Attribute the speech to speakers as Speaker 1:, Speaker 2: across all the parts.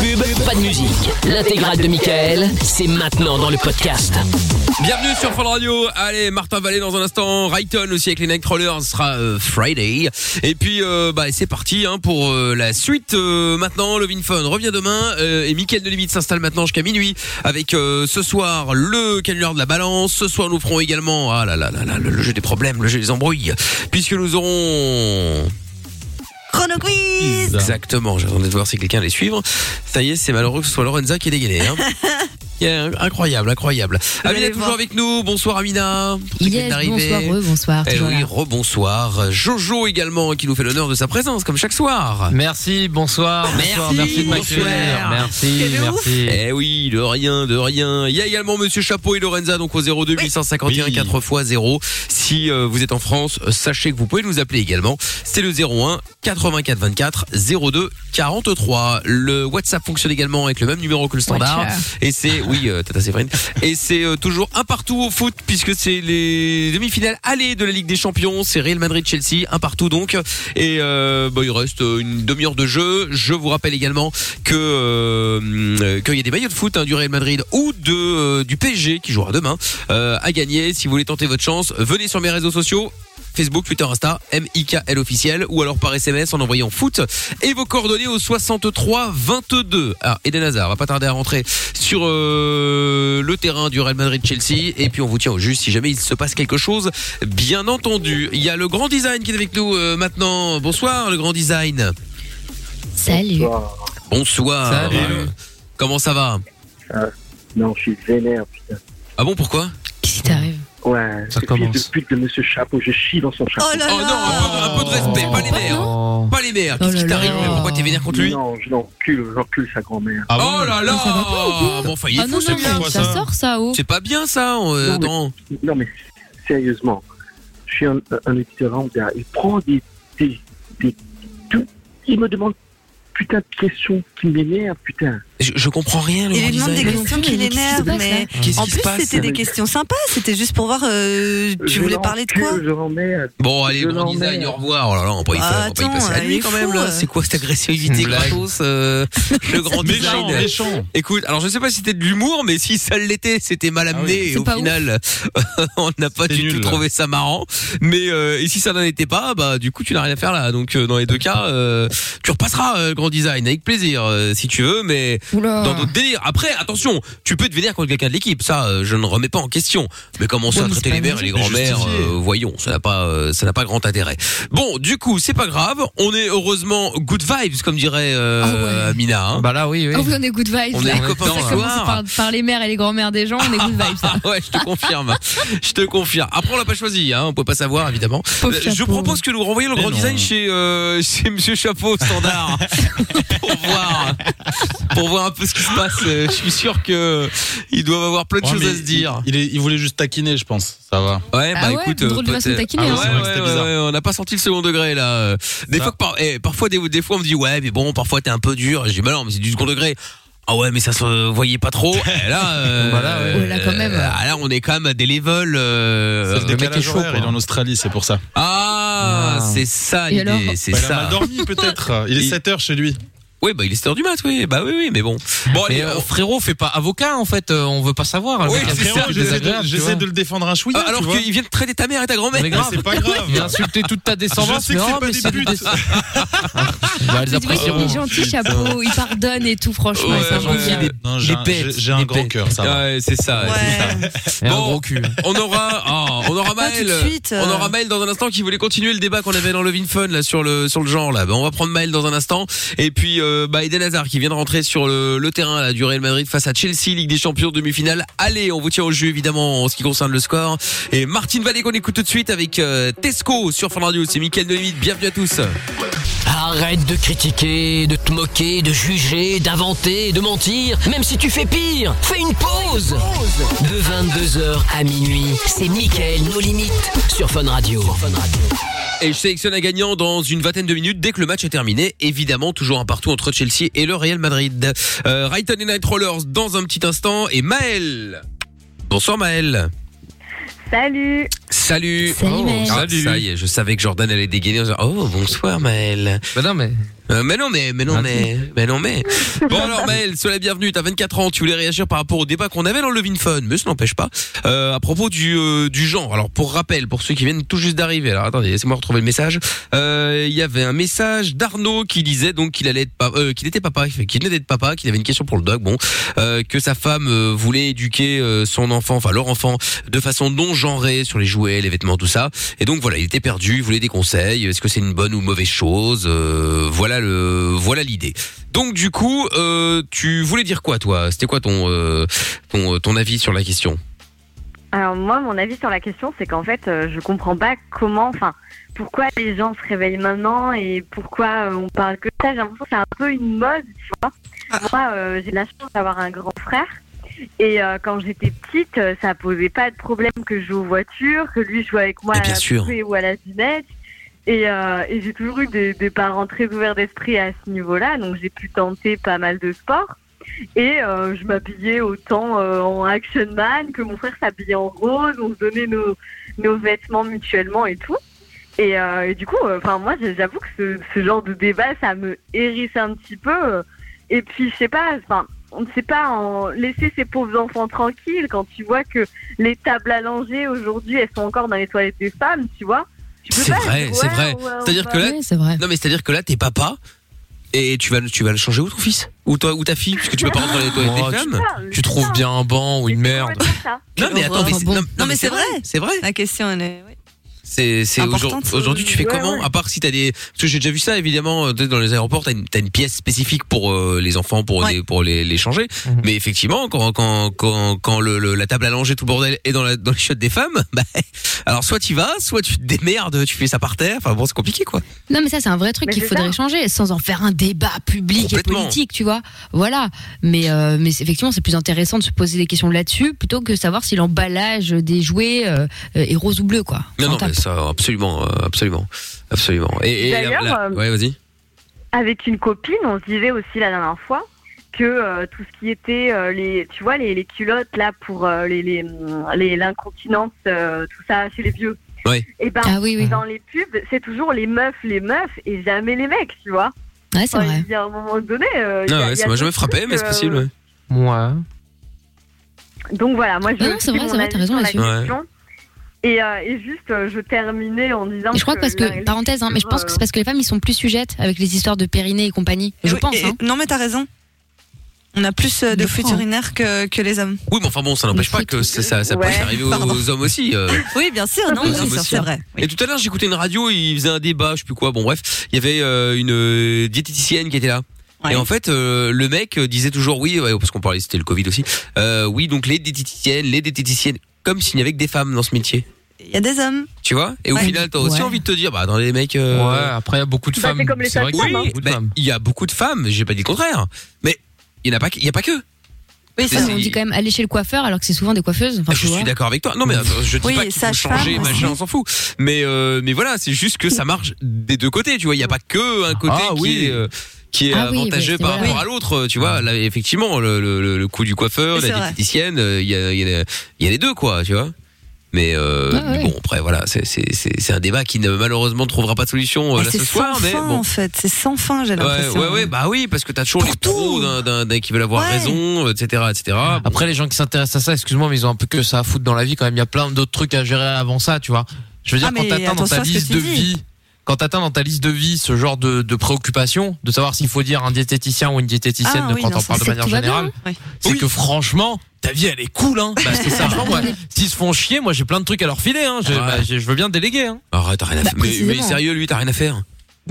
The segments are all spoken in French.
Speaker 1: pub, pas de musique. L'intégrale de Michael, c'est maintenant dans le podcast.
Speaker 2: Bienvenue sur Fun Radio. Allez, Martin Vallée dans un instant. Rayton aussi avec les Nightcrawlers ce sera euh, Friday. Et puis, euh, bah, c'est parti hein, pour euh, la suite euh, maintenant. Levin Fun revient demain euh, et Mickaël de Limite s'installe maintenant jusqu'à minuit avec euh, ce soir le canular de la balance. Ce soir, nous ferons également ah là là là là le, le jeu des problèmes, le jeu des embrouilles, puisque nous aurons
Speaker 3: Chrono quiz.
Speaker 2: Exactement, j'attendais de voir si quelqu'un allait suivre. Ça y est, c'est malheureux que ce soit Lorenza qui est dégainé. hein. Yeah, incroyable, incroyable. Amina est toujours avec nous. Bonsoir Amina. Pour ceux qui viennent
Speaker 4: Yes,
Speaker 2: d'arriver.
Speaker 4: bonsoir, bonsoir.
Speaker 2: Eh oui, rebonsoir. Jojo également qui nous fait l'honneur de sa présence comme chaque soir.
Speaker 5: Merci, bonsoir, bonsoir, merci de m'accueillir. Merci,
Speaker 2: Quel ouf.
Speaker 5: merci.
Speaker 2: Eh oui, de rien, de rien. Il y a également Monsieur Chapeau et Lorenza donc au 02 851 4 x 0. Si euh, vous êtes en France, euh, sachez que vous pouvez nous appeler également. C'est le 01 84 24 02 43. Le WhatsApp fonctionne également avec le même numéro que le standard.
Speaker 5: Watcha.
Speaker 2: Et c'est oui, euh, Tata Séverine. Et c'est euh, toujours un partout au foot puisque c'est les demi-finales aller de la Ligue des Champions. C'est Real Madrid Chelsea, un partout donc. Et euh, bah, il reste euh, une demi-heure de jeu. Je vous rappelle également que euh, qu'il y a des maillots de foot hein, du Real Madrid ou de euh, du PSG qui jouera demain euh, à gagner. Si vous voulez tenter votre chance, venez sur mes réseaux sociaux. Facebook, Twitter, Insta, MIKL officiel ou alors par SMS en envoyant foot et vos coordonnées au 63 22. Alors Eden Hazard va pas tarder à rentrer sur euh, le terrain du Real Madrid Chelsea et puis on vous tient au jus si jamais il se passe quelque chose. Bien entendu, il y a le grand design qui est avec nous euh, maintenant. Bonsoir le grand design.
Speaker 4: Salut.
Speaker 2: Bonsoir.
Speaker 6: Salut.
Speaker 2: Euh, Comment ça va
Speaker 6: Ah, non, je suis vénère, putain.
Speaker 2: Ah bon pourquoi
Speaker 4: Qu'est-ce qui t'arrive
Speaker 6: Ouais, ça commence. de pute de Monsieur Chapeau, je chie dans son chapeau.
Speaker 3: Oh là là Oh
Speaker 2: Un peu de respect, pas les mères. Pas les mères. Qu'est-ce qui t'arrive Pourquoi t'es vénère contre lui
Speaker 6: Non, je l'encule, j'encule sa grand-mère.
Speaker 2: Oh là là Bon, enfin, il est
Speaker 4: Ah
Speaker 2: fou,
Speaker 4: non,
Speaker 2: ce
Speaker 4: non,
Speaker 2: gars.
Speaker 4: non, Ah ça sort ça, oh.
Speaker 2: C'est pas bien ça. euh,
Speaker 6: non, mais, non, mais sérieusement, je suis un, un auditeur lambda. Il prend des,
Speaker 2: Eh
Speaker 6: des, des tout, il me demande putain de questions qui m'énervent, putain.
Speaker 2: Je, comprends rien.
Speaker 3: Il lui demande des
Speaker 4: Mais
Speaker 3: questions
Speaker 4: non,
Speaker 3: qui
Speaker 4: mais qu'est-ce qui se
Speaker 3: l'énervent,
Speaker 4: passe,
Speaker 3: mais
Speaker 4: là
Speaker 2: Qu'est-ce
Speaker 3: en
Speaker 2: qui se
Speaker 3: plus
Speaker 2: passe
Speaker 3: c'était des
Speaker 6: avec-
Speaker 3: questions sympas. C'était juste pour voir. euh,
Speaker 6: Je
Speaker 3: tu voulais parler de quoi
Speaker 6: l'encule, Je l'emmerde.
Speaker 2: Bon, allez,
Speaker 6: Je
Speaker 2: grand
Speaker 6: l'emmerde.
Speaker 2: design, au revoir. Oh là là, on va pas y,
Speaker 3: Ah,
Speaker 2: faire- on va pas y
Speaker 3: attends,
Speaker 2: passer la
Speaker 3: il
Speaker 2: nuit
Speaker 3: est
Speaker 2: quand
Speaker 3: fou,
Speaker 2: même, là.
Speaker 3: euh.
Speaker 2: C'est quoi cette agressivité
Speaker 5: Une blague.
Speaker 2: gratos euh, Le grand
Speaker 5: Méchant,
Speaker 2: design.
Speaker 5: méchant.
Speaker 2: Écoute, alors je sais pas si c'était de l'humour, mais si ça l'était, c'était mal amené et
Speaker 4: C'est
Speaker 2: au
Speaker 4: pas
Speaker 2: final, on n'a pas
Speaker 5: C'est
Speaker 2: du tout
Speaker 5: nul.
Speaker 2: trouvé ça marrant. Mais euh, et si ça n'en était pas, bah du coup tu n'as rien à faire là. Donc euh, dans les deux cas, euh, tu repasseras euh, grand design avec plaisir euh, si tu veux, mais
Speaker 4: Oula.
Speaker 2: dans d'autres délires. Après, attention, tu peux te vénérer contre quelqu'un de l'équipe, ça euh, je ne remets pas en question. Mais comment ça
Speaker 4: mais
Speaker 2: traiter
Speaker 4: c'est
Speaker 2: les
Speaker 4: pas
Speaker 2: mères et les grand-mères,
Speaker 5: justifié.
Speaker 2: euh, voyons, ça n'a pas euh, ça n'a pas grand intérêt. Bon, du coup, c'est pas grave, on est heureusement good vibes comme dirait
Speaker 4: Ah
Speaker 2: euh, Amina. hein.
Speaker 5: Bah là, oui, oui.
Speaker 4: Oh, on est good vibes.
Speaker 2: On est
Speaker 4: là.
Speaker 2: les copains
Speaker 4: Ça
Speaker 2: ce
Speaker 4: commence
Speaker 2: soir.
Speaker 4: par, par les mères et les grand-mères des gens, on est good vibes.
Speaker 2: Ah ouais, je te confirme. je te confirme. Après, on l'a pas choisi, hein. On peut pas savoir, évidemment.
Speaker 4: Pauvre
Speaker 2: Euh, Je
Speaker 4: chapeau.
Speaker 2: propose que nous renvoyions le
Speaker 5: Mais
Speaker 2: grand
Speaker 5: non.
Speaker 2: design chez, euh, chez Monsieur Chapeau, standard. pour voir, pour voir un peu ce qui se passe. Euh, Je suis sûr que ils doivent avoir plein de
Speaker 7: Ouais,
Speaker 2: choses
Speaker 7: mais
Speaker 2: à se dire.
Speaker 7: Il, il est- il voulait juste taquiner, je pense. Ça va.
Speaker 2: Ouais, bah
Speaker 4: Ah ouais,
Speaker 2: écoute,
Speaker 4: drôle de
Speaker 2: peut-être-
Speaker 4: façon de taquiner,
Speaker 2: Ah
Speaker 4: hein.
Speaker 2: ouais,
Speaker 7: C'est vrai que c'était
Speaker 2: ouais,
Speaker 7: bizarre.
Speaker 2: ouais, on n'a pas senti le second degré là. Euh, Des
Speaker 7: Ça.
Speaker 2: fois, que par- eh, parfois, des, des fois, on me dit ouais, mais bon, parfois t'es un peu dur. Et Je dis bah non, mais c'est du second degré. Ah ouais, mais ça se voyait pas trop. Et là, euh,
Speaker 5: Bah là, ouais.
Speaker 4: Ouais, là, quand même.
Speaker 2: ah là, on est quand même à des levels. euh,
Speaker 7: C'est le
Speaker 2: le mec est
Speaker 7: décalage
Speaker 2: chaud,
Speaker 7: horaire,
Speaker 2: quoi.
Speaker 7: il est en Australie, c'est pour ça.
Speaker 2: Ah,
Speaker 5: Ah.
Speaker 2: c'est ça
Speaker 4: Et alors
Speaker 2: l'idée, c'est
Speaker 7: Bah, il a
Speaker 2: ça.
Speaker 7: mal dormi peut-être. Ah, Il est
Speaker 2: Il-
Speaker 7: 7h chez lui.
Speaker 2: Oui, bah il est 7 heures du mat, oui. Bah oui, oui, mais bon. Bon, allez,
Speaker 5: Mais euh,
Speaker 2: on-
Speaker 5: frérot, fais pas avocat en fait, euh, on veut pas savoir.
Speaker 2: Oui,
Speaker 5: Le mec,
Speaker 2: c'est
Speaker 5: c'est
Speaker 2: ça,
Speaker 7: Frérot,
Speaker 5: un
Speaker 7: J'essaie
Speaker 5: désagréable,
Speaker 7: de,
Speaker 5: tu
Speaker 7: j'essaie
Speaker 5: vois.
Speaker 7: de le défendre un chouïa.
Speaker 2: Ah, alors
Speaker 7: tu vois.
Speaker 2: qu'il vient de traiter ta mère et ta grand-mère.
Speaker 5: Mais
Speaker 7: Mais
Speaker 5: grave.
Speaker 7: c'est pas grave.
Speaker 5: Il a insulté toute ta descendance.
Speaker 7: Je sais que
Speaker 5: mais
Speaker 7: c'est
Speaker 5: oh,
Speaker 7: pas
Speaker 5: mais
Speaker 7: des
Speaker 5: c'est
Speaker 7: putes.
Speaker 5: des- Bah, les
Speaker 4: Tu vois,
Speaker 5: impressions.
Speaker 4: il est gentil, chapeau, il pardonne et tout, franchement,
Speaker 2: Ouais,
Speaker 4: c'est un bon
Speaker 2: ouais.
Speaker 4: gars.
Speaker 2: des-
Speaker 7: Non, j'ai
Speaker 2: des
Speaker 7: un-
Speaker 2: bêtes,
Speaker 7: j'ai- j'ai un
Speaker 2: des
Speaker 7: grand
Speaker 2: bêtes.
Speaker 7: cœur, ça va.
Speaker 2: Ouais, c'est ça, c'est ça.
Speaker 3: Ouais.
Speaker 5: Et un
Speaker 2: Bon.
Speaker 5: gros cul.
Speaker 2: On aura, ah, on aura
Speaker 3: Pas
Speaker 2: Maël.
Speaker 3: tout de suite, euh.
Speaker 2: On aura Maël dans un instant qui voulait continuer le débat qu'on avait dans Levin Fun là sur le sur le genre là. Ben, on va prendre Maël dans un instant et puis euh, bah, Eden Hazard qui vient de rentrer sur le, le terrain là, du Real Madrid face à Chelsea Ligue des Champions demi-finale. Allez, on vous tient au jeu évidemment en ce qui concerne le score et Martine Vallée qu'on écoute tout de suite avec euh, Tesco sur Fun Radio. C'est Mickaël de Limite. Bienvenue à tous.
Speaker 1: Arrête de critiquer, de te moquer, de juger, d'inventer, de mentir. Même si tu fais pire, fais une pause. De 22h à minuit, c'est Mickaël, nos limites, sur Fun Radio.
Speaker 2: Et je sélectionne un gagnant dans une vingtaine de minutes dès que le match est terminé. Évidemment, toujours un partout entre Chelsea et le Real Madrid. Euh, Brighton et Night Rollers dans un petit instant et Maël. Bonsoir Maël.
Speaker 8: Salut
Speaker 2: Salut.
Speaker 4: Salut,
Speaker 2: Oh,
Speaker 4: Maël.
Speaker 2: ah, Ça y est, je savais que Jordan allait dégainer. en disant, Oh, bonsoir Maël.
Speaker 5: Bah non, mais.
Speaker 2: Euh, mais non, mais, mais non,
Speaker 5: Ah,
Speaker 2: mais, mais non, mais. Bon alors Maël, sois la bienvenue. T'as 24 ans. Tu voulais réagir par rapport au débat qu'on avait dans le Levin Fun, mais ça n'empêche pas. Euh, à propos du euh, du genre. Alors pour rappel, pour ceux qui viennent tout juste d'arriver, alors attendez, laissez-moi retrouver le message. Euh, Il y avait un message d'Arnaud qui disait donc qu'il allait être pa- euh, qu'il était papa, qu'il venait d'être papa, qu'il avait une question pour le doc. Bon, euh, que sa femme euh, voulait éduquer euh, son enfant, enfin leur enfant, de façon non genrée sur les jouets, les vêtements, tout ça. Et donc voilà, il était perdu, il voulait des conseils. Est-ce que c'est une bonne ou mauvaise chose Euh, Voilà le, voilà l'idée. Donc du coup, euh, tu voulais dire quoi toi C'était quoi ton, euh, ton euh, ton avis sur la question
Speaker 8: Alors moi, mon avis sur la question, c'est qu'en fait, euh, je comprends pas comment, enfin, pourquoi les gens se réveillent maintenant et pourquoi euh, on parle que de ça. J'ai l'impression que c'est un peu une mode, tu vois.
Speaker 2: Ah.
Speaker 8: Moi, euh, j'ai la chance d'avoir un grand frère. Et euh, quand j'étais petite, euh, ça posait pas de problème que je joue aux voitures, que lui joue avec moi
Speaker 2: Mais
Speaker 8: à
Speaker 2: Ah, bien
Speaker 8: la
Speaker 2: sûr.
Speaker 8: poupée ou à la dinette. Et, euh, et j'ai toujours eu des, des parents très ouverts d'esprit à ce niveau-là, donc j'ai pu tenter pas mal de sports. Et euh, je m'habillais autant euh, en Action Man que mon frère s'habillait en rose, on se donnait nos, nos vêtements mutuellement et tout. Et, euh, et du coup, euh, enfin moi j'avoue que ce, ce genre de débat, ça me hérisse un petit peu. Et puis je sais pas, enfin on ne sait pas en laisser ces pauvres enfants tranquilles quand tu vois que les tables allongées aujourd'hui, elles sont encore dans les toilettes des femmes, tu vois. Tu peux
Speaker 2: C'est
Speaker 8: pas
Speaker 2: vrai,
Speaker 8: dire,
Speaker 2: c'est
Speaker 8: ouais,
Speaker 2: vrai.
Speaker 8: ouais, on
Speaker 2: C'est-à-dire
Speaker 8: va-
Speaker 2: que là,
Speaker 4: Ouais, c'est vrai.
Speaker 2: non mais c'est à dire que là t'es papa et tu vas le- tu vas le changer où ton fils ou toi ou ta fille puisque tu peux pas rentrer dans les toilettes
Speaker 5: Oh,
Speaker 2: des
Speaker 5: tu-
Speaker 2: femmes.
Speaker 8: Ah,
Speaker 2: Tu trouves bien un banc ou une
Speaker 8: c'est
Speaker 2: merde
Speaker 8: complètement ça.
Speaker 2: Non mais attends, mais
Speaker 4: Enfin,
Speaker 2: c'est-
Speaker 4: bon.
Speaker 2: non,
Speaker 3: Non, mais c'est vrai.
Speaker 2: C'est vrai.
Speaker 3: La question, elle est. ouais.
Speaker 2: C'est c'est
Speaker 3: Importante.
Speaker 2: aujourd'hui aujourd'hui, tu fais
Speaker 8: Ouais,
Speaker 2: comment
Speaker 8: ouais.
Speaker 2: à part si t'as des parce que j'ai déjà vu ça évidemment euh, dans les aéroports t'as une t'as une pièce spécifique pour euh, les enfants pour
Speaker 3: Ouais.
Speaker 2: les pour les, les changer
Speaker 5: Mhm.
Speaker 2: mais effectivement quand quand quand quand le, le- la table allongée tout le bordel est dans la dans les chiottes des femmes bah alors soit tu vas soit tu te démerdes tu fais ça par terre enfin bon c'est compliqué quoi
Speaker 4: Non, mais ça, c'est un vrai truc
Speaker 8: Mais
Speaker 4: qu'il
Speaker 8: c'est
Speaker 4: faudrait
Speaker 8: ça.
Speaker 4: changer sans en faire un débat public et
Speaker 2: Complètement.
Speaker 4: politique, tu vois. Voilà. Mais, euh, mais c'est- effectivement, c'est plus intéressant de se poser des questions là-dessus plutôt que savoir si l'emballage des jouets euh, euh, est rose ou bleu, quoi.
Speaker 2: non non
Speaker 4: Enfin,
Speaker 2: mais ça absolument euh, absolument absolument et, et la-
Speaker 8: D'ailleurs,
Speaker 2: la-
Speaker 8: euh,
Speaker 2: ouais vas-y
Speaker 8: avec une copine, on se disait aussi la dernière fois que euh, tout ce qui était euh, les tu vois les, les culottes là pour euh, les les hum, les- l'incontinence euh, tout ça chez les vieux.
Speaker 2: Ouais.
Speaker 8: Et ben
Speaker 4: Ah oui, oui.
Speaker 8: dans les pubs, c'est toujours les meufs, les meufs et jamais les mecs, tu vois.
Speaker 4: Ouais, c'est
Speaker 8: Enfin,
Speaker 4: vrai.
Speaker 8: il y a un moment donné euh, il y
Speaker 2: non
Speaker 8: a-
Speaker 2: ouais,
Speaker 8: il y a
Speaker 2: ça m'a
Speaker 8: d'autres
Speaker 2: jamais frappé
Speaker 8: trucs,
Speaker 2: mais c'est
Speaker 8: euh,
Speaker 2: possible ouais.
Speaker 5: Moi.
Speaker 8: Donc voilà, moi je
Speaker 4: Ah non, c'est
Speaker 8: c'est
Speaker 4: vrai,
Speaker 8: mon
Speaker 4: c'est vrai,
Speaker 8: avis
Speaker 4: t'as raison
Speaker 8: sur la
Speaker 4: là-dessus.
Speaker 2: Ouais.
Speaker 8: question. Et, euh, et juste, euh, je terminais en disant.
Speaker 4: Mais je crois que parce que,
Speaker 8: Euh, la- euh,
Speaker 4: parenthèse, hein, mais je pense que c'est parce que les femmes, ils sont plus sujettes avec les histoires de périnée et compagnie. Je
Speaker 3: Oui,
Speaker 4: pense,
Speaker 3: et-
Speaker 4: hein.
Speaker 3: Non, mais t'as raison. On a plus euh, de
Speaker 4: Je
Speaker 3: flux
Speaker 4: crois.
Speaker 3: urinaires que, que les hommes.
Speaker 2: oui mais enfin bon ça n'empêche
Speaker 4: Mais
Speaker 2: pas que ça ça, ça
Speaker 8: Ouais,
Speaker 2: peut arriver
Speaker 3: pardon.
Speaker 2: aux hommes aussi euh.
Speaker 3: Oui, bien sûr, non,
Speaker 2: Oui,
Speaker 3: Ah, bien
Speaker 2: non, mais
Speaker 3: sûr,
Speaker 2: si.
Speaker 3: c'est vrai.
Speaker 2: Et tout à l'heure, j'écoutais une radio, ils faisaient un débat, je sais plus quoi. Bon, bref, il y avait euh, une euh, diététicienne qui était là.
Speaker 3: Ouais.
Speaker 2: Et en fait, euh, le mec euh, disait toujours oui, ouais, parce qu'on parlait, c'était le Covid aussi. Euh, oui, donc les diététiciennes, les diététiciennes, comme s'il n'y avait que des femmes dans ce métier.
Speaker 3: Il y a des hommes.
Speaker 2: Tu vois Et au
Speaker 3: Ouais.
Speaker 2: final, t'as aussi
Speaker 4: Ouais.
Speaker 2: envie de te dire, bah, attendez, les mecs. euh,
Speaker 5: Ouais, après, il y a beaucoup de
Speaker 8: Bah,
Speaker 5: femmes.
Speaker 8: c'est comme les
Speaker 5: C'est vrai qu'il y
Speaker 8: femmes,
Speaker 5: a
Speaker 8: hein.
Speaker 2: Oui,
Speaker 5: beaucoup de
Speaker 2: bah,
Speaker 5: femmes.
Speaker 2: il y a beaucoup de femmes, j'ai pas dit le contraire. Mais il n'y en a pas, que- il y a pas que.
Speaker 3: Oui,
Speaker 2: c'est-
Speaker 3: ça,
Speaker 4: on dit quand même aller chez le coiffeur alors que c'est souvent des coiffeuses. Enfin, tu
Speaker 2: je suis
Speaker 4: vois.
Speaker 2: d'accord avec toi. Non mais attends, je dis
Speaker 3: Oui,
Speaker 2: pas qu'il faut
Speaker 3: sage-femme
Speaker 2: changer,
Speaker 3: aussi.
Speaker 2: machin, on s'en fout. Mais euh, mais voilà, c'est juste que ça marche des deux côtés. Tu vois, il y a pas que un côté
Speaker 5: Ah
Speaker 2: qui
Speaker 5: oui.
Speaker 2: est euh, qui est
Speaker 4: Ah oui,
Speaker 2: avantageux
Speaker 4: mais c'est
Speaker 2: par
Speaker 4: vrai.
Speaker 2: rapport à l'autre. Tu vois, là, effectivement, le, le, le- le coup du coiffeur,
Speaker 3: Oui,
Speaker 2: de
Speaker 3: c'est
Speaker 2: la
Speaker 3: vrai.
Speaker 2: diététicienne, euh, il y a il y a il y a les deux quoi. Tu vois. Mais, euh,
Speaker 4: Ah
Speaker 2: mais
Speaker 4: ouais.
Speaker 2: bon, après voilà, c'est c'est c'est c'est un débat qui ne malheureusement ne trouvera pas de solution euh,
Speaker 3: Mais
Speaker 2: là
Speaker 3: c'est
Speaker 2: ce
Speaker 3: sans
Speaker 2: soir. Mais
Speaker 3: fin,
Speaker 2: bon.
Speaker 3: en fait. C'est sans fin, j'ai
Speaker 2: Ouais,
Speaker 3: l'impression.
Speaker 2: ouais, ouais, bah oui, parce que t'as toujours
Speaker 3: Pour
Speaker 2: les pros
Speaker 3: tout.
Speaker 2: d'un- d'un d'un qui veulent avoir
Speaker 3: Ouais.
Speaker 2: raison, etc., etc.
Speaker 5: Après, les gens qui s'intéressent à ça, excuse-moi, mais ils ont un peu que ça à foutre dans la vie quand même. Il y a plein d'autres trucs à gérer avant ça, tu vois. Je veux dire,
Speaker 3: Ah,
Speaker 5: quand
Speaker 3: mais
Speaker 5: t'atteins dans
Speaker 3: attention
Speaker 5: ta
Speaker 3: à ce que
Speaker 5: liste
Speaker 3: tu
Speaker 5: de
Speaker 3: dis.
Speaker 5: vie, quand t'atteins dans ta liste de vie ce genre de, de préoccupation, de savoir s'il faut dire un diététicien ou une diététicienne,
Speaker 3: Ah,
Speaker 5: de
Speaker 3: oui,
Speaker 5: quand
Speaker 3: non,
Speaker 5: on
Speaker 3: ça,
Speaker 5: parle de
Speaker 4: c'est que
Speaker 5: manière
Speaker 4: tout va bien,
Speaker 5: générale,
Speaker 3: hein.
Speaker 5: c'est
Speaker 2: Oui.
Speaker 5: que franchement, ta vie elle est cool, hein.
Speaker 2: Bah,
Speaker 5: Parce que ça, franchement, moi, s'ils se font chier, moi j'ai plein de trucs à leur filer, hein. Je,
Speaker 2: Ouais. Bah,
Speaker 5: bah, je- je veux bien déléguer, hein.
Speaker 2: Arrête, t'as rien
Speaker 3: Bah,
Speaker 2: à faire. Mais- mais
Speaker 4: précisément.
Speaker 2: sérieux, lui, t'as rien à faire.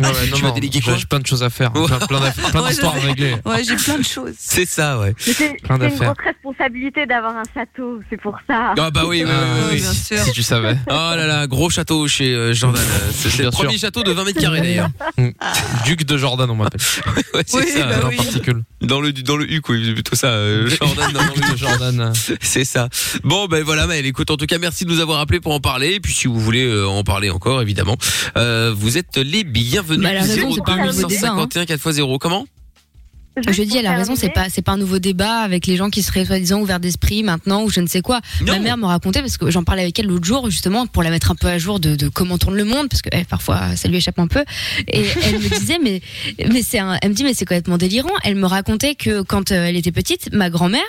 Speaker 2: Ah,
Speaker 5: Ouais,
Speaker 2: tu vas déléguer
Speaker 5: j'ai-
Speaker 2: quoi
Speaker 5: J'ai plein de choses à faire, plein, plein d'aff- plein
Speaker 3: Ouais,
Speaker 5: d'histoires à
Speaker 3: je sais.
Speaker 5: régler.
Speaker 3: Ouais, j'ai plein de choses.
Speaker 2: C'est ça, ouais.
Speaker 8: Mais C'est c'est
Speaker 5: Plein
Speaker 8: une
Speaker 5: d'affaires.
Speaker 8: grosse responsabilité d'avoir un château, c'est pour ça.
Speaker 2: Ah bah oui, oui, oui, oui.
Speaker 3: bien sûr.
Speaker 5: Si tu savais.
Speaker 2: Oh là là, gros château chez euh, Jordan. Euh, C'est c'est le
Speaker 5: Bien sûr.
Speaker 2: premier château de 20 mètres carrés d'ailleurs.
Speaker 5: Duc de Jordan, on m'appelle.
Speaker 2: Ouais, c'est
Speaker 3: Oui,
Speaker 2: ça.
Speaker 3: bah
Speaker 5: en
Speaker 3: oui.
Speaker 5: particule.
Speaker 2: Dans le dans le U quoi, c'est plutôt ça. euh, Jordan dans
Speaker 5: Duc
Speaker 2: le
Speaker 5: de Jordan. euh,
Speaker 2: U. C'est ça. Bon ben voilà, Maël, écoute, en tout cas, merci de nous avoir appelé pour en parler. Et puis si vous voulez euh, en parler encore, évidemment, euh, vous êtes les bienvenus.
Speaker 4: Bah, la raison, c'est pas un
Speaker 2: 02
Speaker 4: nouveau débat, hein.
Speaker 2: 851 4x0. Comment
Speaker 8: Juste
Speaker 4: Je dis,
Speaker 8: pour
Speaker 4: elle a raison, c'est
Speaker 8: terminer,
Speaker 4: pas, c'est pas un nouveau débat avec les gens qui seraient soi-disant ouverts d'esprit maintenant ou je ne sais quoi.
Speaker 2: Non.
Speaker 4: Ma mère me racontait, parce que j'en parlais avec elle l'autre jour, justement, pour la mettre un peu à jour de, de comment tourne le monde, parce que eh, parfois ça lui échappe un peu. Et elle me disait, mais, mais c'est un- elle me dit, mais c'est complètement délirant. Elle me racontait que quand euh, elle était petite, ma grand-mère,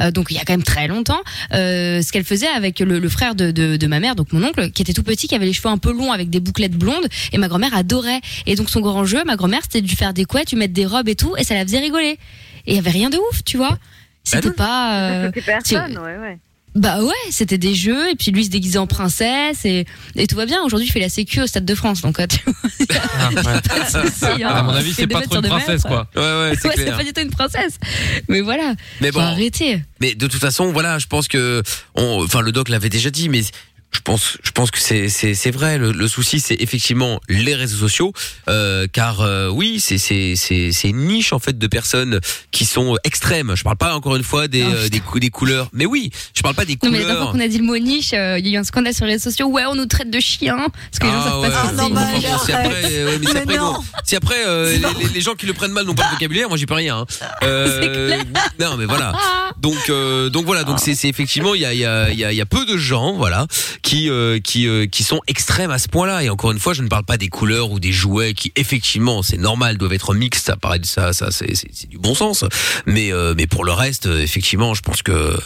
Speaker 4: euh, donc il y a quand même très longtemps, euh, ce qu'elle faisait avec le, le frère de, de, de ma mère, donc mon oncle, qui était tout petit, qui avait les cheveux un peu longs avec des bouclettes blondes, et ma grand-mère adorait. Et donc son grand jeu, ma grand-mère, c'était de lui faire des couettes, lui mettre des robes et tout, et ça la faisait rigoler. Et il y avait rien de ouf, tu
Speaker 2: Bah
Speaker 4: vois. C'était pas. euh,
Speaker 8: C'était personne, ouais, ouais.
Speaker 4: bah ouais, c'était des jeux, et puis lui se déguisait en princesse, et, et tout va bien. Aujourd'hui, il fait la sécu au Stade de France, donc euh, tu vois,
Speaker 3: Ah,
Speaker 4: pas de souci, hein.
Speaker 5: À mon avis,
Speaker 4: Il fait
Speaker 5: c'est
Speaker 4: des
Speaker 5: pas
Speaker 4: mètres
Speaker 5: trop
Speaker 4: sur
Speaker 5: une
Speaker 4: des
Speaker 5: princesse,
Speaker 4: mètres.
Speaker 5: quoi.
Speaker 2: Ouais, ouais, c'est
Speaker 4: Ouais, c'est
Speaker 2: clair.
Speaker 4: pas du tout une princesse. Mais voilà,
Speaker 2: Mais
Speaker 4: faut
Speaker 2: bon,
Speaker 4: arrêter.
Speaker 2: mais de toute façon, voilà, je pense que, on- enfin, le doc l'avait déjà dit, mais je pense, je pense que c'est, c'est, c'est vrai. Le, le souci, c'est effectivement les réseaux sociaux, euh, car euh, oui, c'est, c'est, c'est, c'est une niche en fait de personnes qui sont extrêmes. Je parle pas encore une fois des,
Speaker 4: Oh,
Speaker 2: euh, des, cou- des couleurs, mais oui, je parle pas des
Speaker 4: Non, mais la dernière fois
Speaker 2: couleurs.
Speaker 4: qu'on a dit le mot niche, euh, il y a eu un scandale sur les réseaux sociaux. Ouais, on nous traite de chiens. Parce que les gens
Speaker 2: Ah
Speaker 4: savent
Speaker 2: ouais,
Speaker 4: pas ce que
Speaker 3: Ah,
Speaker 4: c'est.
Speaker 3: non, bah,
Speaker 2: bon, si après, euh, ouais, mais si
Speaker 3: Mais
Speaker 2: après,
Speaker 3: non.
Speaker 2: non. Si après, euh,
Speaker 3: Non.
Speaker 2: les, les- les gens qui le prennent mal n'ont pas le vocabulaire, moi j'y peux rien. hein. Euh, non, mais voilà.
Speaker 4: Ah,
Speaker 2: Donc, euh, donc voilà, donc c'est c'est effectivement il y a, il y, a, il y, a, il y a peu de gens, voilà, qui euh, qui euh, qui sont extrêmes à ce point-là. Et encore une fois, je ne parle pas des couleurs ou des jouets qui effectivement, c'est normal, doivent être mixtes. Ça paraît ça, ça c'est c'est- c'est du bon sens. Mais euh, mais pour le reste, euh, effectivement, je pense que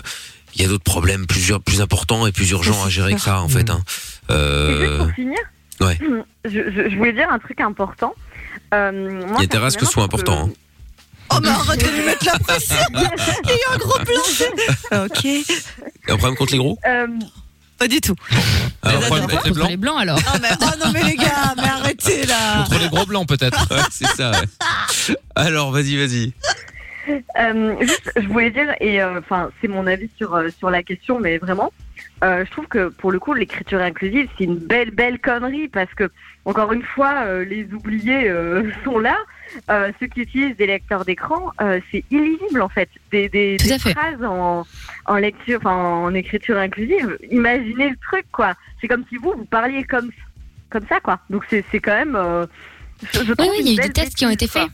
Speaker 2: il y a d'autres problèmes plusieurs plus importants et plus urgents à gérer que ça en fait. Hein.
Speaker 8: Et juste
Speaker 2: Euh,
Speaker 8: pour finir,
Speaker 2: ouais.
Speaker 8: je, je- je voulais dire un truc important. Euh, moi,
Speaker 2: Il y a des races que ce soit
Speaker 8: personnellement,
Speaker 2: important.
Speaker 3: Oh, mais arrête de lui mettre la pression Il y a eu un gros plan Ok,
Speaker 2: Il y a hein. un problème contre les gros.
Speaker 8: Euh,
Speaker 3: pas du tout.
Speaker 2: Alors,
Speaker 3: là,
Speaker 2: problème
Speaker 3: d'accord.
Speaker 2: contre les
Speaker 4: contre
Speaker 2: blancs.
Speaker 4: les blancs alors.
Speaker 3: Non, mais, oh non, mais les gars, mais arrêtez là
Speaker 5: Contre les gros blancs, peut-être.
Speaker 2: Ouais, c'est ça. ouais. Alors, vas-y, vas-y.
Speaker 8: Euh, juste, je voulais dire, et euh, enfin, c'est mon avis sur, euh, sur la question, mais vraiment, euh, je trouve que pour le coup, l'écriture inclusive, c'est une belle, belle connerie parce que, encore une fois, euh, les oubliés euh, sont là. Euh, ceux qui utilisent des lecteurs d'écran, euh, c'est illisible en fait. Des, des,
Speaker 4: Tout à
Speaker 8: des
Speaker 4: fait.
Speaker 8: phrases en, en lecture, enfin, en écriture inclusive, imaginez le truc quoi. C'est comme si vous, vous parliez comme, comme ça quoi. Donc c'est c'est quand même. euh, je, je
Speaker 4: Oui,
Speaker 8: trouve
Speaker 4: oui, il y a
Speaker 8: une
Speaker 4: eu des
Speaker 8: belle
Speaker 4: tests qui ont été
Speaker 8: bêtise, quoi.
Speaker 4: faits.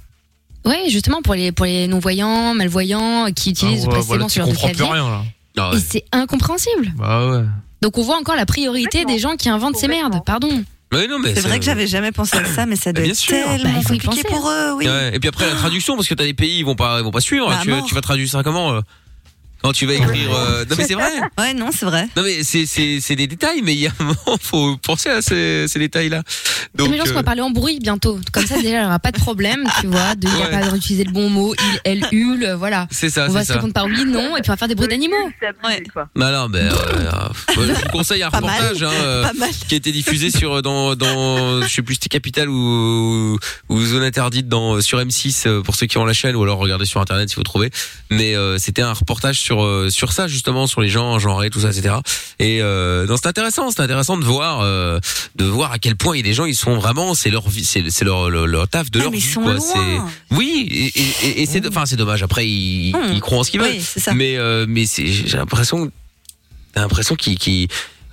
Speaker 4: Ouais, justement pour les pour les non-voyants, malvoyants, euh, qui utilisent
Speaker 5: Ah ouais, voilà,
Speaker 4: précisément
Speaker 5: tu
Speaker 4: sur leur
Speaker 5: comprends plus
Speaker 4: clavier.
Speaker 5: rien, là.
Speaker 2: Ah,
Speaker 4: Et
Speaker 2: ouais.
Speaker 4: c'est incompréhensible.
Speaker 5: Bah ouais.
Speaker 4: Donc on voit encore la priorité des gens qui inventent ces merdes. Pardon.
Speaker 2: Mais Bah non, mais
Speaker 3: C'est vrai
Speaker 2: ça-
Speaker 3: que j'avais jamais pensé à ça, mais ça doit
Speaker 2: bien
Speaker 3: être
Speaker 2: sûr.
Speaker 4: Bah,
Speaker 3: tellement
Speaker 4: il faut y
Speaker 3: compliqué
Speaker 4: penser,
Speaker 3: pour eux, oui.
Speaker 2: Ouais, Et puis après la traduction, parce que t'as des pays, ils vont pas, ils vont pas suivre. hein.
Speaker 3: Bah,
Speaker 2: tu,
Speaker 3: mort.
Speaker 2: tu vas traduire ça comment euh, Quand tu vas écrire. euh, Non mais c'est vrai.
Speaker 3: Ouais, non, c'est vrai.
Speaker 2: Non mais c'est c'est c'est des détails, mais il y a un moment, faut penser à ces, ces détails là. Donc
Speaker 4: mais les gens
Speaker 2: euh,
Speaker 4: on va parler en bruit bientôt. Comme ça déjà, il n'y aura pas de problème, tu vois. De, il n'y a
Speaker 2: Ouais.
Speaker 4: pas d'utiliser le bon mot. Il, elle, hule, euh, voilà.
Speaker 2: c'est ça,
Speaker 4: on va
Speaker 2: c'est
Speaker 4: se
Speaker 2: ça.
Speaker 4: répondre par oui, non, et puis on va faire des bruits d'animaux.
Speaker 8: C'est abusé,
Speaker 3: Ouais.
Speaker 8: quoi.
Speaker 2: Bah non, ben, euh, euh, je vous conseille un
Speaker 3: Pas mal.
Speaker 2: reportage hein, euh,
Speaker 3: Pas mal.
Speaker 2: qui a été diffusé sur euh, dans dans je sais plus c'était Capital ou ou Zone Interdite dans euh, sur M6 euh, pour ceux qui ont la chaîne ou alors regardez sur internet si vous trouvez mais euh, c'était un reportage sur euh, sur ça justement sur les gens genrés tout ça etc et euh, non c'est intéressant c'est intéressant de voir euh, de voir à quel point il y a des gens ils sont vraiment c'est leur vie c'est c'est leur, leur leur taf de
Speaker 3: Ah,
Speaker 2: leur
Speaker 3: mais
Speaker 2: vie
Speaker 3: ils sont
Speaker 2: quoi
Speaker 3: loin.
Speaker 2: c'est oui et, et, et, et c'est enfin c'est dommage après ils,
Speaker 3: Mmh.
Speaker 2: ils croient en ce qu'ils veulent
Speaker 3: Oui, c'est ça.
Speaker 2: mais euh, mais c'est j'ai l'impression j'ai l'impression qu'il qu'il-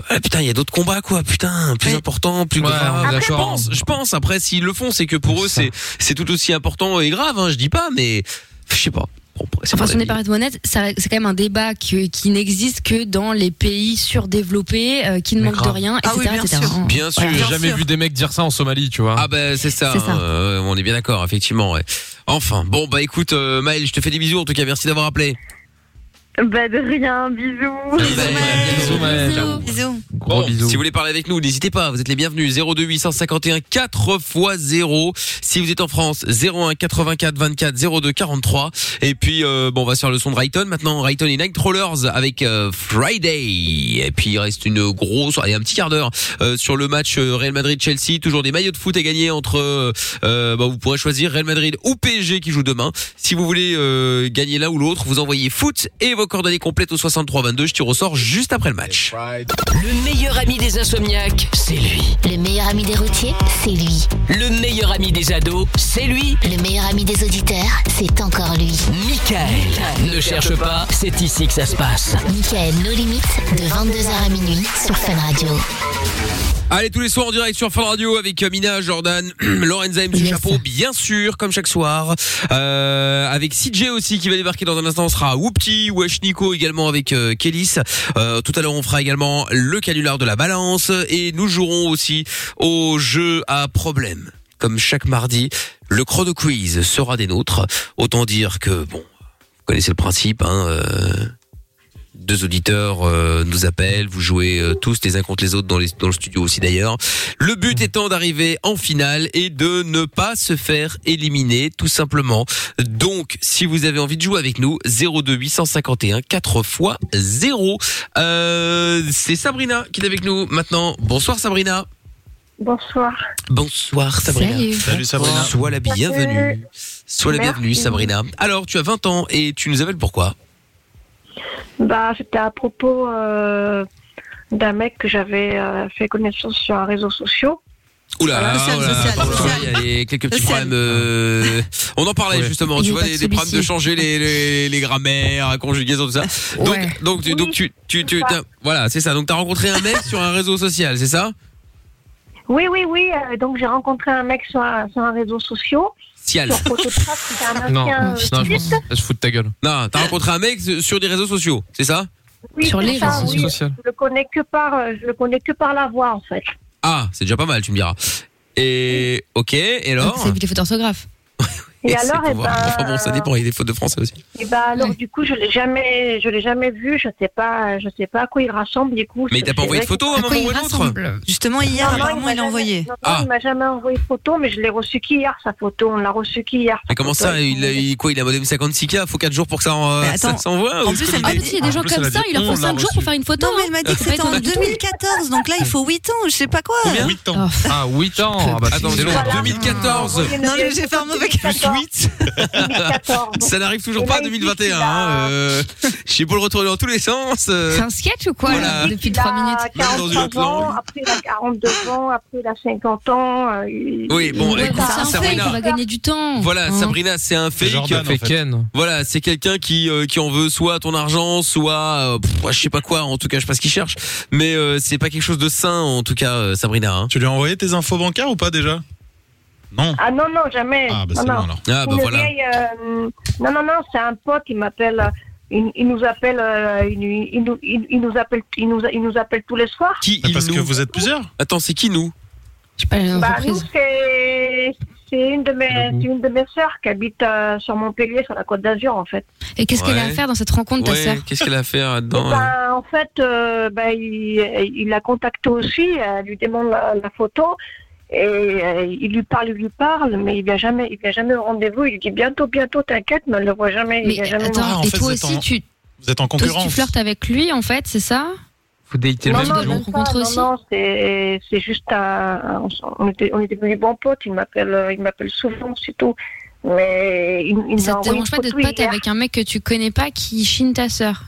Speaker 2: ah, putain, il y a d'autres combats quoi, putain, plus
Speaker 3: Oui.
Speaker 2: important, plus
Speaker 5: Ouais,
Speaker 2: grave.
Speaker 5: on est
Speaker 2: je
Speaker 5: d'accord.
Speaker 2: pense, je pense après s'ils le font, c'est que pour eux c'est c'est tout aussi important et grave hein, je dis pas mais je sais pas. Bon, après, c'est
Speaker 4: Enfin,
Speaker 2: mon
Speaker 4: si on est
Speaker 2: avis.
Speaker 4: parfaitement honnête, ça- c'est quand même un débat qui, qui n'existe que dans les pays surdéveloppés, euh, qui ne
Speaker 5: Mais
Speaker 4: manquent de
Speaker 5: grave.
Speaker 4: rien, etc.
Speaker 3: Ah oui, bien
Speaker 4: etc.
Speaker 3: sûr.
Speaker 2: Bien sûr.
Speaker 5: J'ai
Speaker 3: Bien
Speaker 5: jamais
Speaker 3: sûr.
Speaker 5: vu des mecs dire ça en Somalie, tu vois.
Speaker 2: Ah ben c'est ça,
Speaker 4: C'est ça.
Speaker 2: hein, euh, on est bien d'accord effectivement ouais. Enfin, bon bah écoute euh, Maël, je te fais des bisous en tout cas, merci d'avoir appelé.
Speaker 8: Bah de rien, bisous.
Speaker 2: Bah,
Speaker 3: Maël.
Speaker 2: à bientôt.
Speaker 5: Bisous, Maël.
Speaker 4: Bisous.
Speaker 2: Ciao.
Speaker 3: Bisous.
Speaker 5: Gros
Speaker 2: Bon,
Speaker 5: bisous.
Speaker 2: Si vous voulez parler avec nous, n'hésitez pas, vous êtes les bienvenus. 02 851 4 x 0. Si vous êtes en France, 01 84 24 02 43. Et puis, euh, bon, on va se faire le son de Rayton maintenant. Rayton et Night Trollers avec euh, Friday. Et puis, il reste une grosse, allez, un petit quart d'heure euh, sur le match euh, Real Madrid-Chelsea. Toujours des maillots de foot à gagner entre, euh, euh, bah, vous pourrez choisir Real Madrid ou PSG qui joue demain. Si vous voulez euh, gagner l'un ou l'autre, vous envoyez foot et vos coordonnées complètes au 63 22. Je tire au sort juste après le match.
Speaker 1: Le meilleur ami des insomniaques, c'est lui.
Speaker 9: Le meilleur ami des routiers, c'est lui.
Speaker 1: Le meilleur ami des ados, c'est lui.
Speaker 9: Le meilleur ami des auditeurs, c'est encore lui.
Speaker 1: Michael. Ne cherche pas, c'est ici que ça se passe.
Speaker 9: Michael, nos limites, de 22h à minuit sur Fun Radio.
Speaker 2: Allez, tous les soirs en direct sur Fun Radio avec euh, Mina, Jordan, Lorenza et Monsieur
Speaker 4: Yes.
Speaker 2: Chapeau, bien sûr, comme chaque soir. Euh, avec CJ aussi qui va débarquer dans un instant. On sera à Whoopty, Wesh Nico également avec euh, Kélis. Euh, tout à l'heure, on fera également le canular de la balance et nous jouerons aussi au jeu à problème. Comme chaque mardi, le chrono quiz sera des nôtres. Autant dire que, bon, vous connaissez le principe, hein. euh, deux auditeurs euh, nous appellent, vous jouez euh, tous les uns contre les autres dans, les- dans le studio aussi d'ailleurs. Le but étant d'arriver en finale et de ne pas se faire éliminer tout simplement. Donc si vous avez envie de jouer avec nous, 02 851 4 x 0. Euh, C'est Sabrina qui est avec nous maintenant. Bonsoir Sabrina.
Speaker 10: Bonsoir.
Speaker 2: Bonsoir Sabrina.
Speaker 4: Salut.
Speaker 7: Salut Sabrina.
Speaker 2: Sois la bienvenue. Sois la
Speaker 10: Merci.
Speaker 2: bienvenue Sabrina. Alors tu as 20 ans et tu nous appelles pourquoi
Speaker 10: Bah, c'était à propos euh, d'un mec que j'avais euh, fait connaissance sur un réseau social.
Speaker 2: Oula, là,
Speaker 3: Le sel,
Speaker 2: oh là
Speaker 3: le
Speaker 2: là,
Speaker 3: sel,
Speaker 2: pardon,
Speaker 3: le
Speaker 2: pardon,
Speaker 3: sel.
Speaker 2: il y a les- quelques petits
Speaker 3: Le sel.
Speaker 2: problèmes. euh, On en parlait
Speaker 11: Ouais.
Speaker 2: justement,
Speaker 4: Il
Speaker 2: tu
Speaker 4: y a
Speaker 2: vois,
Speaker 4: pas
Speaker 2: les,
Speaker 4: de
Speaker 2: les problèmes de
Speaker 4: celui-ci.
Speaker 2: changer les, les, les grammaires, la conjugaison, tout ça. Donc,
Speaker 4: Ouais.
Speaker 2: donc, tu, donc tu, tu, tu- t'as- voilà, c'est ça. Donc, t'as rencontré un mec sur un réseau social, c'est ça
Speaker 10: Oui, oui, oui. euh, donc, j'ai rencontré un mec sur un, sur un réseau social,
Speaker 2: Cial.
Speaker 10: sur Photographe, c'était un
Speaker 11: Non,
Speaker 10: ancien.
Speaker 11: non,
Speaker 10: euh,
Speaker 11: je pense. Je fous de ta gueule.
Speaker 2: Non, t'as rencontré un mec sur des réseaux sociaux, c'est ça
Speaker 10: oui,
Speaker 4: Sur
Speaker 10: c'est
Speaker 4: les
Speaker 10: ça,
Speaker 4: réseaux
Speaker 10: oui.
Speaker 11: sociaux.
Speaker 10: Je le connais que par, euh, je le connais que par la voix, en fait.
Speaker 2: Ah, c'est déjà pas mal, tu me diras. Et ok, et alors
Speaker 4: C'est des fautes d'orthographe.
Speaker 10: Et,
Speaker 2: c'est
Speaker 10: alors,
Speaker 2: pour
Speaker 10: eh
Speaker 2: voir.
Speaker 10: ben,
Speaker 2: Enfin bon, ça dépend, il y a des fautes de français aussi.
Speaker 10: eh ben, alors
Speaker 4: Ouais.
Speaker 10: du coup, je l'ai jamais, je l'ai jamais vu. Je sais pas, je sais pas à quoi il rassemble du coup.
Speaker 2: Mais il t'a pas
Speaker 10: C'est
Speaker 2: envoyé de
Speaker 10: vrai
Speaker 2: photo à un
Speaker 4: À
Speaker 2: moment
Speaker 4: quoi
Speaker 2: ou
Speaker 4: il
Speaker 2: à un autre
Speaker 4: rassemble
Speaker 3: Justement, hier,
Speaker 10: Non, non,
Speaker 3: apparemment,
Speaker 10: m'a
Speaker 3: il l'a
Speaker 10: jamais-
Speaker 3: envoyé.
Speaker 10: non, non,
Speaker 2: Ah.
Speaker 10: il m'a jamais envoyé de photo, mais je l'ai reçu qu'hier, sa photo. On l'a reçu qu'hier. sa
Speaker 2: Mais Ah, comment
Speaker 10: photo.
Speaker 2: ça il, a- il- quoi, il a modem 56K, faut 4 jours pour que ça, en-
Speaker 3: Mais attends,
Speaker 2: ça s'envoie ou
Speaker 3: en plus,
Speaker 2: c'est
Speaker 3: elle
Speaker 2: quoi
Speaker 4: Ah,
Speaker 2: l'idée
Speaker 4: mais si, il y a des gens
Speaker 7: plus, elle
Speaker 4: comme
Speaker 7: a
Speaker 4: ça,
Speaker 7: dit,
Speaker 4: il en
Speaker 7: on
Speaker 4: faut
Speaker 7: l'a
Speaker 4: 5 jours
Speaker 7: reçu.
Speaker 4: pour faire une photo.
Speaker 3: Non,
Speaker 4: hein.
Speaker 3: mais elle m'a dit que
Speaker 4: Ça peut
Speaker 3: c'était
Speaker 4: être
Speaker 3: en
Speaker 4: une photo.
Speaker 3: 2014, donc là, il faut 8 ans. Je sais pas quoi.
Speaker 2: Combien
Speaker 7: 8 ans.
Speaker 4: Oh,
Speaker 11: Ah, 8 ans. Ah, bah,
Speaker 2: Attends,
Speaker 11: c'est
Speaker 2: c'est long.
Speaker 11: long.
Speaker 10: Voilà.
Speaker 2: 2014
Speaker 10: Il
Speaker 3: Non,
Speaker 10: ne-
Speaker 3: mais j'ai fait un mauvais calcul.
Speaker 2: 8
Speaker 10: 2014.
Speaker 2: Ça n'arrive toujours
Speaker 10: Et
Speaker 2: pas
Speaker 10: là,
Speaker 2: en
Speaker 10: il dit
Speaker 2: 2021.
Speaker 10: qu'il a-
Speaker 2: hein, euh, Je suis pour le retourner dans tous les sens. euh,
Speaker 4: C'est un sketch ou quoi,
Speaker 2: Voilà.
Speaker 4: là, depuis
Speaker 10: Il a
Speaker 4: 3 minutes
Speaker 2: Même dans une autre
Speaker 10: 43 ans,
Speaker 2: langue.
Speaker 10: après il a 42 ans, après il a 50 ans. euh, il-
Speaker 2: Oui, bon,
Speaker 10: il-
Speaker 4: Ouais,
Speaker 2: écoute,
Speaker 4: quand c'est un fake,
Speaker 2: Sabrina.
Speaker 4: on va gagner du temps.
Speaker 2: Voilà,
Speaker 4: Hein.
Speaker 2: Sabrina, c'est un fake.
Speaker 7: Jordan.
Speaker 11: Fait Ken.
Speaker 2: Voilà, c'est quelqu'un qui euh, qui en veut soit ton argent, soit euh, pff, je sais pas quoi. En tout cas, je sais pas ce qu'il cherche. Mais euh, c'est pas quelque chose de sain, en tout cas, euh, Sabrina. hein.
Speaker 7: Tu lui as envoyé tes infos bancaires ou pas déjà Non.
Speaker 10: Ah non, non, jamais.
Speaker 7: Ah, bah
Speaker 10: Non,
Speaker 7: c'est
Speaker 10: non.
Speaker 7: bon alors.
Speaker 4: ben,
Speaker 2: Ah bah
Speaker 10: Une
Speaker 2: voilà.
Speaker 10: vieille, euh, non, non, non, c'est un pote, il m'appelle, euh, il, il nous appelle, euh, il, il nous- il- il nous appelle, il nous, il nous appelle tous les soirs.
Speaker 2: Qui
Speaker 7: Mais
Speaker 2: il
Speaker 7: Parce que
Speaker 2: nous
Speaker 7: vous êtes plusieurs
Speaker 2: Attends, c'est qui nous
Speaker 4: Je sais pas,
Speaker 10: Bah, nous,
Speaker 4: l'entreprise.
Speaker 10: c'est, c'est une de mes,
Speaker 11: J'avoue.
Speaker 10: c'est une de mes sœurs qui habite euh, sur Montpellier, sur la Côte d'Azur, en fait.
Speaker 4: Et qu'est-ce qu'elle a à
Speaker 2: Ouais.
Speaker 4: faire dans cette rencontre, ta sœur
Speaker 2: Ouais, qu'est-ce qu'elle a à faire
Speaker 10: Et
Speaker 2: là-dedans hein
Speaker 10: ben, en fait, euh, ben, il, il la contacte aussi, elle lui demande la, la photo. Et euh, il lui parle, il lui parle, mais il vient jamais, il vient jamais au rendez-vous. Il dit bientôt, bientôt, t'inquiète, mais elle le voit jamais. il
Speaker 4: Mais
Speaker 10: vient jamais au
Speaker 7: Ah,
Speaker 4: attends,
Speaker 7: en
Speaker 4: et
Speaker 7: fait,
Speaker 4: toi
Speaker 7: vous êtes
Speaker 4: aussi,
Speaker 7: en
Speaker 4: tu,
Speaker 7: Vous êtes en
Speaker 4: toi aussi, tu
Speaker 7: concurrence
Speaker 4: flirtes avec lui, en fait, c'est ça
Speaker 11: Faut dater le
Speaker 10: Non,
Speaker 11: même
Speaker 10: non,
Speaker 4: jour.
Speaker 10: même pas,
Speaker 4: Rencontrer
Speaker 10: non,
Speaker 4: aussi.
Speaker 10: non, c'est c'est juste un- on, s- on était, on était devenus bons potes. Il m'appelle, euh, il m'appelle souvent, c'est tout. Mais il, il
Speaker 4: Ça
Speaker 10: m'a
Speaker 4: te
Speaker 10: envoyé
Speaker 4: dérange pas
Speaker 10: une
Speaker 4: d'être
Speaker 10: photo
Speaker 4: pote
Speaker 10: hier.
Speaker 4: avec un mec que tu connais pas qui chine ta sœur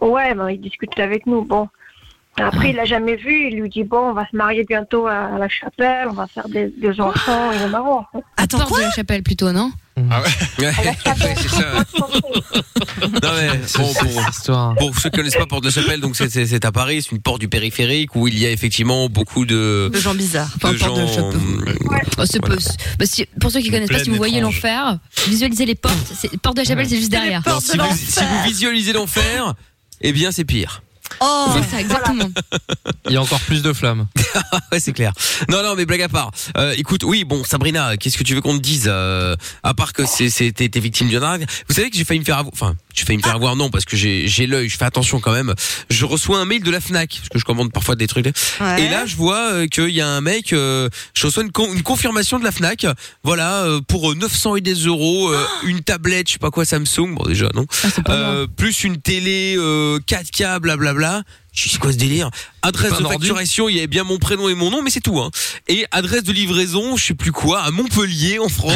Speaker 10: Ouais, ben, il discute avec nous. Bon, après il l'a jamais vu. Il lui dit bon, on va se marier bientôt à la chapelle, on va faire des, des enfants. Il est marrant. hein. en fait.
Speaker 3: Attends,
Speaker 4: Porte
Speaker 3: quoi
Speaker 4: de la chapelle plutôt, non
Speaker 3: Mmh.
Speaker 5: Ah
Speaker 2: Ouais,
Speaker 10: À la chapelle.
Speaker 2: c'est ça. ouais. Non mais bon, pour,
Speaker 11: Cette histoire.
Speaker 2: pour ceux qui ne connaissent pas Porte de la Chapelle, donc c'est- c'est c'est à Paris, c'est une porte du périphérique où il y a effectivement beaucoup de,
Speaker 3: De gens bizarres. Enfin,
Speaker 2: de gens. euh,
Speaker 3: porte de chapeau.
Speaker 4: Bah, c'est
Speaker 2: Voilà.
Speaker 4: pas- c'est- bah, si- Pour ceux qui
Speaker 7: Une
Speaker 4: connaissent pas,
Speaker 7: plaine
Speaker 4: si vous voyez
Speaker 7: étrange.
Speaker 4: l'enfer, visualisez les portes. c'est- Porte de la chapelle, c'est juste derrière.
Speaker 2: Non,
Speaker 3: Porte
Speaker 2: si,
Speaker 3: de
Speaker 2: vous,
Speaker 3: l'enfer.
Speaker 2: si vous visualisez l'enfer, eh bien c'est pire.
Speaker 3: Oh
Speaker 4: C'est ça, exactement.
Speaker 11: Il y a encore plus de flammes.
Speaker 2: Ouais, c'est clair. Non, non, mais blague à part. Euh, écoute, oui, bon, Sabrina, qu'est-ce que tu veux qu'on te dise euh, À part que c'est- c'est- t'es t'es victime d'une drague. Vous savez que j'ai failli me faire avoir. Enfin, j'ai failli me faire avoir, non, parce que j'ai j'ai l'œil, je fais attention quand même. Je reçois un mail de la Fnac, parce que je commande parfois des trucs.
Speaker 3: Ouais.
Speaker 2: Et là, je vois euh, qu'il y a un mec, euh, je reçois une, con- une confirmation de la FNAC, voilà, euh, pour euh, 900 et des euros, euh, une tablette, je sais pas quoi, Samsung, bon déjà, non,
Speaker 4: Oh Ah, c'est pas moi.
Speaker 2: Euh, plus une télé euh, 4K, blablabla. Je dis, c'est quoi ce délire Adresse
Speaker 11: Pas
Speaker 2: de
Speaker 11: un ordi
Speaker 2: facturation, il y avait bien mon prénom et mon nom, mais c'est tout. Hein. Et adresse de livraison, je sais plus quoi, à Montpellier, en France.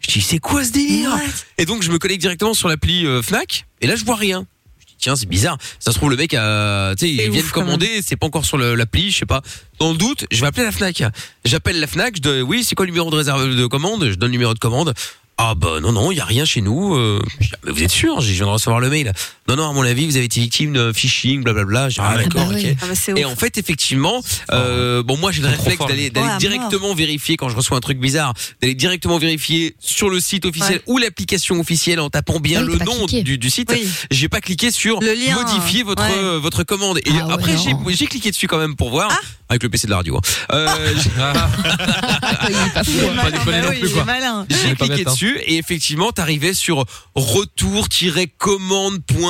Speaker 2: je dis, c'est quoi ce délire et donc je me connecte directement sur l'appli euh, Fnac et là je vois rien. Je dis tiens c'est bizarre. Ça se trouve le mec a, tu sais,
Speaker 3: C'est
Speaker 2: il vient de
Speaker 3: ouf, quand
Speaker 2: commander, c'est pas encore sur le- l'appli, je sais pas. Dans le doute, je vais appeler la Fnac. J'appelle la Fnac, je dis oui c'est quoi le numéro de réserve de commande Je donne le numéro de commande. Ah bah non non, il y a rien chez nous. euh. Je dis, ah, mais vous êtes sûr J'ai- Je viens de recevoir le mail. Non non, à mon avis, vous avez été victime de phishing, blablabla. J'ai dit, Ah,
Speaker 3: bah
Speaker 2: d'accord, ok. Et en fait, effectivement, euh, bon, moi j'ai le
Speaker 5: C'est Oh. trop
Speaker 2: réflexe
Speaker 5: fort,
Speaker 2: d'aller
Speaker 5: lui.
Speaker 2: d'aller
Speaker 5: Ouais, à
Speaker 2: directement vérifier quand je reçois un truc bizarre, d'aller directement vérifier sur le site officiel ou l'application officielle en tapant bien
Speaker 5: Oui,
Speaker 2: le
Speaker 5: t'as pas
Speaker 2: nom
Speaker 5: cliqué.
Speaker 2: du, du site.
Speaker 5: Oui.
Speaker 2: J'ai pas cliqué sur
Speaker 5: Le lien,
Speaker 2: modifier votre
Speaker 5: ouais.
Speaker 2: euh, votre commande. Et
Speaker 5: Ah ouais,
Speaker 2: après, j'ai-
Speaker 5: non.
Speaker 2: j'ai cliqué dessus quand même pour
Speaker 5: Ah.
Speaker 2: voir avec le PC de la radio. hein. Euh, j'ai-
Speaker 3: malin,
Speaker 2: déconner
Speaker 3: bah
Speaker 2: non
Speaker 3: oui,
Speaker 2: plus,
Speaker 3: il
Speaker 2: quoi.
Speaker 3: est malin.
Speaker 2: J'ai cliqué
Speaker 5: hein.
Speaker 2: dessus et effectivement, t'arrivais sur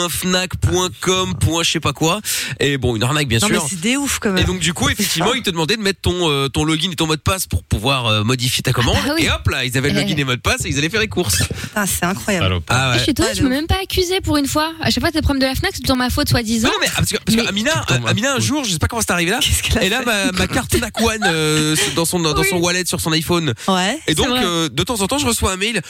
Speaker 2: retour-commande.fnac.com. point Je sais pas quoi. Et bon, une arnaque bien
Speaker 3: non,
Speaker 2: sûr.
Speaker 3: mais c'est des ouf quand même.
Speaker 2: Et donc du coup, effectivement, ils te demandaient de mettre ton euh, ton login et ton mot de passe pour pouvoir euh, modifier ta commande.
Speaker 4: Ah bah oui.
Speaker 2: Et hop là, ils avaient le
Speaker 4: Eh.
Speaker 2: login et mot de passe et ils allaient faire les courses.
Speaker 3: Ah, c'est incroyable.
Speaker 2: Ah
Speaker 4: Et
Speaker 2: ouais.
Speaker 4: chez toi, tu m'as même pas accusé pour une fois. À chaque fois, t'as des problèmes de la Fnac, c'est toujours ma faute, soi-disant.
Speaker 2: Non mais ah, parce que, parce que Amina, euh, Amina un jour, je sais pas comment c'est arrivé là. et là ma, ma carte Nakwan euh, dans son dans son wallet sur son iPhone.
Speaker 3: Ouais.
Speaker 2: Et donc
Speaker 3: c'est vrai.
Speaker 2: euh, de temps en temps, je reçois un mail.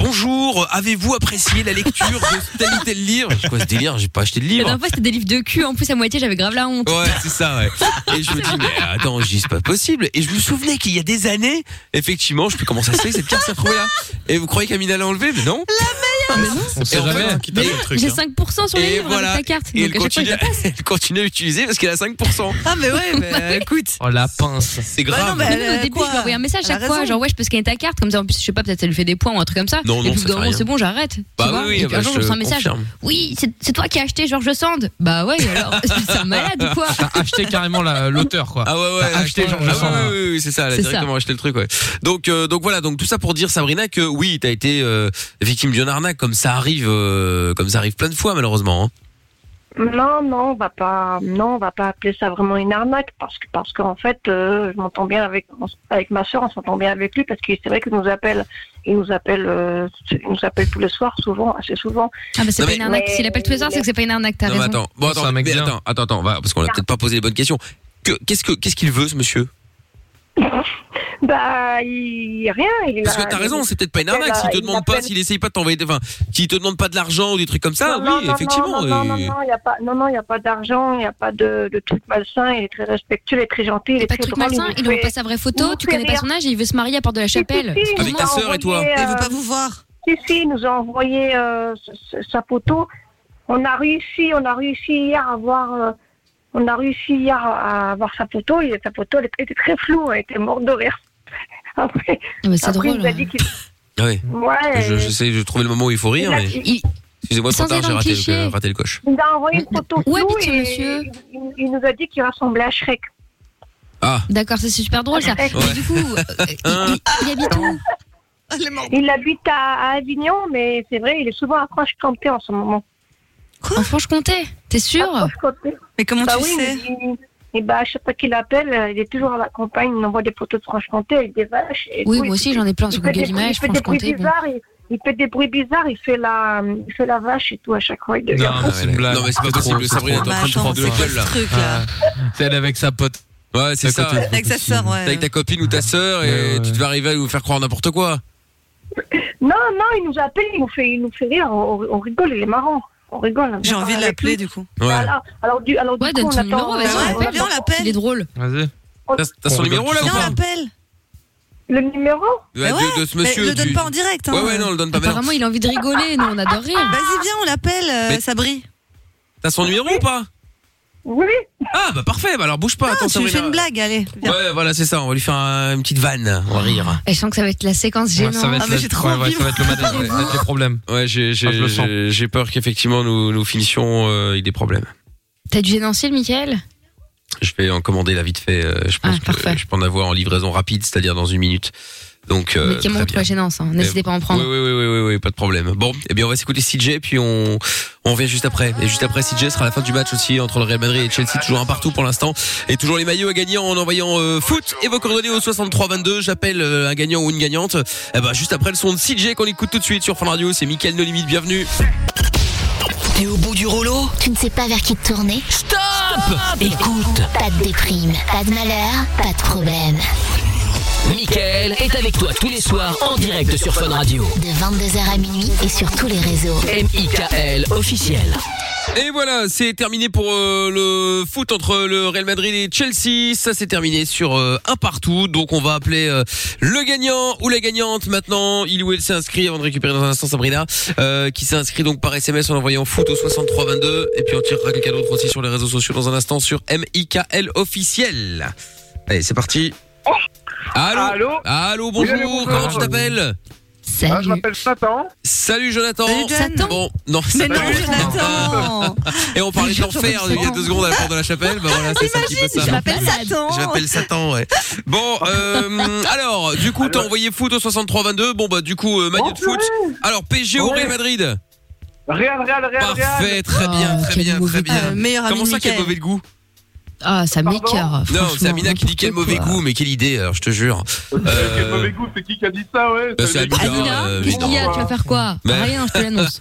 Speaker 2: Bonjour, euh, avez-vous apprécié la lecture de tel ou tel livre Je dis, Quoi ce délire J'ai pas acheté de
Speaker 4: La
Speaker 2: livre.
Speaker 4: dernière fois, c'était des livres de cul. En plus, à moitié, j'avais grave la honte.
Speaker 2: Ouais, c'est ça, ouais. Et je me dis, mais attends, je dis, c'est pas possible. Et je me souvenais qu'il y a des années, effectivement, je sais plus comment ça se fait, cette carte s'est retrouvée là. Et vous croyez qu'Amina l'a enlevée Mais non.
Speaker 4: La meilleure
Speaker 2: On sait jamais qui t'a mis le truc,
Speaker 4: J'ai
Speaker 2: hein.
Speaker 4: 5% sur les
Speaker 2: Et
Speaker 4: livres
Speaker 2: voilà.
Speaker 4: avec ta carte.
Speaker 2: Et
Speaker 4: Donc,
Speaker 2: elle
Speaker 4: à chaque fois,
Speaker 2: continue,
Speaker 4: je la passe.
Speaker 2: elle continue à l'utiliser parce qu'elle a 5%.
Speaker 3: Ah, mais ouais, mais écoute.
Speaker 5: Oh la pince.
Speaker 2: bah, C'est grave.
Speaker 4: Bah Non, mais au début, je lui envoyais un message
Speaker 3: Elle a
Speaker 4: chaque fois,
Speaker 3: raison.
Speaker 4: genre ouais, je peux scanner ta carte, comme ça en plus, je sais pas, peut-être ça lui fait des points ou un truc comme ça.
Speaker 2: Non,
Speaker 4: et
Speaker 2: non,
Speaker 4: puis
Speaker 2: ça
Speaker 4: au bout d'un
Speaker 2: fait
Speaker 4: moment,
Speaker 2: rien.
Speaker 4: c'est bon, j'arrête. tu
Speaker 2: Bah
Speaker 4: vois.
Speaker 2: oui,
Speaker 4: et puis
Speaker 2: bah,
Speaker 4: un jour, je
Speaker 2: je
Speaker 4: reçois un message.
Speaker 2: confirme.
Speaker 4: Oui, c'est- c'est toi qui as acheté Georges Sand. Bah ouais, et alors, c'est un malade ou quoi
Speaker 5: T'as acheté carrément la- l'auteur quoi.
Speaker 2: Ah ouais ouais.
Speaker 5: T'as acheté Georges
Speaker 2: Ah
Speaker 5: Sand.
Speaker 2: ouais, ouais, ouais, ouais, c'est ça, elle a
Speaker 5: C'est
Speaker 2: directement acheté le truc, ouais. Donc, euh, donc voilà, donc tout ça pour dire, Sabrina, que oui, t'as été euh, victime d'une arnaque, comme ça arrive, euh, comme ça arrive plein de fois, malheureusement. hein.
Speaker 10: Non, non, on va pas, non, on va pas appeler ça vraiment une arnaque parce que parce qu'en fait, euh, je m'entends bien avec avec ma sœur, on s'entend bien avec lui parce que c'est vrai qu'il nous appelle, il nous appelle, euh, il nous appelle tous les soirs, souvent, assez souvent.
Speaker 4: Ah bah c'est
Speaker 2: Non,
Speaker 4: pas
Speaker 2: mais-
Speaker 4: une arnaque.
Speaker 10: Mais-
Speaker 4: S'il appelle tous les soirs, c'est que c'est pas une arnaque, t'as
Speaker 2: Non, mais
Speaker 4: raison.
Speaker 2: attends, bon, attends, mais attends, attends, attends, on va- parce qu'on a peut-être pas posé les bonnes questions. Que- Qu'est-ce que, qu'est-ce qu'il veut, ce monsieur
Speaker 10: Bah, il, rien. Bah, Il
Speaker 2: Parce
Speaker 10: a-
Speaker 2: que t'as raison, c'est peut-être pas une
Speaker 10: il a-
Speaker 2: arnaque. S'il te
Speaker 10: il
Speaker 2: demande pas, s'il essaye pas de t'envoyer, enfin, s'il te demande pas de l'argent ou des trucs comme ça,
Speaker 10: Non,
Speaker 2: oui,
Speaker 10: non,
Speaker 2: effectivement.
Speaker 10: Non, non, non,
Speaker 2: euh,
Speaker 10: non, il y a pas, non, non, il n'y a pas d'argent, il n'y a pas de, de truc malsain, il est très respectueux, il est très gentil, il est
Speaker 4: Pas
Speaker 10: très
Speaker 4: de truc
Speaker 10: drôle,
Speaker 4: malsain,
Speaker 10: nous
Speaker 4: il n'aurait
Speaker 10: fait-
Speaker 4: pas sa vraie
Speaker 10: il
Speaker 4: photo,
Speaker 10: nous
Speaker 4: tu
Speaker 10: fait
Speaker 4: connais pas
Speaker 10: rire.
Speaker 4: son âge et il veut se marier à Porte de la Chapelle.
Speaker 10: Si, si, il
Speaker 2: Avec
Speaker 10: nous
Speaker 2: ta
Speaker 10: a
Speaker 2: sœur et toi.
Speaker 10: envoyé,
Speaker 2: Elle veut
Speaker 3: pas
Speaker 10: euh,
Speaker 3: vous voir.
Speaker 10: Si, si, il nous a envoyé euh, s- s- sa photo. On a réussi, on a réussi hier à voir, euh, on a réussi hier à à voir sa photo. Et sa photo, elle était très floue, elle était morte de rire. Après,
Speaker 4: mais bah, c'est
Speaker 10: après,
Speaker 4: drôle, hein.
Speaker 10: il nous a
Speaker 4: ouais.
Speaker 10: dit qu'il.
Speaker 2: Ah ouais.
Speaker 10: Ouais,
Speaker 2: Je, je sais, je trouvais le moment où il faut rire,
Speaker 10: Il a-
Speaker 2: mais.
Speaker 10: il-
Speaker 2: Excusez-moi, trop
Speaker 10: sans
Speaker 2: tard,
Speaker 10: être dans
Speaker 2: j'ai
Speaker 10: le
Speaker 2: raté, le-
Speaker 10: cliché.
Speaker 2: raté le coche.
Speaker 10: il nous a envoyé une photo
Speaker 4: Où
Speaker 10: floue
Speaker 4: habite ce
Speaker 10: et
Speaker 4: monsieur
Speaker 10: il, il nous a dit qu'il ressemblait à Shrek.
Speaker 2: Ah.
Speaker 4: D'accord, ça, c'est super drôle ça.
Speaker 10: Ouais.
Speaker 4: Mais Du coup, euh, il, il habite où
Speaker 10: Il habite à, à Avignon, mais c'est vrai, il est souvent à Franche-Comté en ce moment.
Speaker 4: En Franche-Comté, t'es sûr
Speaker 3: Mais comment
Speaker 10: Bah
Speaker 3: tu
Speaker 10: oui,
Speaker 3: sais
Speaker 10: il- il- Et bah, à chaque fois qu'il appelle, euh, il est toujours à la campagne, il envoie des photos de Franche-Comté avec des vaches. et
Speaker 4: Oui,
Speaker 10: tout,
Speaker 4: moi
Speaker 10: il-
Speaker 4: aussi, j'en ai plein
Speaker 10: il
Speaker 4: sur
Speaker 10: fait
Speaker 4: Google
Speaker 10: des-
Speaker 4: Images,
Speaker 10: Il fait des bruits
Speaker 4: Franche-Comté, bon.
Speaker 10: bizarres, il, il fait des bruits bizarres, il fait la, il fait la vache et tout à chaque fois. Il devient fou.
Speaker 5: Non, c'est une blague.
Speaker 2: Non, mais c'est pas
Speaker 5: trop,
Speaker 2: possible,
Speaker 5: c'est
Speaker 2: Sabrina est en
Speaker 5: trop.
Speaker 2: train de prendre de la gueule, là.
Speaker 5: Ah, C'est elle avec sa pote.
Speaker 2: Ouais, c'est ça.
Speaker 5: côté.
Speaker 3: Avec sa sœur,
Speaker 2: T'es
Speaker 3: ouais.
Speaker 2: avec ta copine ou ta sœur et tu devais arriver à lui faire croire n'importe quoi.
Speaker 10: Non, non, il nous appelle, il nous fait, il nous fait rire, on, on rigole, il est marrant. On rigole.
Speaker 3: J'ai envie de l'appeler du coup.
Speaker 2: Ouais.
Speaker 10: Alors, alors, du, alors,
Speaker 4: Ouais,
Speaker 10: du coup,
Speaker 4: donne
Speaker 10: on
Speaker 4: ton numéro,
Speaker 10: attend.
Speaker 4: vas-y,
Speaker 10: on
Speaker 4: on
Speaker 10: attend-
Speaker 4: l'appelle. Il est drôle.
Speaker 5: Vas-y.
Speaker 2: T'as t'as son
Speaker 5: On
Speaker 2: numéro là ou
Speaker 3: Viens, on
Speaker 2: pas
Speaker 3: l'appelle.
Speaker 10: Le numéro
Speaker 2: de, de- de ce
Speaker 3: Mais
Speaker 2: monsieur.
Speaker 3: le donne
Speaker 2: tu-
Speaker 3: pas en direct. hein.
Speaker 2: Ouais, ouais, non, on le donne pas maintenant.
Speaker 4: Apparemment, il a envie de rigoler, nous, on adore rire.
Speaker 3: Vas-y, viens, on l'appelle, euh,
Speaker 2: Mais-
Speaker 3: Sabri.
Speaker 2: T'as son numéro ou pas
Speaker 10: Oui,
Speaker 2: Ah, bah parfait, bah alors bouge pas,
Speaker 3: Ah,
Speaker 2: attends,
Speaker 3: tu lui fais
Speaker 2: Sabrina.
Speaker 3: une blague, allez. viens.
Speaker 2: Ouais, voilà, c'est ça, on va lui faire un- une petite vanne, on va rire.
Speaker 4: Et je sens que ça va être la séquence gênante.
Speaker 5: ça va être
Speaker 3: Ah, mais
Speaker 5: le-
Speaker 3: j'ai trop
Speaker 5: ouais, ouais,
Speaker 3: envie,
Speaker 5: ça va être le matin, ça va être les problèmes.
Speaker 2: Ouais, j'ai
Speaker 5: Ah, je le sens.
Speaker 2: j'ai- j'ai peur qu'effectivement nous, nous finissions euh, avec des problèmes.
Speaker 4: T'as du gênanciel, Michael
Speaker 2: Je vais en commander là vite fait. euh, je pense
Speaker 4: Ah, parfait.
Speaker 2: que je peux en avoir en livraison rapide, c'est-à-dire dans une minute. Donc, euh,
Speaker 4: Mais qui
Speaker 2: très
Speaker 4: montre
Speaker 2: bien. Euh,
Speaker 4: la gênance, hein. n'hésitez pas à en
Speaker 2: Oui,
Speaker 4: prendre.
Speaker 2: oui, oui, oui, oui, oui, pas de problème. Bon, eh bien, on va s'écouter CJ, puis on, on revient juste après. Et juste après, CJ sera la fin du match aussi entre le Real Madrid et Chelsea, toujours un partout pour l'instant. Et toujours les maillots à gagner en envoyant euh, foot et vos coordonnées au 63-22. J'appelle euh, un gagnant ou une gagnante. Eh ben, juste après le son de CJ qu'on écoute tout de suite sur Fun Radio, c'est Mickaël No Limite, bienvenue.
Speaker 1: T'es au bout du rouleau
Speaker 9: Tu ne sais pas vers qui te tourner
Speaker 1: Stop Écoute,
Speaker 9: Pas de déprime, pas de malheur, pas de problème.
Speaker 1: Michael est avec toi tous les soirs en direct sur Fun Radio.
Speaker 9: De 22h à minuit et sur tous les réseaux.
Speaker 1: M.I.K.L. officiel.
Speaker 2: Et voilà, c'est terminé pour euh, le foot entre le Real Madrid et Chelsea. Ça c'est terminé sur euh, un partout. Donc on va appeler euh, le gagnant ou la gagnante maintenant. Il ou elle s'est inscrit avant de récupérer dans un instant Sabrina, euh, qui s'est inscrit donc par SMS en envoyant foot au 6322. Et puis on tirera quelqu'un d'autre aussi sur les réseaux sociaux dans un instant sur MIKL officiel. Allez, c'est parti. Allô Allô, bonjour.
Speaker 12: Oui, allô, bonjour.
Speaker 2: Comment tu t'appelles
Speaker 12: Ah, je m'appelle Satan.
Speaker 2: Salut Jonathan.
Speaker 12: Salut, Jonathan.
Speaker 2: Bon, non,
Speaker 12: Mais
Speaker 2: Satan.
Speaker 12: non, Jonathan.
Speaker 2: Et on parlait
Speaker 12: Je
Speaker 2: d'enfer il y a deux secondes à la porte de la chapelle. Bah voilà, c'est ça un petit peu ça.
Speaker 12: je m'appelle Satan.
Speaker 2: Je m'appelle Satan, ouais. Bon, euh, alors, du coup, t'as envoyé foot au 63-22. Bon, bah, du coup, euh, maillot de foot. Alors, PSG au
Speaker 12: Ouais.
Speaker 2: Real Madrid.
Speaker 12: Real, Real, Real, Real.
Speaker 2: Parfait, très bien, très bien, très bien. Comment ça, quel mauvais goût
Speaker 4: Ah, ça m'écœure.
Speaker 2: Non,
Speaker 4: franchement.
Speaker 2: c'est Amina qui dit quel mauvais goût, mais quelle idée, alors, je te jure.
Speaker 12: Quel mauvais
Speaker 2: Euh,
Speaker 12: goût, c'est qui qui a dit ça, ouais
Speaker 2: bah, c'est Amina. euh,
Speaker 4: Qu'est-ce qu'il y a Tu vas faire quoi
Speaker 2: Mais-
Speaker 4: Rien, je te l'annonce.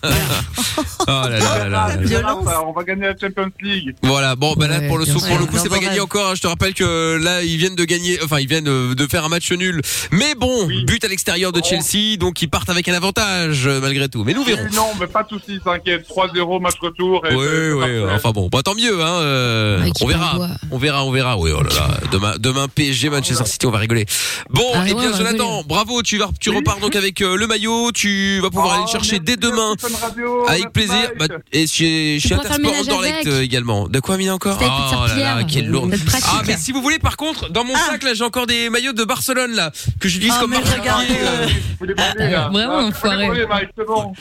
Speaker 2: Oh là là là là là.
Speaker 12: Ah, On va gagner la Champions League.
Speaker 2: Voilà, bon, bah là, pour le,
Speaker 12: bien
Speaker 2: saut-
Speaker 12: sûr.
Speaker 2: pour le coup,
Speaker 12: Ouais,
Speaker 2: c'est pas
Speaker 12: dans
Speaker 2: gagné encore. hein. Je te rappelle que là, ils viennent de gagner, enfin, ils viennent euh, de faire un match nul. Mais bon, but à l'extérieur de Chelsea, donc ils partent avec un avantage, euh, malgré tout. Mais nous verrons.
Speaker 12: Non, mais pas de soucis, t'inquiète. 3-0, match retour.
Speaker 2: Oui, oui, enfin bon, bah tant mieux, hein, euh,
Speaker 12: Ouais, qui
Speaker 2: on verra,
Speaker 12: parle, ouais.
Speaker 2: on verra, on verra, oui, oh là là, demain, demain PSG, Manchester City, on va rigoler. Bon,
Speaker 12: Ah
Speaker 2: eh
Speaker 12: ouais,
Speaker 2: bien
Speaker 12: on va
Speaker 2: Jonathan,
Speaker 12: rigoler.
Speaker 2: bravo, tu, vas, tu repars donc avec euh, le maillot, tu vas
Speaker 12: Ah,
Speaker 2: pouvoir aller le chercher dès demain, avec plaisir, Bah, et chez,
Speaker 12: Tu
Speaker 2: chez
Speaker 12: pourras faire le
Speaker 2: Intersport
Speaker 12: ménage avec.
Speaker 2: Anderlecht euh, également. De quoi, Amina, encore
Speaker 12: C'est avec une
Speaker 2: Oh là là,
Speaker 12: serpillière.
Speaker 2: quelle lourde.
Speaker 12: C'est pratique.
Speaker 2: Ah, mais si vous voulez, par contre, dans mon sac, là, j'ai encore des maillots de Barcelone, là, que j'utilise
Speaker 12: Ah,
Speaker 2: comme
Speaker 12: mais euh,
Speaker 2: marche
Speaker 12: regardez,
Speaker 10: euh,
Speaker 13: Ah,
Speaker 10: Ah,
Speaker 14: Vraiment enfoiré.
Speaker 2: euh,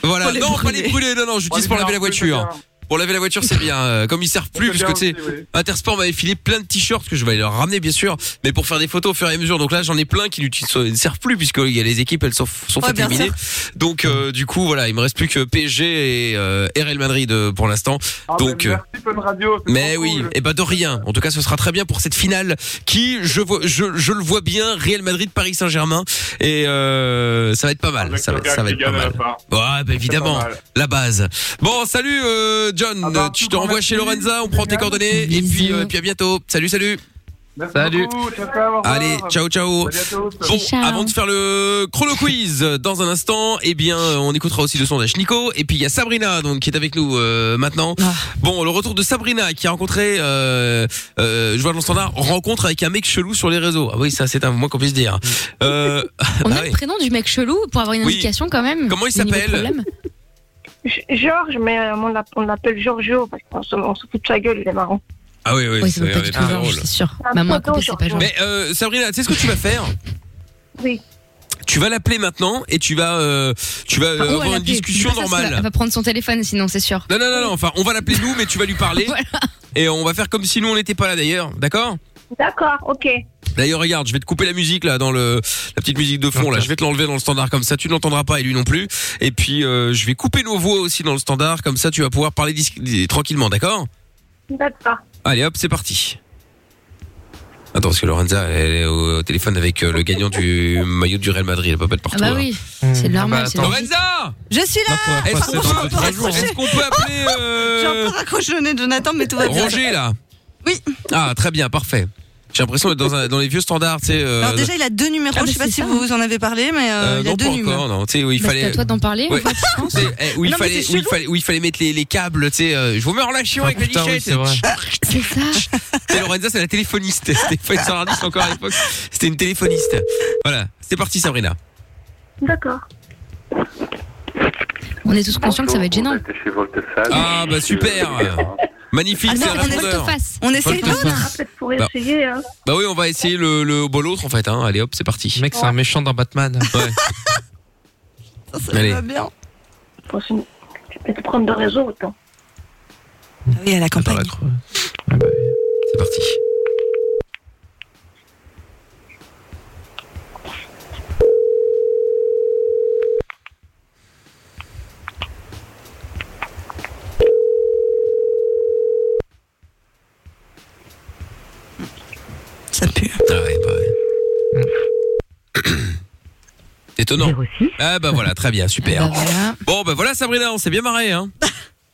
Speaker 2: voilà, non, pas les brûler, non, non, j'utilise pour laver la voiture. Pour laver la voiture, c'est bien. euh, Comme ils servent plus, parce que tu sais, Intersport m'avait filé plein de t-shirts que je vais leur ramener, bien sûr, mais pour faire des photos au fur et à mesure. Donc là, j'en ai plein qui n'utilisent- euh, ne servent plus, puisque il y a les équipes, elles sont, sont
Speaker 12: Ouais,
Speaker 2: faites
Speaker 12: bien
Speaker 2: éliminer.
Speaker 12: sûr.
Speaker 2: Donc, euh, du coup, voilà, il me reste plus que PSG et euh, RL Madrid euh, pour l'instant. Donc, euh, mais oui, et bah de rien. En tout cas, ce sera très bien pour cette finale qui, je vois, je, je le vois bien, Real Madrid Paris Saint Germain et euh, ça va être pas mal. Ça va, ça va être pas mal. Ouais, bah, évidemment,
Speaker 12: pas mal.
Speaker 2: la base. Bon, salut euh, John, tu te renvoies chez Lorenza, on prend tes coordonnées et puis, euh, et puis à bientôt. Salut, salut. Allez, ciao, ciao. Bon, avant de faire le chrono quiz euh, dans un instant, eh bien, euh, on écoutera aussi le sondage Nico. Et puis il y a Sabrina, donc qui est avec nous euh, maintenant.
Speaker 4: Ah.
Speaker 2: Bon, le retour de Sabrina qui a rencontré, euh, euh, je vois dans le standard, rencontre avec un mec chelou sur les réseaux. Ah oui, ça, c'est un moins qu'on puisse dire. Euh,
Speaker 4: On
Speaker 2: bah
Speaker 4: a
Speaker 2: oui.
Speaker 4: le prénom du mec chelou pour avoir une
Speaker 2: Oui.
Speaker 4: indication quand même.
Speaker 2: Comment il
Speaker 4: du niveau de
Speaker 2: s'appelle
Speaker 4: problème.
Speaker 10: Georges, mais euh, on l'app- on l'appelle Giorgio parce qu'on se- on se fout de sa gueule, il est marrant.
Speaker 2: Ah oui, oui,
Speaker 4: Oui, ça
Speaker 2: c'est
Speaker 4: doit pas
Speaker 2: oui,
Speaker 4: être
Speaker 2: très
Speaker 5: Ah,
Speaker 4: Georges,
Speaker 2: drôle.
Speaker 4: c'est sûr. Maman a coupé, c'est pas Georges.
Speaker 2: Mais euh, Sabrina, tu sais ce que tu vas faire
Speaker 10: Oui.
Speaker 2: Tu vas l'appeler maintenant et tu vas, euh, tu vas euh,
Speaker 4: Enfin, ou à
Speaker 2: avoir une
Speaker 4: l'appeler.
Speaker 2: discussion
Speaker 4: Dis pas ça, parce que
Speaker 2: normale.
Speaker 4: Elle va prendre son téléphone sinon, c'est sûr.
Speaker 2: Non, non, non, non, enfin, on va l'appeler nous, mais tu vas lui parler. Et on va faire comme si nous, on n'était pas là d'ailleurs, d'accord
Speaker 10: D'accord, ok.
Speaker 2: D'ailleurs, regarde, je vais te couper la musique là, dans le la petite musique de fond là. Je vais te l'enlever dans le standard comme ça, tu n'entendras pas et lui non plus. Et puis, euh, je vais couper nos voix aussi dans le standard comme ça, tu vas pouvoir parler dis- dis- tranquillement, d'accord
Speaker 10: D'accord.
Speaker 2: Allez, hop, c'est parti. Attends, parce que Lorenza, elle est au téléphone avec euh, le gagnant du maillot du Real Madrid, elle peut pas être partout.
Speaker 3: bah
Speaker 2: hein.
Speaker 3: oui, c'est normal. c'est
Speaker 2: attends. Bah
Speaker 3: logique.
Speaker 2: Lorenza
Speaker 3: Je suis là
Speaker 2: Est-ce qu'on
Speaker 3: Pardon, j'ai
Speaker 2: peut-
Speaker 3: encore
Speaker 2: est-ce qu'on peut appeler
Speaker 3: J'ai
Speaker 2: euh,
Speaker 3: encore raccroché le nez de Jonathan, mais tout va bien.
Speaker 2: hein. Roger là Oui. Ah, très bien, parfait. J'ai l'impression d'être dans, un- dans les vieux standards, tu sais. euh,
Speaker 3: Alors déjà, il a deux numéros.
Speaker 4: Ah,
Speaker 3: je sais
Speaker 4: bah,
Speaker 3: pas
Speaker 4: c'est
Speaker 3: si
Speaker 4: ça,
Speaker 3: vous vous en avez parlé, mais euh,
Speaker 2: hein. euh,
Speaker 3: il a
Speaker 2: non,
Speaker 3: deux
Speaker 2: pas
Speaker 3: numéros.
Speaker 2: encore, non. Tu sais, où il
Speaker 4: Bah,
Speaker 2: fallait.
Speaker 4: C'est à toi d'en parler.
Speaker 2: Ouais.
Speaker 4: en fait.
Speaker 2: C'est, eh, où, il
Speaker 4: Non, mais
Speaker 2: fallait,
Speaker 4: c'est
Speaker 2: où il
Speaker 4: chelou.
Speaker 2: fallait, où il fallait mettre les, les câbles, tu sais. euh, je vous mets en relation
Speaker 5: Ah,
Speaker 2: avec
Speaker 5: putain,
Speaker 2: la
Speaker 5: oui,
Speaker 2: lichette.
Speaker 5: c'est vrai.
Speaker 4: C'est ça.
Speaker 2: Et Lorenza, c'est la téléphoniste. C'était pas une standardiste encore à l'époque. C'était une téléphoniste. Voilà. C'est parti, Sabrina.
Speaker 10: D'accord.
Speaker 4: On est tous conscients que ça va être gênant.
Speaker 2: Ah, bah super. Magnifique,
Speaker 4: Attends,
Speaker 2: c'est un
Speaker 4: on est
Speaker 2: répondeur.
Speaker 4: face.
Speaker 3: On essaye
Speaker 2: Volteface.
Speaker 3: l'autre.
Speaker 10: Pour
Speaker 2: Bah.
Speaker 10: essayer, hein.
Speaker 2: Bah oui, on va essayer le, le bon l'autre en fait. Hein. Allez hop, c'est parti.
Speaker 5: Mec, c'est un méchant dans Batman.
Speaker 2: Ouais. Allez.
Speaker 3: va bien.
Speaker 10: Bon, c'est- Tu peux te prendre de réseau autant.
Speaker 3: Ah Oui, à la campagne.
Speaker 4: Ah bah
Speaker 2: C'est parti.
Speaker 3: Ça pue.
Speaker 2: Ah ouais, bah ouais.
Speaker 5: Mm.
Speaker 2: Étonnant. Ah bah voilà, très bien, super.
Speaker 4: Ah bah voilà.
Speaker 2: Bon bah voilà Sabrina, on s'est bien marré hein.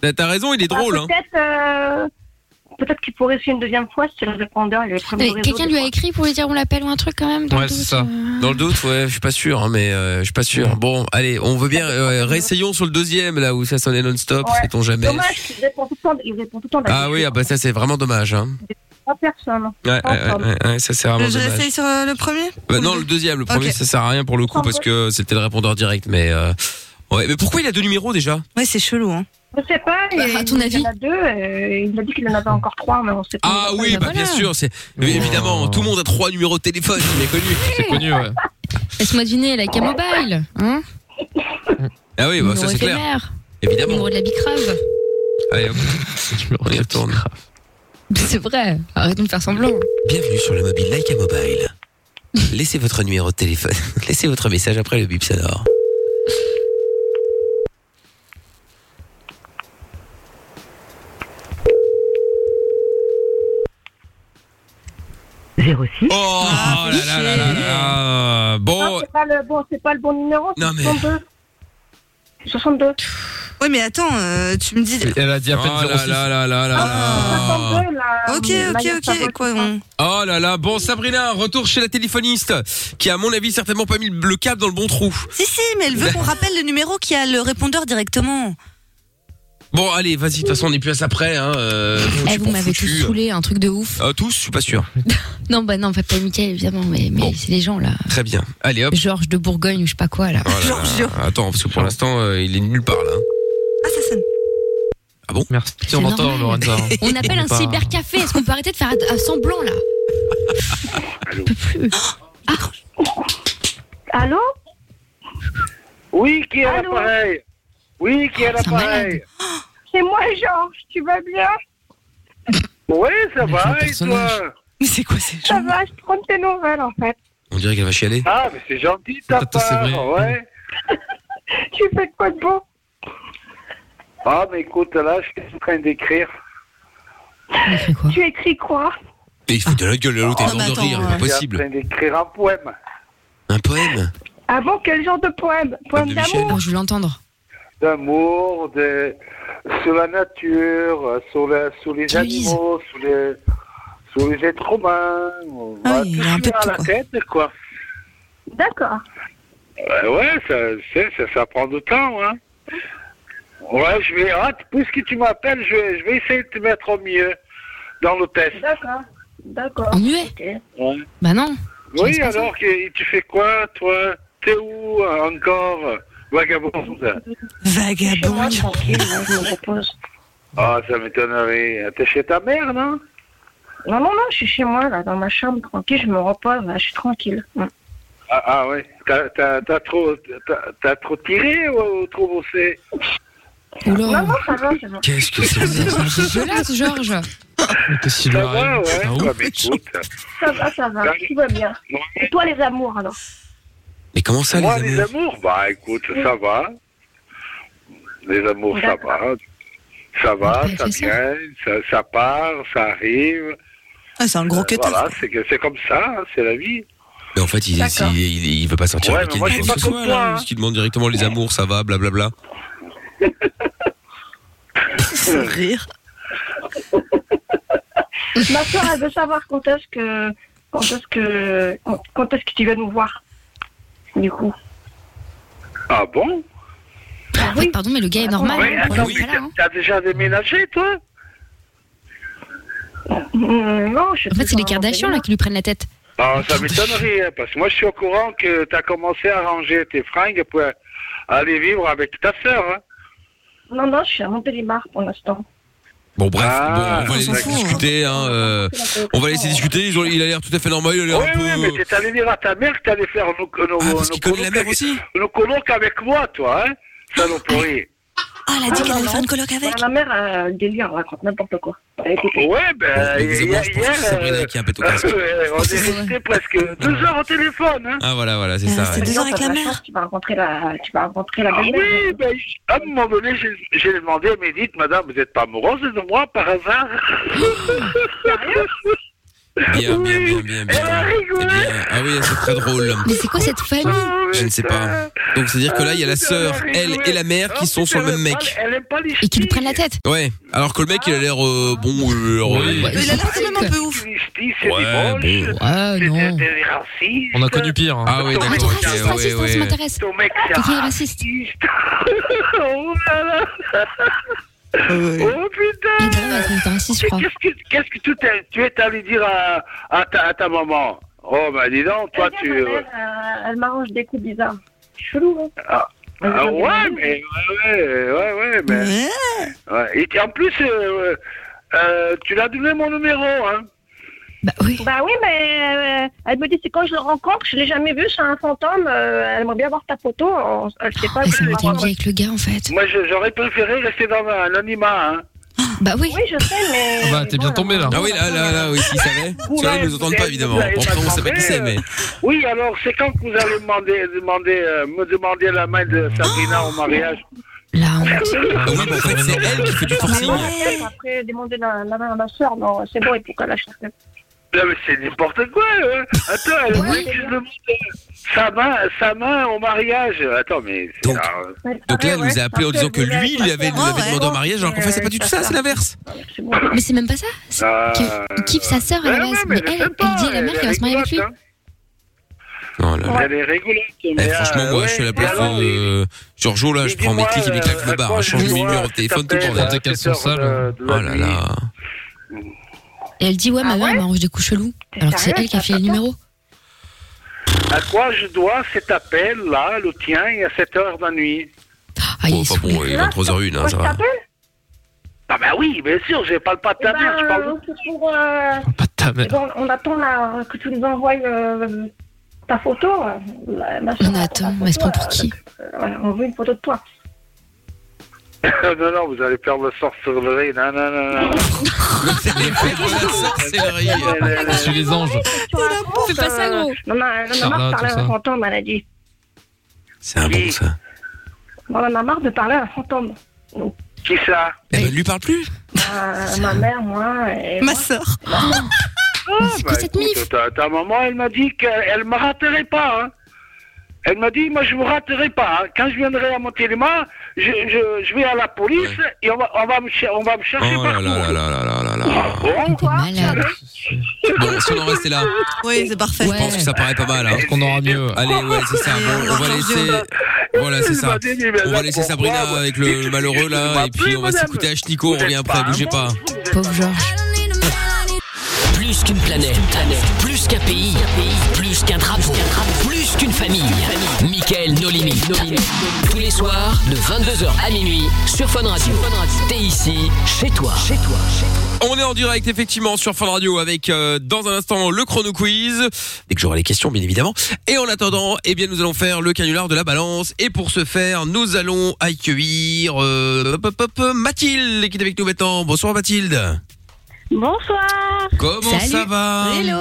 Speaker 2: T'as- T'as raison, il est drôle hein.
Speaker 10: Peut-être. Ah, euh, peut-être qu'il pourrait essayer une deuxième fois si le répondeur il est très
Speaker 4: Mais
Speaker 10: mauvais
Speaker 4: Quelqu'un
Speaker 10: réseau,
Speaker 4: lui
Speaker 10: des
Speaker 4: a écrit pour lui dire on l'appelle ou un truc quand même dans
Speaker 2: Ouais,
Speaker 4: le doute,
Speaker 2: c'est ça.
Speaker 4: euh.
Speaker 2: Dans le doute, ouais, je suis pas sûr, hein, mais euh, je suis pas sûr. Bon, allez, on veut bien. euh, réessayons sur le deuxième, là où ça sonnait non-stop,
Speaker 10: Ouais.
Speaker 2: sait-on jamais.
Speaker 10: Dommage, il répond tout le temps, il répond tout le temps
Speaker 2: Ah oui, ah bah ça c'est vraiment dommage. Hein.
Speaker 10: à personne.
Speaker 2: Ouais, ouais, ouais, ouais, ouais, ça c'est vraiment
Speaker 3: Je
Speaker 2: dommage.
Speaker 3: l'essaye sur euh, le premier
Speaker 2: Bah, non, le deuxième, le premier,
Speaker 3: Ok.
Speaker 2: ça sert à rien pour le coup parce que c'était le répondeur direct, mais euh, ouais. Mais pourquoi il a deux numéros déjà
Speaker 3: Ouais, c'est chelou, hein.
Speaker 10: Je sais pas, et
Speaker 4: Bah, ton
Speaker 10: il y en a deux, et il a dit qu'il en avait encore trois, mais on sait pas.
Speaker 2: Ah oui, bah bien sûr, c'est mais évidemment, tout le monde a trois numéros de téléphone, il est connu. C'est connu, ouais.
Speaker 4: Laisse-moi deviner, la Camobile, hein
Speaker 2: Ah oui,
Speaker 4: Numéro
Speaker 2: bah, ça c'est clair.
Speaker 4: éphémère,
Speaker 2: Évidemment.
Speaker 4: numéro de la bicrave.
Speaker 2: Allez, hop. on y retourne.
Speaker 4: C'est vrai, arrêtons de faire semblant.
Speaker 2: Bienvenue sur le mobile Like a Mobile. Laissez votre numéro de téléphone. Laissez votre message après le bip sonore. Oh là là là là là.
Speaker 3: Ah,
Speaker 10: Non,
Speaker 2: Bon,
Speaker 10: c'est pas le bon, c'est pas le bon numéro, c'est 62. 62.
Speaker 3: Ouais, mais attends, euh, tu me dis. Ah,
Speaker 5: Elle a dit à peine
Speaker 2: Oh là
Speaker 5: 06.
Speaker 2: là là là là là.
Speaker 3: Ok, ok, ok. Quoi, on...
Speaker 2: Oh là là, bon Sabrina, retour chez la téléphoniste, qui à mon avis certainement pas mis le le câble dans le bon trou.
Speaker 3: Si, si, mais elle veut qu'on rappelle le numéro qui a le répondeur directement.
Speaker 2: Bon allez, vas-y, de toute façon on est plus à ça près. Hein, euh, foutu
Speaker 4: Eh, vous
Speaker 2: pour
Speaker 4: m'avez tous
Speaker 2: foutu.
Speaker 4: saoulé, un truc de ouf.
Speaker 2: Euh, tous, je suis pas sûr.
Speaker 4: Non, bah non, pas pas Mickaël, évidemment, mais, mais c'est les gens là.
Speaker 2: Très bien, allez hop.
Speaker 4: Ah. Georges de Bourgogne ou je sais pas quoi là.
Speaker 2: Oh là là. Attends, parce que pour l'instant euh, il est nulle part là.
Speaker 3: Ah, ça sonne.
Speaker 2: Ah bon
Speaker 5: Merci,
Speaker 4: C'est normal.
Speaker 2: hein.
Speaker 4: On appelle un cybercafé, est-ce qu'on peut arrêter de faire un semblant là
Speaker 10: Allô
Speaker 13: Oui, qui est à
Speaker 10: Allô
Speaker 13: l'appareil Oui, qui est à
Speaker 4: Ah,
Speaker 13: l'appareil
Speaker 10: C'est moi, Georges, tu vas bien
Speaker 13: Oui, ça va, et
Speaker 10: personnage.
Speaker 13: toi
Speaker 3: Mais c'est quoi ces
Speaker 10: Ça va, je prends tes nouvelles en fait.
Speaker 2: On dirait qu'elle va chialer.
Speaker 13: Ah, mais c'est gentil, ta
Speaker 2: Attends, c'est
Speaker 13: part,
Speaker 2: vrai.
Speaker 13: ouais.
Speaker 10: Tu fais quoi de beau
Speaker 13: Ah, mais écoute, là, je suis en train d'écrire.
Speaker 10: Tu écris quoi
Speaker 2: Et il se fout de la gueule,
Speaker 3: Oh,
Speaker 2: l'autre est
Speaker 10: Ah,
Speaker 2: mort
Speaker 10: bah
Speaker 2: de rire,
Speaker 10: attends,
Speaker 2: pas
Speaker 3: euh.
Speaker 10: ouais.
Speaker 2: possible.
Speaker 13: Je suis en train d'écrire un poème.
Speaker 2: Un poème
Speaker 10: Ah bon, quel genre de poème Poème d'amour
Speaker 4: Oh, Je veux l'entendre.
Speaker 13: D'amour, de... sur la nature, euh, sur, la... sur les animaux, sur les... sur les êtres humains.
Speaker 3: Ah
Speaker 13: Voilà,
Speaker 3: oui, il y a un
Speaker 13: tout
Speaker 3: peu
Speaker 13: ce qui est à
Speaker 3: de tout, quoi.
Speaker 13: la tête, quoi.
Speaker 10: D'accord.
Speaker 13: Ouais, ouais, ça, c'est- ça, ça prend du temps, hein. Ouais, je vais. Ah, puisque tu m'appelles, je, vais- je vais essayer de te mettre au mieux dans le test.
Speaker 10: D'accord. D'accord.
Speaker 4: En muet
Speaker 10: Ok.
Speaker 13: Ouais.
Speaker 4: Bah non.
Speaker 13: Oui, alors, que- tu fais quoi, toi T'es où euh, encore Vagabonde
Speaker 3: Vagabond.
Speaker 10: Tranquille, hein, je me repose.
Speaker 13: Ah, ça m'étonnerait. T'es chez ta mère, non
Speaker 10: Non, non, non, je suis chez moi, là, dans ma chambre, tranquille, je me repose, là, je suis tranquille. Mm.
Speaker 13: Ah, ah ouais. T'as- T'as t'as trop, t'as- t'as trop tiré ou, ou trop bossé
Speaker 10: Non, non, ça va, ça va.
Speaker 2: Qu'est-ce que c'est
Speaker 4: dégueulasse, Georges.
Speaker 5: Qu'est-ce qu'il
Speaker 13: Ça
Speaker 5: lui
Speaker 13: va,
Speaker 5: arrive
Speaker 13: ouais.
Speaker 2: Ah
Speaker 5: Putain, ouf.
Speaker 13: Ouais, mais écoute,
Speaker 10: Ça va, ça va, tout va bien. Et toi, les amours, alors
Speaker 2: Mais comment ça,
Speaker 13: moi,
Speaker 2: les
Speaker 13: les
Speaker 2: amours
Speaker 13: amours, bah écoute, ça va. Les amours, ça va. Ça va, ça vient, ça, ça part, ça arrive. Euh,
Speaker 3: Ah, c'est un gros que
Speaker 13: Voilà, c'est que- c'est comme ça, hein, c'est la vie.
Speaker 2: Mais en fait, il, il, il- il veut pas sortir
Speaker 13: Ouais,
Speaker 2: avec
Speaker 13: mais moi,
Speaker 2: elle,
Speaker 13: je
Speaker 2: quoi
Speaker 13: suis
Speaker 2: que
Speaker 13: pas
Speaker 2: ce
Speaker 13: comme
Speaker 2: soit,
Speaker 13: toi,
Speaker 2: là,
Speaker 13: hein.
Speaker 2: Parce qu'il demande directement les amours, ça va, blablabla.
Speaker 3: Ce rire.
Speaker 10: Ma soeur, elle veut savoir quand est-ce que. Quand est-ce que. Quand est-ce que tu vas nous voir Du coup.
Speaker 13: Ah bon
Speaker 4: En fait, Ah, pardon, mais le gars est normal.
Speaker 13: Ouais,
Speaker 4: hein,
Speaker 13: attends,
Speaker 4: dans ce
Speaker 13: mais
Speaker 4: cas-là, hein.
Speaker 13: t'as t'as déjà déménagé, toi Mm,
Speaker 10: Non, je
Speaker 4: En fait, c'est les Kardashians là qui lui prennent la tête.
Speaker 13: Ah, ça m'étonnerait, hein, parce que moi, je suis au courant que t'as commencé à ranger tes fringues pour aller vivre avec ta sœur, hein.
Speaker 10: Non, non, je suis à Montélimar pour l'instant.
Speaker 2: Bon, bref,
Speaker 13: Ah,
Speaker 2: bon, on va
Speaker 13: on
Speaker 2: les
Speaker 13: s'en
Speaker 2: laisser
Speaker 13: fout, Ah,
Speaker 2: discuter, hein, euh, on va laisser discuter. ils ont- il a l'air tout à fait normal, il a l'air
Speaker 13: Oui,
Speaker 2: un peu. euh, Ah,
Speaker 13: oui, mais t'es allé dire à ta mère que t'allais faire nos, nos, nos, colloques avec, nos colloques avec moi, toi, hein Saloperie.
Speaker 3: Ah, elle a dit qu'elle allait faire une coloc avec.
Speaker 10: Ma mère, euh, délire, elle raconte n'importe quoi. Bah, écoute,
Speaker 13: Ouais, ben,
Speaker 2: Mais
Speaker 13: hier,
Speaker 2: désolé, je pense que
Speaker 13: hier,
Speaker 2: c'est Sabrina qui a un pète au casque.
Speaker 13: euh, on est resté presque deux heures au téléphone, hein
Speaker 2: Ah, voilà, voilà, c'est ça. ouais.
Speaker 10: Maintenant, t'as la chance, Tu vas rencontrer la, tu vas rencontrer la
Speaker 13: Ah
Speaker 10: belle-mère.
Speaker 13: oui, ben, j- à un moment donné, j'ai- j'ai demandé, mais dites, madame, vous n'êtes pas amoureuse de moi par hasard
Speaker 2: Bien, bien, bien, bien, bien.
Speaker 13: Elle a rigolé
Speaker 2: Ah oui, c'est très drôle.
Speaker 4: Mais c'est quoi cette famille
Speaker 2: Je ne sais pas. Donc c'est-à-dire que là, il y a la
Speaker 13: Mm. Ah,
Speaker 2: sœur,
Speaker 13: putain,
Speaker 2: elle et la mère qui
Speaker 13: Ah,
Speaker 2: sont sur le même mec.
Speaker 13: Elle aime pas les
Speaker 4: Et qu'ils lui prennent la tête.
Speaker 2: Ouais, alors que le mec, il a l'air euh, bon. il a l'air, euh,
Speaker 4: Il a l'air quand même un peu
Speaker 13: ouf.
Speaker 2: Ouais, bon.
Speaker 4: non.
Speaker 2: On a connu pire. Ah oui, d'accord. ok,
Speaker 4: Raciste, raciste, hein,
Speaker 2: ouais, ouais,
Speaker 4: ça
Speaker 2: ouais.
Speaker 4: m'intéresse.
Speaker 13: Ton mec, c'est
Speaker 4: Ton gars est raciste.
Speaker 13: oh là là Oh putain Qu'est-ce que, qu'est-ce que tu, t'es- tu es à lui dire à, à ta, à ta maman Oh bah dis donc, toi tu...
Speaker 10: Elle, euh, elle m'arrange des coups bizarres. Chelou, hein
Speaker 13: Ah,
Speaker 10: Elle
Speaker 13: ah,
Speaker 10: vient de
Speaker 13: ouais,
Speaker 10: Lille.
Speaker 13: mais... Ouais, ouais, ouais, ouais, mais... Ouais. Et t- en plus, euh, euh, tu l'as donné mon numéro, hein
Speaker 4: Bah oui.
Speaker 10: Bah oui, mais euh, elle me dit c'est quand je le rencontre, je l'ai jamais vu, c'est un fantôme. euh, elle aimerait bien voir ta photo. on- elle
Speaker 3: Oh,
Speaker 10: sait pas.
Speaker 4: Elle était bien avec le gars en fait.
Speaker 13: Moi, je- j'aurais préféré rester dans l'anonymat, hein
Speaker 4: Bah oui.
Speaker 10: Oui, je sais, mais.
Speaker 2: Ah bah, t'es bien tombé là. Ah oui, là, là, là, oui, s'ils savaient.
Speaker 13: Vous
Speaker 2: Parce que là, ils
Speaker 13: l'avez-
Speaker 2: nous entendent pas,
Speaker 13: vous
Speaker 2: évidemment.
Speaker 13: l'avez
Speaker 2: Pourtant, on
Speaker 13: pas
Speaker 2: savait qui
Speaker 13: demandé,
Speaker 2: c'est, mais.
Speaker 13: Oui, alors c'est quand que vous allez demander, demander, euh, me demander la main de Sabrina au mariage
Speaker 4: La
Speaker 2: Ah oui, mais en fait, c'est elle qui
Speaker 10: Ah
Speaker 2: fait
Speaker 3: Bah
Speaker 2: du forcing.
Speaker 10: Après, demander la, la main à ma soeur, non, c'est bon, et pourquoi la chercher
Speaker 13: Non, mais c'est n'importe quoi. hein. Attends, elle veut juste demander euh, sa main, sa main au mariage. Attends, mais c'est- ah,
Speaker 2: Donc là, elle nous a appelé en disant que lui, il avait, nous avait demandé en mariage, alors qu'en fait, c'est
Speaker 13: Euh,
Speaker 2: pas du tout ça, c'est l'inverse.
Speaker 13: Ah,
Speaker 4: Mais c'est même pas ça. C'est que- Il kiffe sa sœur à la
Speaker 13: bah, Ouais,
Speaker 4: base.
Speaker 13: ouais,
Speaker 4: Mais
Speaker 13: mais
Speaker 4: elle,
Speaker 13: je sais
Speaker 4: elle
Speaker 13: pas,
Speaker 4: dit à la mère
Speaker 13: elle
Speaker 4: qu'elle va
Speaker 13: est
Speaker 4: se marier avec lui.
Speaker 13: Elle est rigolote. mais, euh,
Speaker 2: Eh, franchement, moi, je suis à la
Speaker 13: ouais,
Speaker 2: place
Speaker 13: alors,
Speaker 2: de Giorgio, là, je prends mes tics et mes claques, je me barre. Je change mes
Speaker 13: euh, dis-moi,
Speaker 2: numéros de
Speaker 13: s'il
Speaker 2: téléphone, tout le
Speaker 13: t'appelle,
Speaker 2: bordel.
Speaker 13: euh, T'as qu'elles sont sales. euh, de- de
Speaker 2: Oh là là.
Speaker 13: hein.
Speaker 4: Et elle dit ouais,
Speaker 13: Ah
Speaker 4: ma mère elle m'arrange des coups chelous. Alors que c'est elle qui a fait les numéros.
Speaker 13: À quoi je dois cet appel là, le tien, et à 7 h de la nuit
Speaker 2: Bon, Oh, pas bon, Ah, il est 23h01, hein, ça va.
Speaker 13: Ah bah oui, bien sûr, je parle pas de
Speaker 10: Eh
Speaker 13: ta mère, je parle
Speaker 10: ben, c'est pour, euh, eh ben, on attend la- que tu nous envoies euh, ta photo. euh, la- ma sœur,
Speaker 4: On attend, mais elle se prend pour qui
Speaker 10: euh, on veut une photo de toi. euh,
Speaker 13: de... non, non, vous allez perdre la sorcellerie, non, non, non, non.
Speaker 2: sorcellerie
Speaker 5: Chez les anges.
Speaker 10: Ah Fais pas ça, gros. Non, non, elle en a marre
Speaker 5: Charlotte,
Speaker 10: de parler
Speaker 5: tout
Speaker 10: à un
Speaker 5: ça.
Speaker 10: fantôme, elle a dit.
Speaker 2: C'est un bon, ça.
Speaker 10: On en a marre de parler à un fantôme.
Speaker 13: Qui ça
Speaker 2: Eh ben, lui parle plus.
Speaker 10: Euh, ma mère, moi. Oh, Et ma soeur.
Speaker 13: Bah, écoute, ta, ta maman, elle m'a dit qu'elle me raterait pas. hein. Elle m'a dit, moi, je vous raterai pas. hein. Quand je viendrai à Montélimar, je, je, je vais à la police et on va, on va, me, cher- on va me chercher Ah,
Speaker 2: Oh là
Speaker 13: partout.
Speaker 2: là là là là là là là. Bon, si on en restait là,
Speaker 3: Oui, c'est parfait.
Speaker 2: je pense que ça paraît pas mal. Hein. qu'on aura mieux. Allez, ouais, c'est ça. Bon, on va laisser. Voilà, c'est ça. On va laisser Sabrina avec le malheureux là, et puis on va s'écouter à Nico. On revient après, bougez pas.
Speaker 4: Pauvre Georges.
Speaker 1: Plus qu'une planète, plus qu'un pays, plus qu'un drapeau, plus qu'une famille. Michael No Limites. Tous les soirs, de 22h à minuit, sur Fun Radio. T'es ici, chez toi. Chez toi.
Speaker 2: On est en direct effectivement sur Fun Radio avec euh, dans un instant le chrono quiz dès que j'aurai les questions bien évidemment et en attendant eh bien nous allons faire le canular de la balance et pour ce faire nous allons accueillir euh, hop, hop, hop, Mathilde qui est avec nous maintenant bonsoir Mathilde
Speaker 15: Bonsoir.
Speaker 2: Comment Salut. ça va Hello.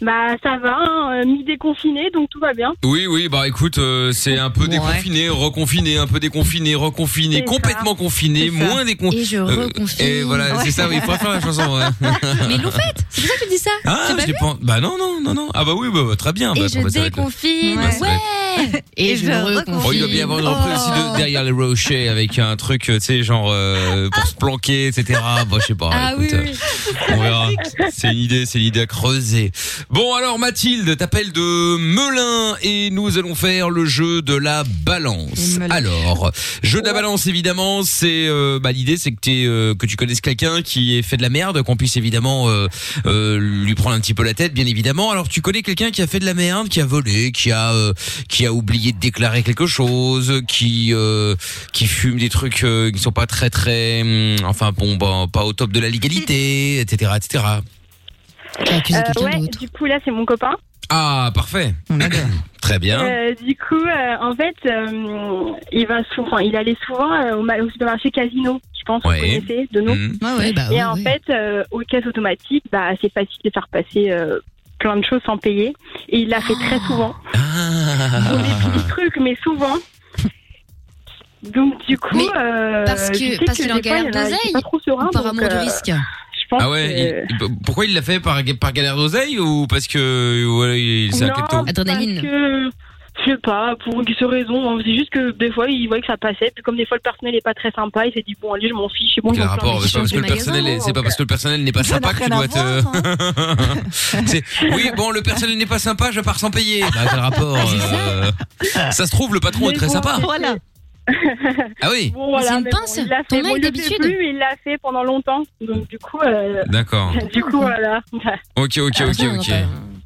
Speaker 15: Bah ça va, hein, euh, mi-déconfiné donc tout va bien.
Speaker 2: oui oui bah écoute c'est un peu déconfiné reconfiné un peu déconfiné reconfiné
Speaker 15: C'est
Speaker 2: complètement confiné
Speaker 15: C'est ça.
Speaker 2: moins
Speaker 15: moins décon-
Speaker 2: déconfiné
Speaker 15: Et je euh, reconfine.
Speaker 2: et voilà c'est ça oui
Speaker 15: faut
Speaker 2: faire la chanson
Speaker 4: Mais ils l'ont faite. C'est pour ça que tu dis ça.
Speaker 2: Ah,
Speaker 4: Tu
Speaker 2: je
Speaker 4: l'as
Speaker 2: l'ai
Speaker 4: vu
Speaker 2: pas- Bah non, non, non, non. Ah bah oui, bah, bah, très bien.
Speaker 4: Et
Speaker 2: Bah,
Speaker 4: je
Speaker 2: bah, ça va être-
Speaker 4: déconfine.
Speaker 2: Ouais, ça va
Speaker 4: Ouais.
Speaker 2: être-
Speaker 4: Et je reconfine. Oh.
Speaker 2: Oh, il doit bien y avoir une reprise aussi de derrière les rochers avec un truc, euh, tu sais, genre euh, pour se planquer, etc. Bah, je sais pas.
Speaker 4: Ah oui,
Speaker 2: écoute, euh, on verra.
Speaker 5: Ah,
Speaker 2: C'est une idée, c'est une idée à creuser. Bon, alors Mathilde, t'appelles de Melun et nous allons faire le jeu de la balance. Alors, jeu de la balance, évidemment, c'est euh, bah, l'idée, c'est que, t'es, euh, que tu connaisses quelqu'un qui est fait de la merde, qu'on puisse évidemment euh, euh, lui prendre un petit peu la tête, bien évidemment. Alors, tu connais quelqu'un qui a fait de la merde, qui a volé, qui a euh, qui a oublié de déclarer quelque chose, qui euh, qui fume des trucs euh, qui sont pas très très, hum, enfin bon, bah, pas au top de la légalité, etc., etc.
Speaker 15: Euh, ouais, du coup là c'est mon copain.
Speaker 2: Ah, parfait. Très bien.
Speaker 15: Euh, du coup euh, en fait euh, il va souvent, il allait souvent euh, au, ma- au supermarché Casino, je pense
Speaker 2: Ouais.
Speaker 15: vous connaissez de nom.
Speaker 2: Mhm.
Speaker 4: Ouais, ouais, bah
Speaker 15: Et
Speaker 4: ouais,
Speaker 15: en
Speaker 4: ouais.
Speaker 15: fait euh, aux caisses automatiques, bah c'est facile de faire passer euh, plein de choses sans payer. Et il l'a fait très souvent. Des trucs mais souvent. Donc du coup, euh,
Speaker 4: parce que-
Speaker 15: je sais
Speaker 4: parce qu'il est en
Speaker 15: des fois,
Speaker 4: galère
Speaker 15: il y a-
Speaker 4: d'oseille,
Speaker 15: je suis pas trop serein,
Speaker 4: ou par
Speaker 15: donc,
Speaker 4: amour du
Speaker 15: euh,
Speaker 4: risque
Speaker 15: Je pense
Speaker 2: ah ouais, il- p- pourquoi il l'a fait par, par galère d'oseille ou parce que euh, voilà, il s'est un
Speaker 15: Non,
Speaker 2: klepto
Speaker 15: parce que Je sais pas, pour X raison. C'est juste que des fois, il voyait que ça passait. Puis comme des fois, le personnel est pas très sympa, il s'est dit bon, allez, je m'en fiche. C'est bon,
Speaker 2: Quel
Speaker 15: ils ont plein
Speaker 2: rapport
Speaker 15: de
Speaker 2: C'est pas parce que le personnel, est- c'est pas parce que le personnel n'est pas
Speaker 15: Ça n'a
Speaker 2: sympa que tu
Speaker 15: rien à
Speaker 2: dois te.
Speaker 3: hein.
Speaker 2: C'est- oui, bon, le personnel n'est pas sympa, je pars sans payer. Bah, quel rapport euh, Ça se trouve, le patron est
Speaker 15: Mais
Speaker 2: très
Speaker 15: bon,
Speaker 2: sympa.
Speaker 15: Voilà.
Speaker 2: Ah oui.
Speaker 15: Bon, voilà,
Speaker 4: C'est une
Speaker 15: mais bon,
Speaker 4: pince,
Speaker 15: il l'a
Speaker 4: ton œil
Speaker 15: fait, bon, il le fait
Speaker 4: d'habitude.
Speaker 15: plus, il l'a fait pendant longtemps. Donc, du coup, euh,
Speaker 2: D'accord.
Speaker 15: du coup, voilà.
Speaker 2: Ok, ok, ok, ok.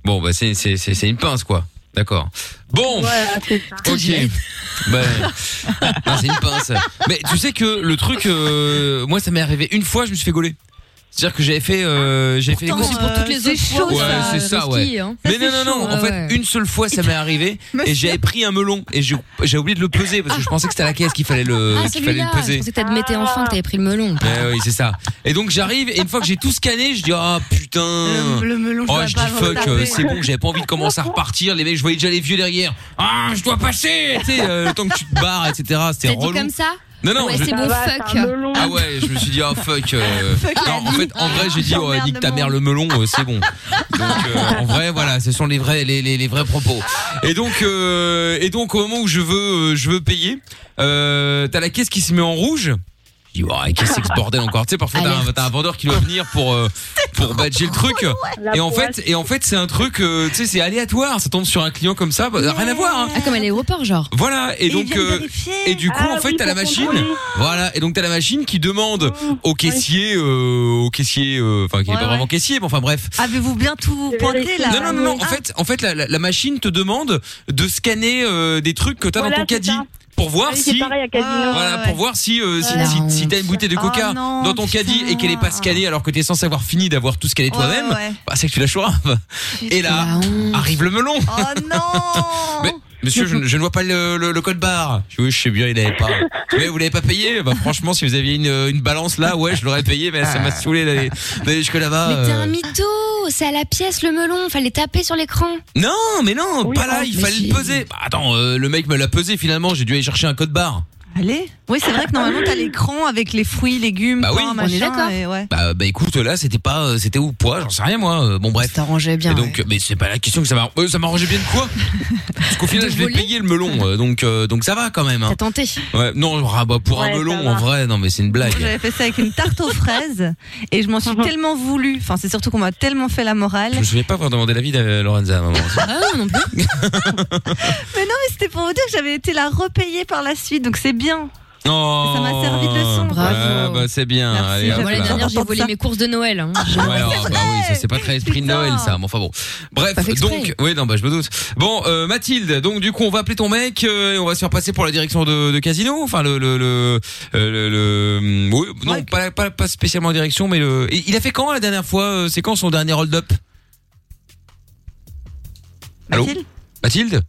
Speaker 2: Bon, bah, c'est- c'est c'est- c'est une pince, quoi. D'accord. Bon.
Speaker 15: Voilà, c'est ça.
Speaker 2: Ok. Bah, non, Ah, c'est une pince. Mais tu sais que le truc, euh, moi, ça m'est arrivé une fois, je me suis fait gauler. C'est-à-dire que j'avais fait, euh, j'avais fait les
Speaker 1: Pourtant,
Speaker 2: gossips.
Speaker 1: euh, Toutes les
Speaker 3: c'est
Speaker 1: autres
Speaker 3: chaud,
Speaker 1: fois,
Speaker 2: Ouais,
Speaker 3: ça,
Speaker 2: c'est ça,
Speaker 3: Ruski,
Speaker 2: ouais.
Speaker 3: hein.
Speaker 2: Mais
Speaker 3: Ça,
Speaker 2: non, non,
Speaker 3: c'est
Speaker 2: non.
Speaker 3: chaud,
Speaker 2: en
Speaker 3: ouais,
Speaker 2: fait,
Speaker 3: ouais.
Speaker 2: une seule fois, ça m'est arrivé et j'avais pris un melon et j'ai j'ai oublié de le peser parce que je pensais que c'était à la caisse qu'il fallait le,
Speaker 4: ah,
Speaker 2: euh, qu'il fallait
Speaker 4: celui-là,
Speaker 2: le
Speaker 4: je
Speaker 2: peser.
Speaker 4: pensais que t'admettais enfin que t'avais pris le melon.
Speaker 2: Eh oui, c'est ça. Et donc j'arrive et une fois que j'ai tout scanné, je dis ah putain.
Speaker 4: Le- le melon,
Speaker 2: oh,
Speaker 4: ça
Speaker 2: je
Speaker 4: va
Speaker 2: dis
Speaker 4: pas
Speaker 2: fuck,
Speaker 4: retaper.
Speaker 2: euh, c'est bon, j'avais pas envie de commencer à repartir. Les mecs, je voyais déjà les vieux derrière. Ah, je dois passer. Tu sais, euh, le temps que tu te barres, etc. C'était
Speaker 4: T'as dit
Speaker 2: relou.
Speaker 4: comme ça
Speaker 2: Non, non,
Speaker 4: Ouais,
Speaker 2: je-
Speaker 4: c'est bon,
Speaker 2: Ça
Speaker 4: fuck.
Speaker 2: Ah ouais, je me suis dit ah fuck. euh,
Speaker 4: Fuck la
Speaker 2: non, en fait, en vrai, j'ai dit oh, nique ta mère le melon, euh, c'est bon. Donc euh, en vrai, voilà, ce sont les vrais, les, les, les vrais propos. Et donc, euh, et donc au moment où je veux, euh, je veux payer, euh, t'as la caisse qui se met en rouge. Je dis ouais, qu'est-ce que c'est que ce bordel encore Tu sais, parfois t'as un, t'as un vendeur qui doit venir pour euh, pour badger le truc. Et en fait, et en fait, c'est un truc, euh, tu sais, c'est aléatoire. Ça tombe sur un client comme ça, bah, rien à voir. hein.
Speaker 4: Ah, comme à l'aéroport, genre.
Speaker 2: Voilà et
Speaker 4: Et
Speaker 2: donc
Speaker 4: ils viennent
Speaker 2: euh,
Speaker 4: vérifier.
Speaker 2: et du coup
Speaker 4: Ah
Speaker 2: en fait
Speaker 4: oui,
Speaker 2: t'as la
Speaker 4: pour Oh.
Speaker 2: machine
Speaker 4: contrôler.
Speaker 2: voilà et donc t'as la machine qui demande au caissier euh, au caissier euh, enfin qui est
Speaker 3: Ouais,
Speaker 2: pas
Speaker 3: ouais.
Speaker 2: vraiment caissier mais enfin bref
Speaker 3: Avez-vous bien tout pointé là Ah,
Speaker 2: non non non, non, en fait en fait la, la- la machine te demande de scanner euh, des trucs que t'as
Speaker 3: Voilà,
Speaker 2: dans ton
Speaker 3: c'est
Speaker 2: caddie
Speaker 3: ça.
Speaker 2: pour voir
Speaker 3: Oui, c'est
Speaker 2: si
Speaker 3: pareil à Casino.
Speaker 2: voilà
Speaker 3: Ah, Ouais,
Speaker 2: pour
Speaker 3: ouais.
Speaker 2: voir si euh, si,
Speaker 3: Ouais.
Speaker 2: si- si t'as une bouteille de coca
Speaker 3: Oh non,
Speaker 2: dans ton caddie et qu'elle est pas scannée alors que t'es censé avoir fini d'avoir tout scanné
Speaker 3: Ouais,
Speaker 2: toi-même
Speaker 3: ouais.
Speaker 2: bah, c'est que tu la chourave et là arrive le melon
Speaker 3: Oh non
Speaker 2: mais, Monsieur, je, ne- je ne vois pas le, le- le code barre. Je, dis, oui, je sais bien, il n'avait pas. Mais vous l'avez pas payé Bah franchement, si vous aviez une, une balance là, ouais, je l'aurais payé, mais ça m'a
Speaker 3: Ah.
Speaker 2: saoulé d'aller d'aller jusque là-bas.
Speaker 4: Mais t'es
Speaker 2: euh.
Speaker 4: un mytho, c'est à la pièce le melon, fallait taper sur l'écran.
Speaker 2: Non, mais non,
Speaker 4: Oui,
Speaker 2: pas là,
Speaker 4: oh,
Speaker 2: il
Speaker 4: mais
Speaker 2: fallait
Speaker 4: si.
Speaker 2: le peser. Bah, attends, euh, le mec me l'a pesé finalement, j'ai dû aller chercher un code barre.
Speaker 3: Allez Oui, c'est vrai que normalement, t'as l'écran avec les fruits, légumes,
Speaker 2: Bah oui.
Speaker 3: pain,
Speaker 2: On est
Speaker 3: machin,
Speaker 2: d'accord.
Speaker 3: et ouais.
Speaker 2: Bah, bah écoute, là, c'était pas, euh, c'était au poids, j'en sais rien moi. euh, Bon bref.
Speaker 4: T'arrangeais bien.
Speaker 2: Et donc, mais c'est pas la question que ça m'a, euh, ça m'arrangeait bien de quoi Parce qu'au final, je l'ai payé le melon, euh, donc euh, donc ça va quand même. hein.
Speaker 4: T'as tenté.
Speaker 2: Ouais, non, ah, bah, pour
Speaker 3: Ouais,
Speaker 2: un
Speaker 3: ça
Speaker 2: melon
Speaker 3: va.
Speaker 2: en vrai, non mais c'est une blague.
Speaker 3: Moi, J'avais fait ça avec une tarte aux fraises et je m'en suis tellement voulu. Enfin, c'est surtout qu'on m'a tellement fait la morale.
Speaker 2: Je me souviens pas avoir demandé l'avis de Lorenza à un moment.
Speaker 4: Ah non, non plus.
Speaker 3: Mais non, mais c'était pour vous dire que j'avais été la repayer par la suite, donc c'est bien.
Speaker 2: Oh, ça m'a servi de leçon.
Speaker 4: Bravo.
Speaker 2: bah, c'est bien. Allez, hop
Speaker 4: Moi, l'année
Speaker 2: là.
Speaker 4: dernière, j'ai volé mes courses de Noël. hein.
Speaker 2: Ouais, alors, bah oui, ça, c'est pas très esprit de Noël ça. Mais enfin bon. Bref,
Speaker 4: Pas fait exprès.
Speaker 2: donc oui, non bah je me doute. Bon, euh, Mathilde, donc du coup, on va appeler ton mec euh, et on va se faire passer pour la direction de, de casino, enfin le le le, euh, le- le- oui, non, pas, pas pas spécialement la direction mais le et il a fait quand la dernière fois euh, C'est quand son dernier hold up Allô Mathilde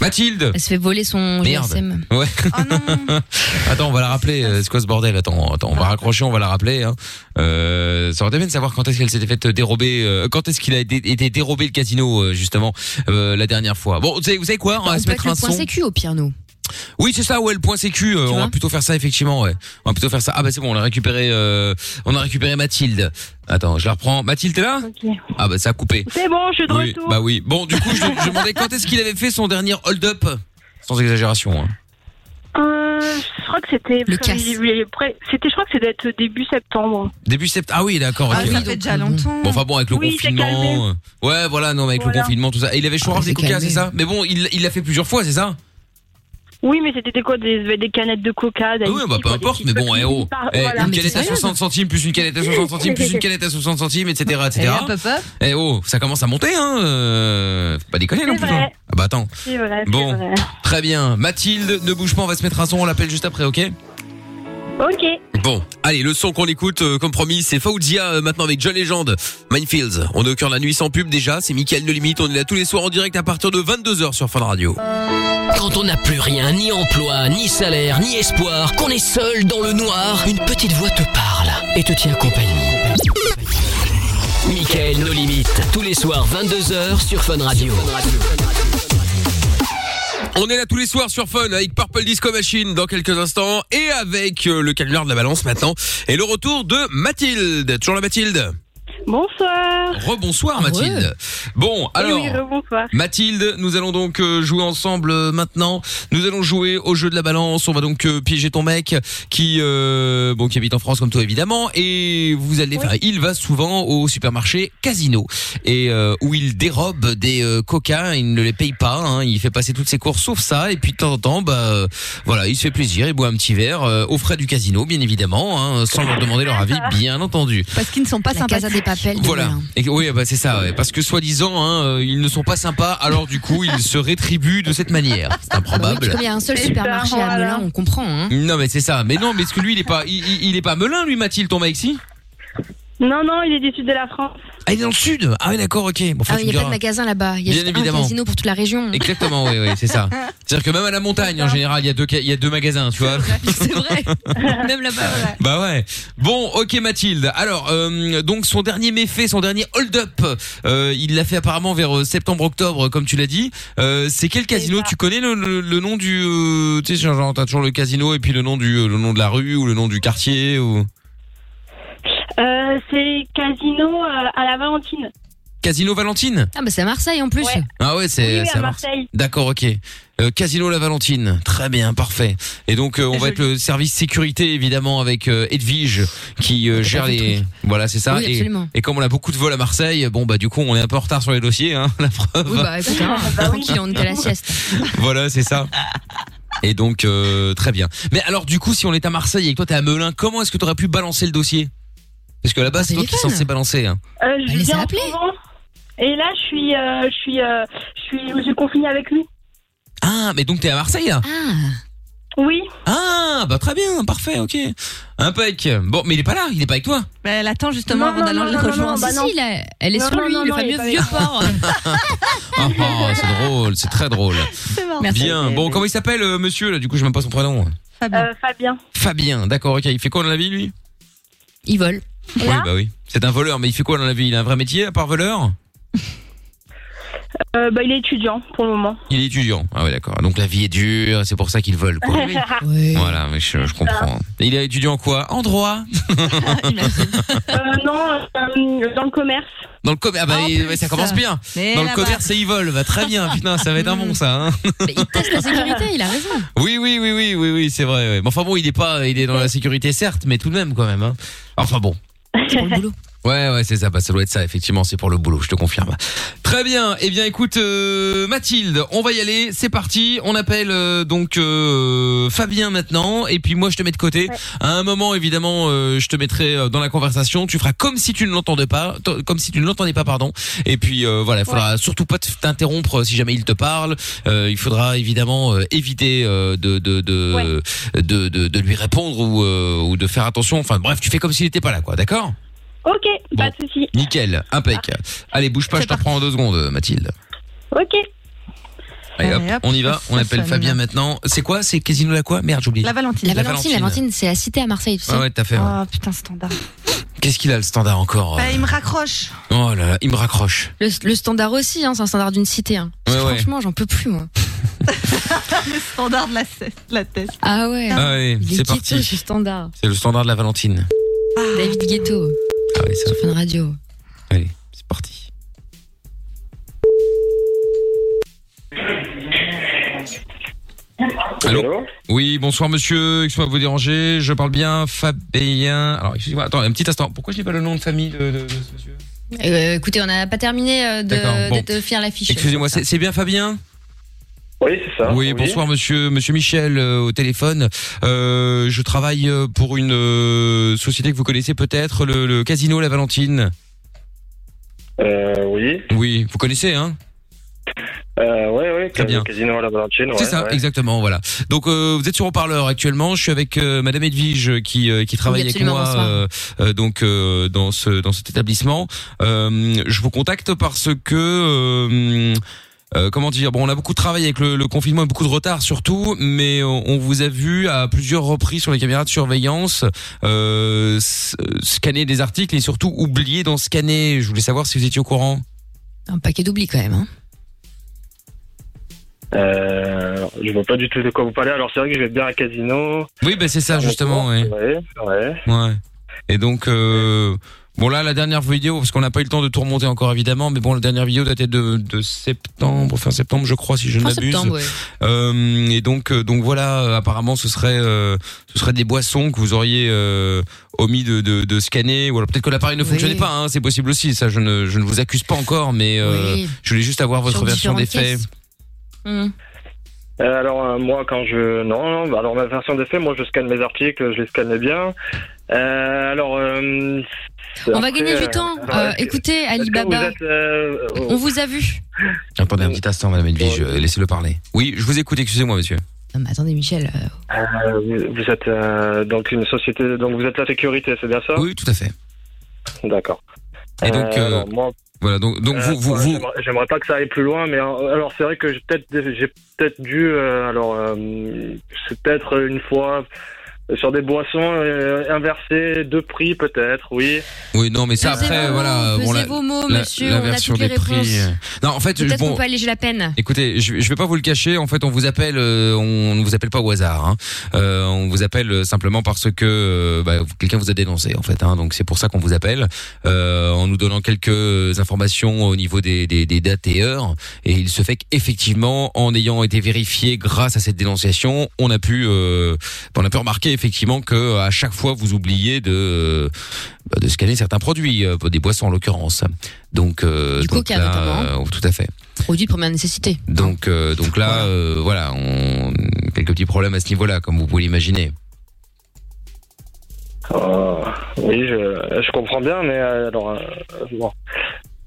Speaker 2: Mathilde
Speaker 4: Elle se fait voler son GSM.
Speaker 2: Merde. Ouais.
Speaker 4: Oh
Speaker 2: attends, on va la rappeler. euh, C'est quoi ce bordel Attends, attends, on
Speaker 4: Ah.
Speaker 2: va raccrocher, on va la rappeler. Hein. Euh, ça aurait été bien de savoir quand est-ce qu'elle s'était faite dérober. euh, quand est-ce qu'il a été, été dérobé le casino euh, justement euh, la dernière fois. Bon, vous savez, vous savez quoi On va
Speaker 4: Bah, On
Speaker 2: se
Speaker 4: peut
Speaker 2: mettre
Speaker 4: être le
Speaker 2: un
Speaker 4: point
Speaker 2: son.
Speaker 4: sécu au pire, nous.
Speaker 2: Oui, c'est ça. Ouais, le point sécu. euh, on va plutôt faire ça effectivement. Ouais. On va plutôt faire ça. Ah bah c'est bon, on a récupéré. euh, on a récupéré Mathilde. Attends, je la reprends. Mathilde, t'es là Ah bah ça a coupé.
Speaker 15: C'est bon, je suis de
Speaker 2: Oui,
Speaker 15: retour.
Speaker 2: bah oui. Bon, du coup, je, je demandais quand est-ce qu'il avait fait son dernier hold-up Sans exagération. Hein.
Speaker 15: Euh, je crois que c'était. parce que il- il- après- C'était, je crois que c'était début septembre.
Speaker 2: Début septembre. Ah oui, d'accord.
Speaker 15: Ah,
Speaker 2: ok.
Speaker 15: ça fait déjà longtemps.
Speaker 2: Bon, enfin bon, avec le
Speaker 15: Oui, c'est
Speaker 2: confinement. euh, Ouais, voilà, non, mais avec le
Speaker 15: Voilà.
Speaker 2: confinement, tout ça. Et il avait
Speaker 15: Ah,
Speaker 2: chourave
Speaker 15: c'est
Speaker 2: des coca,
Speaker 15: calmé.
Speaker 2: c'est ça Mais bon, il il l'a fait plusieurs fois, c'est ça
Speaker 15: Oui, mais c'était des quoi des, des canettes de coca.
Speaker 2: Ah Oui, bah peu importe, mais bon, eh oh.
Speaker 15: par-
Speaker 2: Eh,
Speaker 15: voilà.
Speaker 2: Une
Speaker 15: Mais
Speaker 2: canette
Speaker 15: c'est
Speaker 2: à
Speaker 15: sérieux.
Speaker 2: 60 centimes, plus une canette à 60 centimes, plus une canette à 60 centimes, etc. etc.
Speaker 3: Et hop, hop, hop.
Speaker 2: Eh oh, ça commence à monter, hein euh, Faut pas déconner non
Speaker 15: C'est
Speaker 2: plus.
Speaker 15: vrai.
Speaker 2: hein. Ah bah attends.
Speaker 15: C'est vrai, c'est
Speaker 2: Bon,
Speaker 15: vrai.
Speaker 2: très bien. Mathilde, ne bouge pas, on va se mettre un son, on l'appelle juste après, ok
Speaker 15: Ok.
Speaker 2: Bon, allez, le son qu'on écoute, euh, comme promis, c'est Faouzia euh, maintenant avec John Legend, Minefields. On est au cœur de la nuit sans pub déjà, c'est Mickaël No Limite, on est là tous les soirs en direct à partir de 22h sur Fun Radio.
Speaker 1: Quand on n'a plus rien, ni emploi, ni salaire, ni espoir, qu'on est seul dans le noir, une petite voix te parle et te tient compagnie. Michael, nos limites, tous les soirs 22h sur Fun Radio.
Speaker 2: On est là tous les soirs sur Fun avec Purple Disco Machine dans quelques instants et avec euh, le canular de la balance maintenant et le retour de Mathilde. Toujours la Mathilde
Speaker 15: Bonsoir.
Speaker 2: Rebonsoir Mathilde. Bon, alors
Speaker 15: Oui, rebonsoir.
Speaker 2: Mathilde, nous allons donc euh, jouer ensemble euh, maintenant. Nous allons jouer au jeu de la balance. On va donc euh, piéger ton mec qui euh, bon qui habite en France comme toi évidemment et vous allez enfin, il va souvent au supermarché Casino et euh, où il dérobe des euh, coca, il ne les paye pas, hein. il fait passer toutes ses courses sauf ça et puis de temps en temps bah euh, voilà, il se fait plaisir, il boit un petit verre euh, aux frais du casino bien évidemment hein, sans leur demander leur avis bien entendu.
Speaker 3: Parce qu'ils ne sont pas sympas. des
Speaker 4: papels.
Speaker 2: Voilà. Et, que- oui, bah, c'est ça. ouais. Parce que soi-disant, hein, euh, ils ne sont pas sympas, alors du coup, ils se rétribuent de cette manière.
Speaker 4: Ah
Speaker 2: C'est
Speaker 4: bah
Speaker 2: improbable.
Speaker 4: Comme il y a un seul supermarché à Melun, on comprend. Hein.
Speaker 2: Non, mais c'est ça. Mais non, mais est-ce que lui, il est pas, il, il- il est pas Melun, lui, Mathilde, ton mec, si
Speaker 15: Non, non, il est du sud de la France.
Speaker 2: Ah, il est dans le sud. Ah, oui, d'accord, ok. Bon, enfin,
Speaker 4: Ah,
Speaker 2: tu
Speaker 4: il n'y
Speaker 2: me
Speaker 4: a pas de
Speaker 2: diras.
Speaker 4: magasin là-bas. Il y a
Speaker 2: Bien
Speaker 4: juste
Speaker 2: évidemment.
Speaker 4: un casino pour toute la région.
Speaker 2: Exactement, oui, oui, c'est ça. C'est-à-dire que même à la montagne, en général, il y a deux, ca- il y a deux magasins, tu vois.
Speaker 4: Même là-bas.
Speaker 2: Bah ouais. Bon, ok Mathilde. Alors, euh, donc son dernier méfait, son dernier hold-up, euh, il l'a fait apparemment vers euh, septembre-octobre, comme tu l'as dit. Euh, c'est quel casino Tu connais le, le- le nom du... euh, tu sais, genre, genre, t'as toujours le casino et puis le nom, du, euh, le nom de la rue ou le nom du quartier ou...
Speaker 15: Euh, c'est casino euh, à la Valentine.
Speaker 2: Casino Valentine
Speaker 4: Ah, bah c'est à Marseille en plus.
Speaker 2: Ah ouais, c'est
Speaker 4: Oui,
Speaker 2: c'est
Speaker 4: à
Speaker 2: Marse-
Speaker 4: Marseille.
Speaker 2: D'accord, ok. Euh, Casino La Valentine, très bien, parfait. Et donc euh, on va être le service sécurité évidemment avec euh, Edwige qui euh, gère les. Voilà, c'est ça.
Speaker 4: Oui,
Speaker 2: et,
Speaker 4: absolument.
Speaker 2: et comme on a beaucoup de vols à Marseille, bon bah du coup on est un peu en retard sur les dossiers, hein, la preuve.
Speaker 4: Oui, bah écoute,
Speaker 15: Ah,
Speaker 4: hein, tranquille, on est à la sieste.
Speaker 2: voilà, c'est ça. Et donc euh, très bien. Mais alors du coup, si on est à Marseille et que toi t'es à Melun, comment est-ce que t'aurais pu balancer le dossier Parce que
Speaker 4: Ah,
Speaker 2: là-bas c'est toi qui es censé balancer. Hein.
Speaker 15: Euh, je viens en Provence. Et là, je suis, euh, je suis, euh, je suis, je suis confinée avec lui.
Speaker 2: Ah, mais donc t'es à Marseille là
Speaker 15: Oui.
Speaker 2: Ah, bah très bien, parfait, ok. Impec. Bon, mais il est pas là, il est pas avec toi.
Speaker 3: Bah, elle attend justement
Speaker 4: Non,
Speaker 3: avant
Speaker 4: non,
Speaker 3: d'aller
Speaker 4: non,
Speaker 3: le
Speaker 4: non, non,
Speaker 3: rejoindre.
Speaker 4: bah Si, non. si, là, elle est sur lui, le fameux vieux
Speaker 2: Oh,
Speaker 4: port.
Speaker 2: Ah, ah, c'est drôle, c'est très drôle.
Speaker 3: Merci.
Speaker 2: Bien. Bon, comment il s'appelle, euh, monsieur, là Du coup, je même pas son prénom.
Speaker 15: Euh, Fabien. Fabien.
Speaker 2: Fabien, d'accord, ok. Il fait quoi dans la vie, lui
Speaker 4: Il vole.
Speaker 2: Oui,
Speaker 15: Ah.
Speaker 2: bah oui. C'est un voleur, mais il fait quoi dans la vie Il a un vrai métier, à part voleur
Speaker 15: Euh, bah, il est étudiant pour le moment.
Speaker 2: Il est étudiant. Ah, ouais, d'accord. Donc, la vie est dure, c'est pour ça qu'ils veulent, quoi. Voilà, mais je, je comprends. Et il est étudiant en quoi En droit
Speaker 15: Euh, non, euh, dans le commerce.
Speaker 2: Dans le commerce. Ah, bah,
Speaker 15: Ah, en
Speaker 2: il-
Speaker 15: plus.
Speaker 2: ouais, ça commence bien.
Speaker 15: Mais
Speaker 2: dans le
Speaker 15: là-bas.
Speaker 2: commerce, et ils volent. Bah, très bien, putain, ça va être un bon, ça. hein.
Speaker 4: Teste la sécurité, il a raison.
Speaker 2: Oui, oui, oui, oui, oui, oui, c'est vrai. ouais. Mais enfin bon, il est pas, il est dans la sécurité certes, mais tout de même quand même. Hein. Enfin bon. Ouais, ouais, c'est ça. Bah, ça doit être ça. Effectivement, c'est pour le boulot. Je te confirme. Très bien. Eh bien, écoute, euh, Mathilde, on va y aller. C'est parti. On appelle euh, donc euh, Fabien maintenant. Et puis moi, je te mets de côté. À un moment, évidemment, euh, je te mettrai euh, dans la conversation. Tu feras comme si tu ne l'entendais pas, t- comme si tu ne l'entendais pas, pardon. Et puis euh, voilà, il faudra surtout pas te- t'interrompre euh, si jamais il te parle. Euh, il faudra évidemment euh, éviter euh, de de de, de de de lui répondre ou euh, ou de faire attention. Enfin bref, tu fais comme s'il n'était pas là, quoi. D'accord.
Speaker 15: Ok, pas de souci.
Speaker 2: Nickel, impec. Allez, bouge pas, je te reprends en deux secondes, Mathilde.
Speaker 15: Ok.
Speaker 2: Allez, hop,
Speaker 4: Allez, hop,
Speaker 2: on y va,
Speaker 4: ça
Speaker 2: on appelle
Speaker 4: sonne.
Speaker 2: Fabien maintenant. C'est quoi C'est Casino la quoi Merde, j'oublie.
Speaker 4: La Valentine. La Valentine, la Valentine, c'est la cité à Marseille, tu sais.
Speaker 2: Ah ouais, t'as fait, ouais.
Speaker 4: Ah
Speaker 3: Oh, putain, standard.
Speaker 2: Qu'est-ce qu'il a le standard encore euh
Speaker 4: Bah,
Speaker 3: Il me raccroche.
Speaker 2: Oh là là, il me raccroche.
Speaker 4: Le, le standard aussi, hein, c'est un standard d'une cité. Hein.
Speaker 2: Ouais, ouais.
Speaker 4: Franchement, j'en peux plus, moi.
Speaker 3: le standard de la, se- la tête.
Speaker 4: Ah ouais.
Speaker 2: Ah ouais,
Speaker 4: Il est
Speaker 2: c'est
Speaker 4: ghetto,
Speaker 2: parti.
Speaker 4: ce standard.
Speaker 2: C'est le standard de la Valentine.
Speaker 4: David Ghetto.
Speaker 2: Ah ouais, ça.
Speaker 4: Sur Fun Radio.
Speaker 2: Allez, c'est parti. Allô Oui, bonsoir monsieur, excusez-moi de vous déranger, je parle bien Fabien. Alors, excusez-moi, attends, un petit instant, pourquoi je n'ai pas le nom de famille de, de- de ce monsieur
Speaker 4: Euh, écoutez, on n'a pas terminé euh, de,
Speaker 2: D'accord, bon.
Speaker 4: de, de finir la fiche.
Speaker 2: Excusez-moi, c'est c'est bien Fabien
Speaker 11: Oui, c'est ça.
Speaker 2: Oui, bonsoir monsieur monsieur Michel euh, au téléphone. Euh, je travaille euh, pour une euh, société que vous connaissez peut-être, le, le Casino La Valentine.
Speaker 11: Euh, oui.
Speaker 2: Oui, vous connaissez, hein
Speaker 11: Euh, ouais, ouais,
Speaker 2: Très bien.
Speaker 11: Casino à la Valentine. ouais,
Speaker 2: C'est ça,
Speaker 11: ouais.
Speaker 2: exactement, voilà. Donc euh, vous êtes sur haut-parleur actuellement, je suis avec euh, madame Edwige qui euh, qui travaille
Speaker 11: Oui,
Speaker 2: avec
Speaker 11: absolument,
Speaker 2: moi
Speaker 11: bonsoir.
Speaker 2: euh, euh, donc euh, dans ce dans cet établissement. Euh, je vous contacte parce que euh, euh, comment dire Bon, on a beaucoup travaillé avec le, le confinement et beaucoup de retard surtout, mais on, on vous a vu à plusieurs reprises sur les caméras de surveillance euh, s- euh, scanner des articles et surtout oublier d'en scanner. Je voulais savoir si vous étiez au courant.
Speaker 4: Un paquet d'oubli quand même. Hein.
Speaker 11: Euh, je vois pas du tout de quoi vous parlez. Alors, c'est vrai que je vais bien à Casino. Euh,
Speaker 2: Oui, ben c'est ça justement. ouais.
Speaker 11: Ouais, ouais.
Speaker 2: Ouais. Et donc, euh, Bon là la dernière vidéo parce qu'on n'a pas eu le temps de tout remonter encore évidemment mais bon la dernière vidéo datait de, de septembre fin septembre je crois si je ne
Speaker 16: Fin
Speaker 2: m'abuse
Speaker 16: septembre, ouais.
Speaker 2: Euh, et donc euh, donc voilà euh, apparemment ce serait euh, ce serait des boissons que vous auriez euh, omis de, de, de scanner ou alors peut-être que l'appareil ne
Speaker 5: Oui.
Speaker 2: fonctionnait pas hein, c'est possible aussi ça je ne je ne vous accuse pas encore mais euh,
Speaker 5: Oui.
Speaker 2: je voulais juste avoir votre
Speaker 5: Sur
Speaker 2: version des
Speaker 5: différentes
Speaker 2: faits
Speaker 5: caisses.
Speaker 11: Euh, alors euh, moi quand je non, non, alors ma version des faits, moi je scanne mes articles, je les scanne bien. Euh, alors euh,
Speaker 4: On va
Speaker 11: après,
Speaker 4: gagner
Speaker 11: euh,
Speaker 4: du temps.
Speaker 11: alors,
Speaker 4: Euh,
Speaker 11: est-ce que-
Speaker 4: écoutez,
Speaker 11: est-ce que vous
Speaker 4: Alibaba,
Speaker 11: êtes, euh, oh,
Speaker 4: on vous a vu.
Speaker 2: attendez un petit instant madame Edwige euh, laissez-le parler oui je vous écoute excusez-moi monsieur
Speaker 4: Non, mais attendez, Michel. euh,
Speaker 11: euh, vous- vous êtes euh, donc une société, donc vous êtes la sécurité, c'est bien ça
Speaker 2: Oui, tout à fait.
Speaker 11: D'accord.
Speaker 2: Et donc, euh,
Speaker 11: alors, moi,
Speaker 2: voilà donc donc
Speaker 11: Euh,
Speaker 2: vous vous,
Speaker 11: ouais,
Speaker 2: vous-
Speaker 11: j'aimerais- J'aimerais pas que ça aille plus loin, mais euh, alors c'est vrai que j'ai peut-être j'ai peut-être dû euh, alors euh, c'est peut-être une fois euh, sur des boissons euh, inverser deux prix peut-être, oui.
Speaker 2: Oui, non, mais ça
Speaker 11: Pesez
Speaker 2: après,
Speaker 11: vos
Speaker 2: voilà. euh,
Speaker 4: mots,
Speaker 2: bon, la,
Speaker 4: pesez vos mots,
Speaker 2: la-
Speaker 4: monsieur,
Speaker 2: la
Speaker 4: on a
Speaker 2: version
Speaker 4: toutes les
Speaker 2: des prix.
Speaker 4: réponses.
Speaker 2: euh, Non, en fait,
Speaker 4: Peut-être
Speaker 2: bon.
Speaker 4: qu'on peut alléger la peine.
Speaker 2: Écoutez, je, je vais pas vous le cacher. En fait, on vous appelle, euh, on ne vous appelle pas au hasard. hein. Euh, on vous appelle simplement parce que euh, bah, quelqu'un vous a dénoncé, en fait. hein. donc c'est pour ça qu'on vous appelle, euh, en nous donnant quelques informations au niveau des, des, des dates et heures. Et il se fait qu'effectivement, en ayant été vérifié grâce à cette dénonciation, on a pu, euh, on a pu remarquer effectivement que à chaque fois vous oubliez de euh, bah, de scanner certains produits, euh, des boissons en l'occurrence. Donc, euh,
Speaker 4: Du
Speaker 2: donc
Speaker 4: coca,
Speaker 2: là,
Speaker 4: notamment.
Speaker 2: euh, tout à fait.
Speaker 4: Produit de première nécessité.
Speaker 2: Donc, euh, donc là, euh, voilà, on... quelques petits problèmes à ce niveau-là, comme vous pouvez l'imaginer.
Speaker 11: Euh, oui, je, je comprends bien, mais euh, alors euh, bon.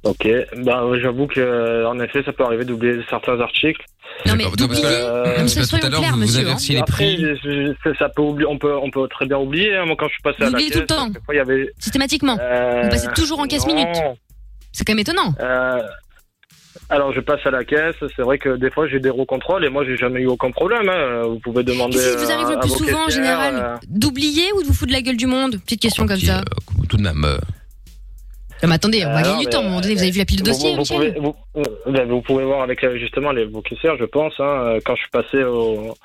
Speaker 11: Ok, ben j'avoue que euh, en effet ça peut arriver d'oublier certains articles.
Speaker 4: Non mais
Speaker 2: d'oublier,
Speaker 11: euh,
Speaker 4: comme ça, parce que soyons tout à l'heure, clairs, vous- vous monsieur, aversiez hein. les
Speaker 11: Après, je- je- ça peut oublier, on peut on peut très bien oublier. hein. Moi quand je suis passé à la
Speaker 4: Oubliez tout le
Speaker 11: caisse,
Speaker 4: temps.
Speaker 11: des fois, il y avait
Speaker 4: Systématiquement.
Speaker 11: Euh,
Speaker 4: On passait toujours en 15
Speaker 11: non.
Speaker 4: minutes. C'est quand même étonnant.
Speaker 11: Euh, alors je passe à la caisse, c'est vrai que des fois j'ai des recontrôles et moi j'ai jamais eu aucun problème. hein. Vous pouvez demander.
Speaker 4: Qu'est-ce qui vous arrive
Speaker 11: euh,
Speaker 4: le
Speaker 11: à
Speaker 4: plus
Speaker 11: vos
Speaker 4: souvent en
Speaker 11: caissières,
Speaker 4: général D'oublier ou de vous foutre de la gueule du monde Petite
Speaker 2: Oh,
Speaker 4: question comme ça.
Speaker 2: Tout de même. euh,
Speaker 4: Non, mais attendez, on va
Speaker 11: Ah,
Speaker 4: gagner
Speaker 11: non,
Speaker 4: du
Speaker 11: mais,
Speaker 4: temps. À un moment donné, vous avez vu la pile de
Speaker 11: Vous-
Speaker 4: dossiers,
Speaker 11: vous,
Speaker 4: Michel
Speaker 11: pouvez, vous, euh, ben, vous pouvez voir avec euh, justement les bouquissières, je pense. hein, euh, quand je suis passé au.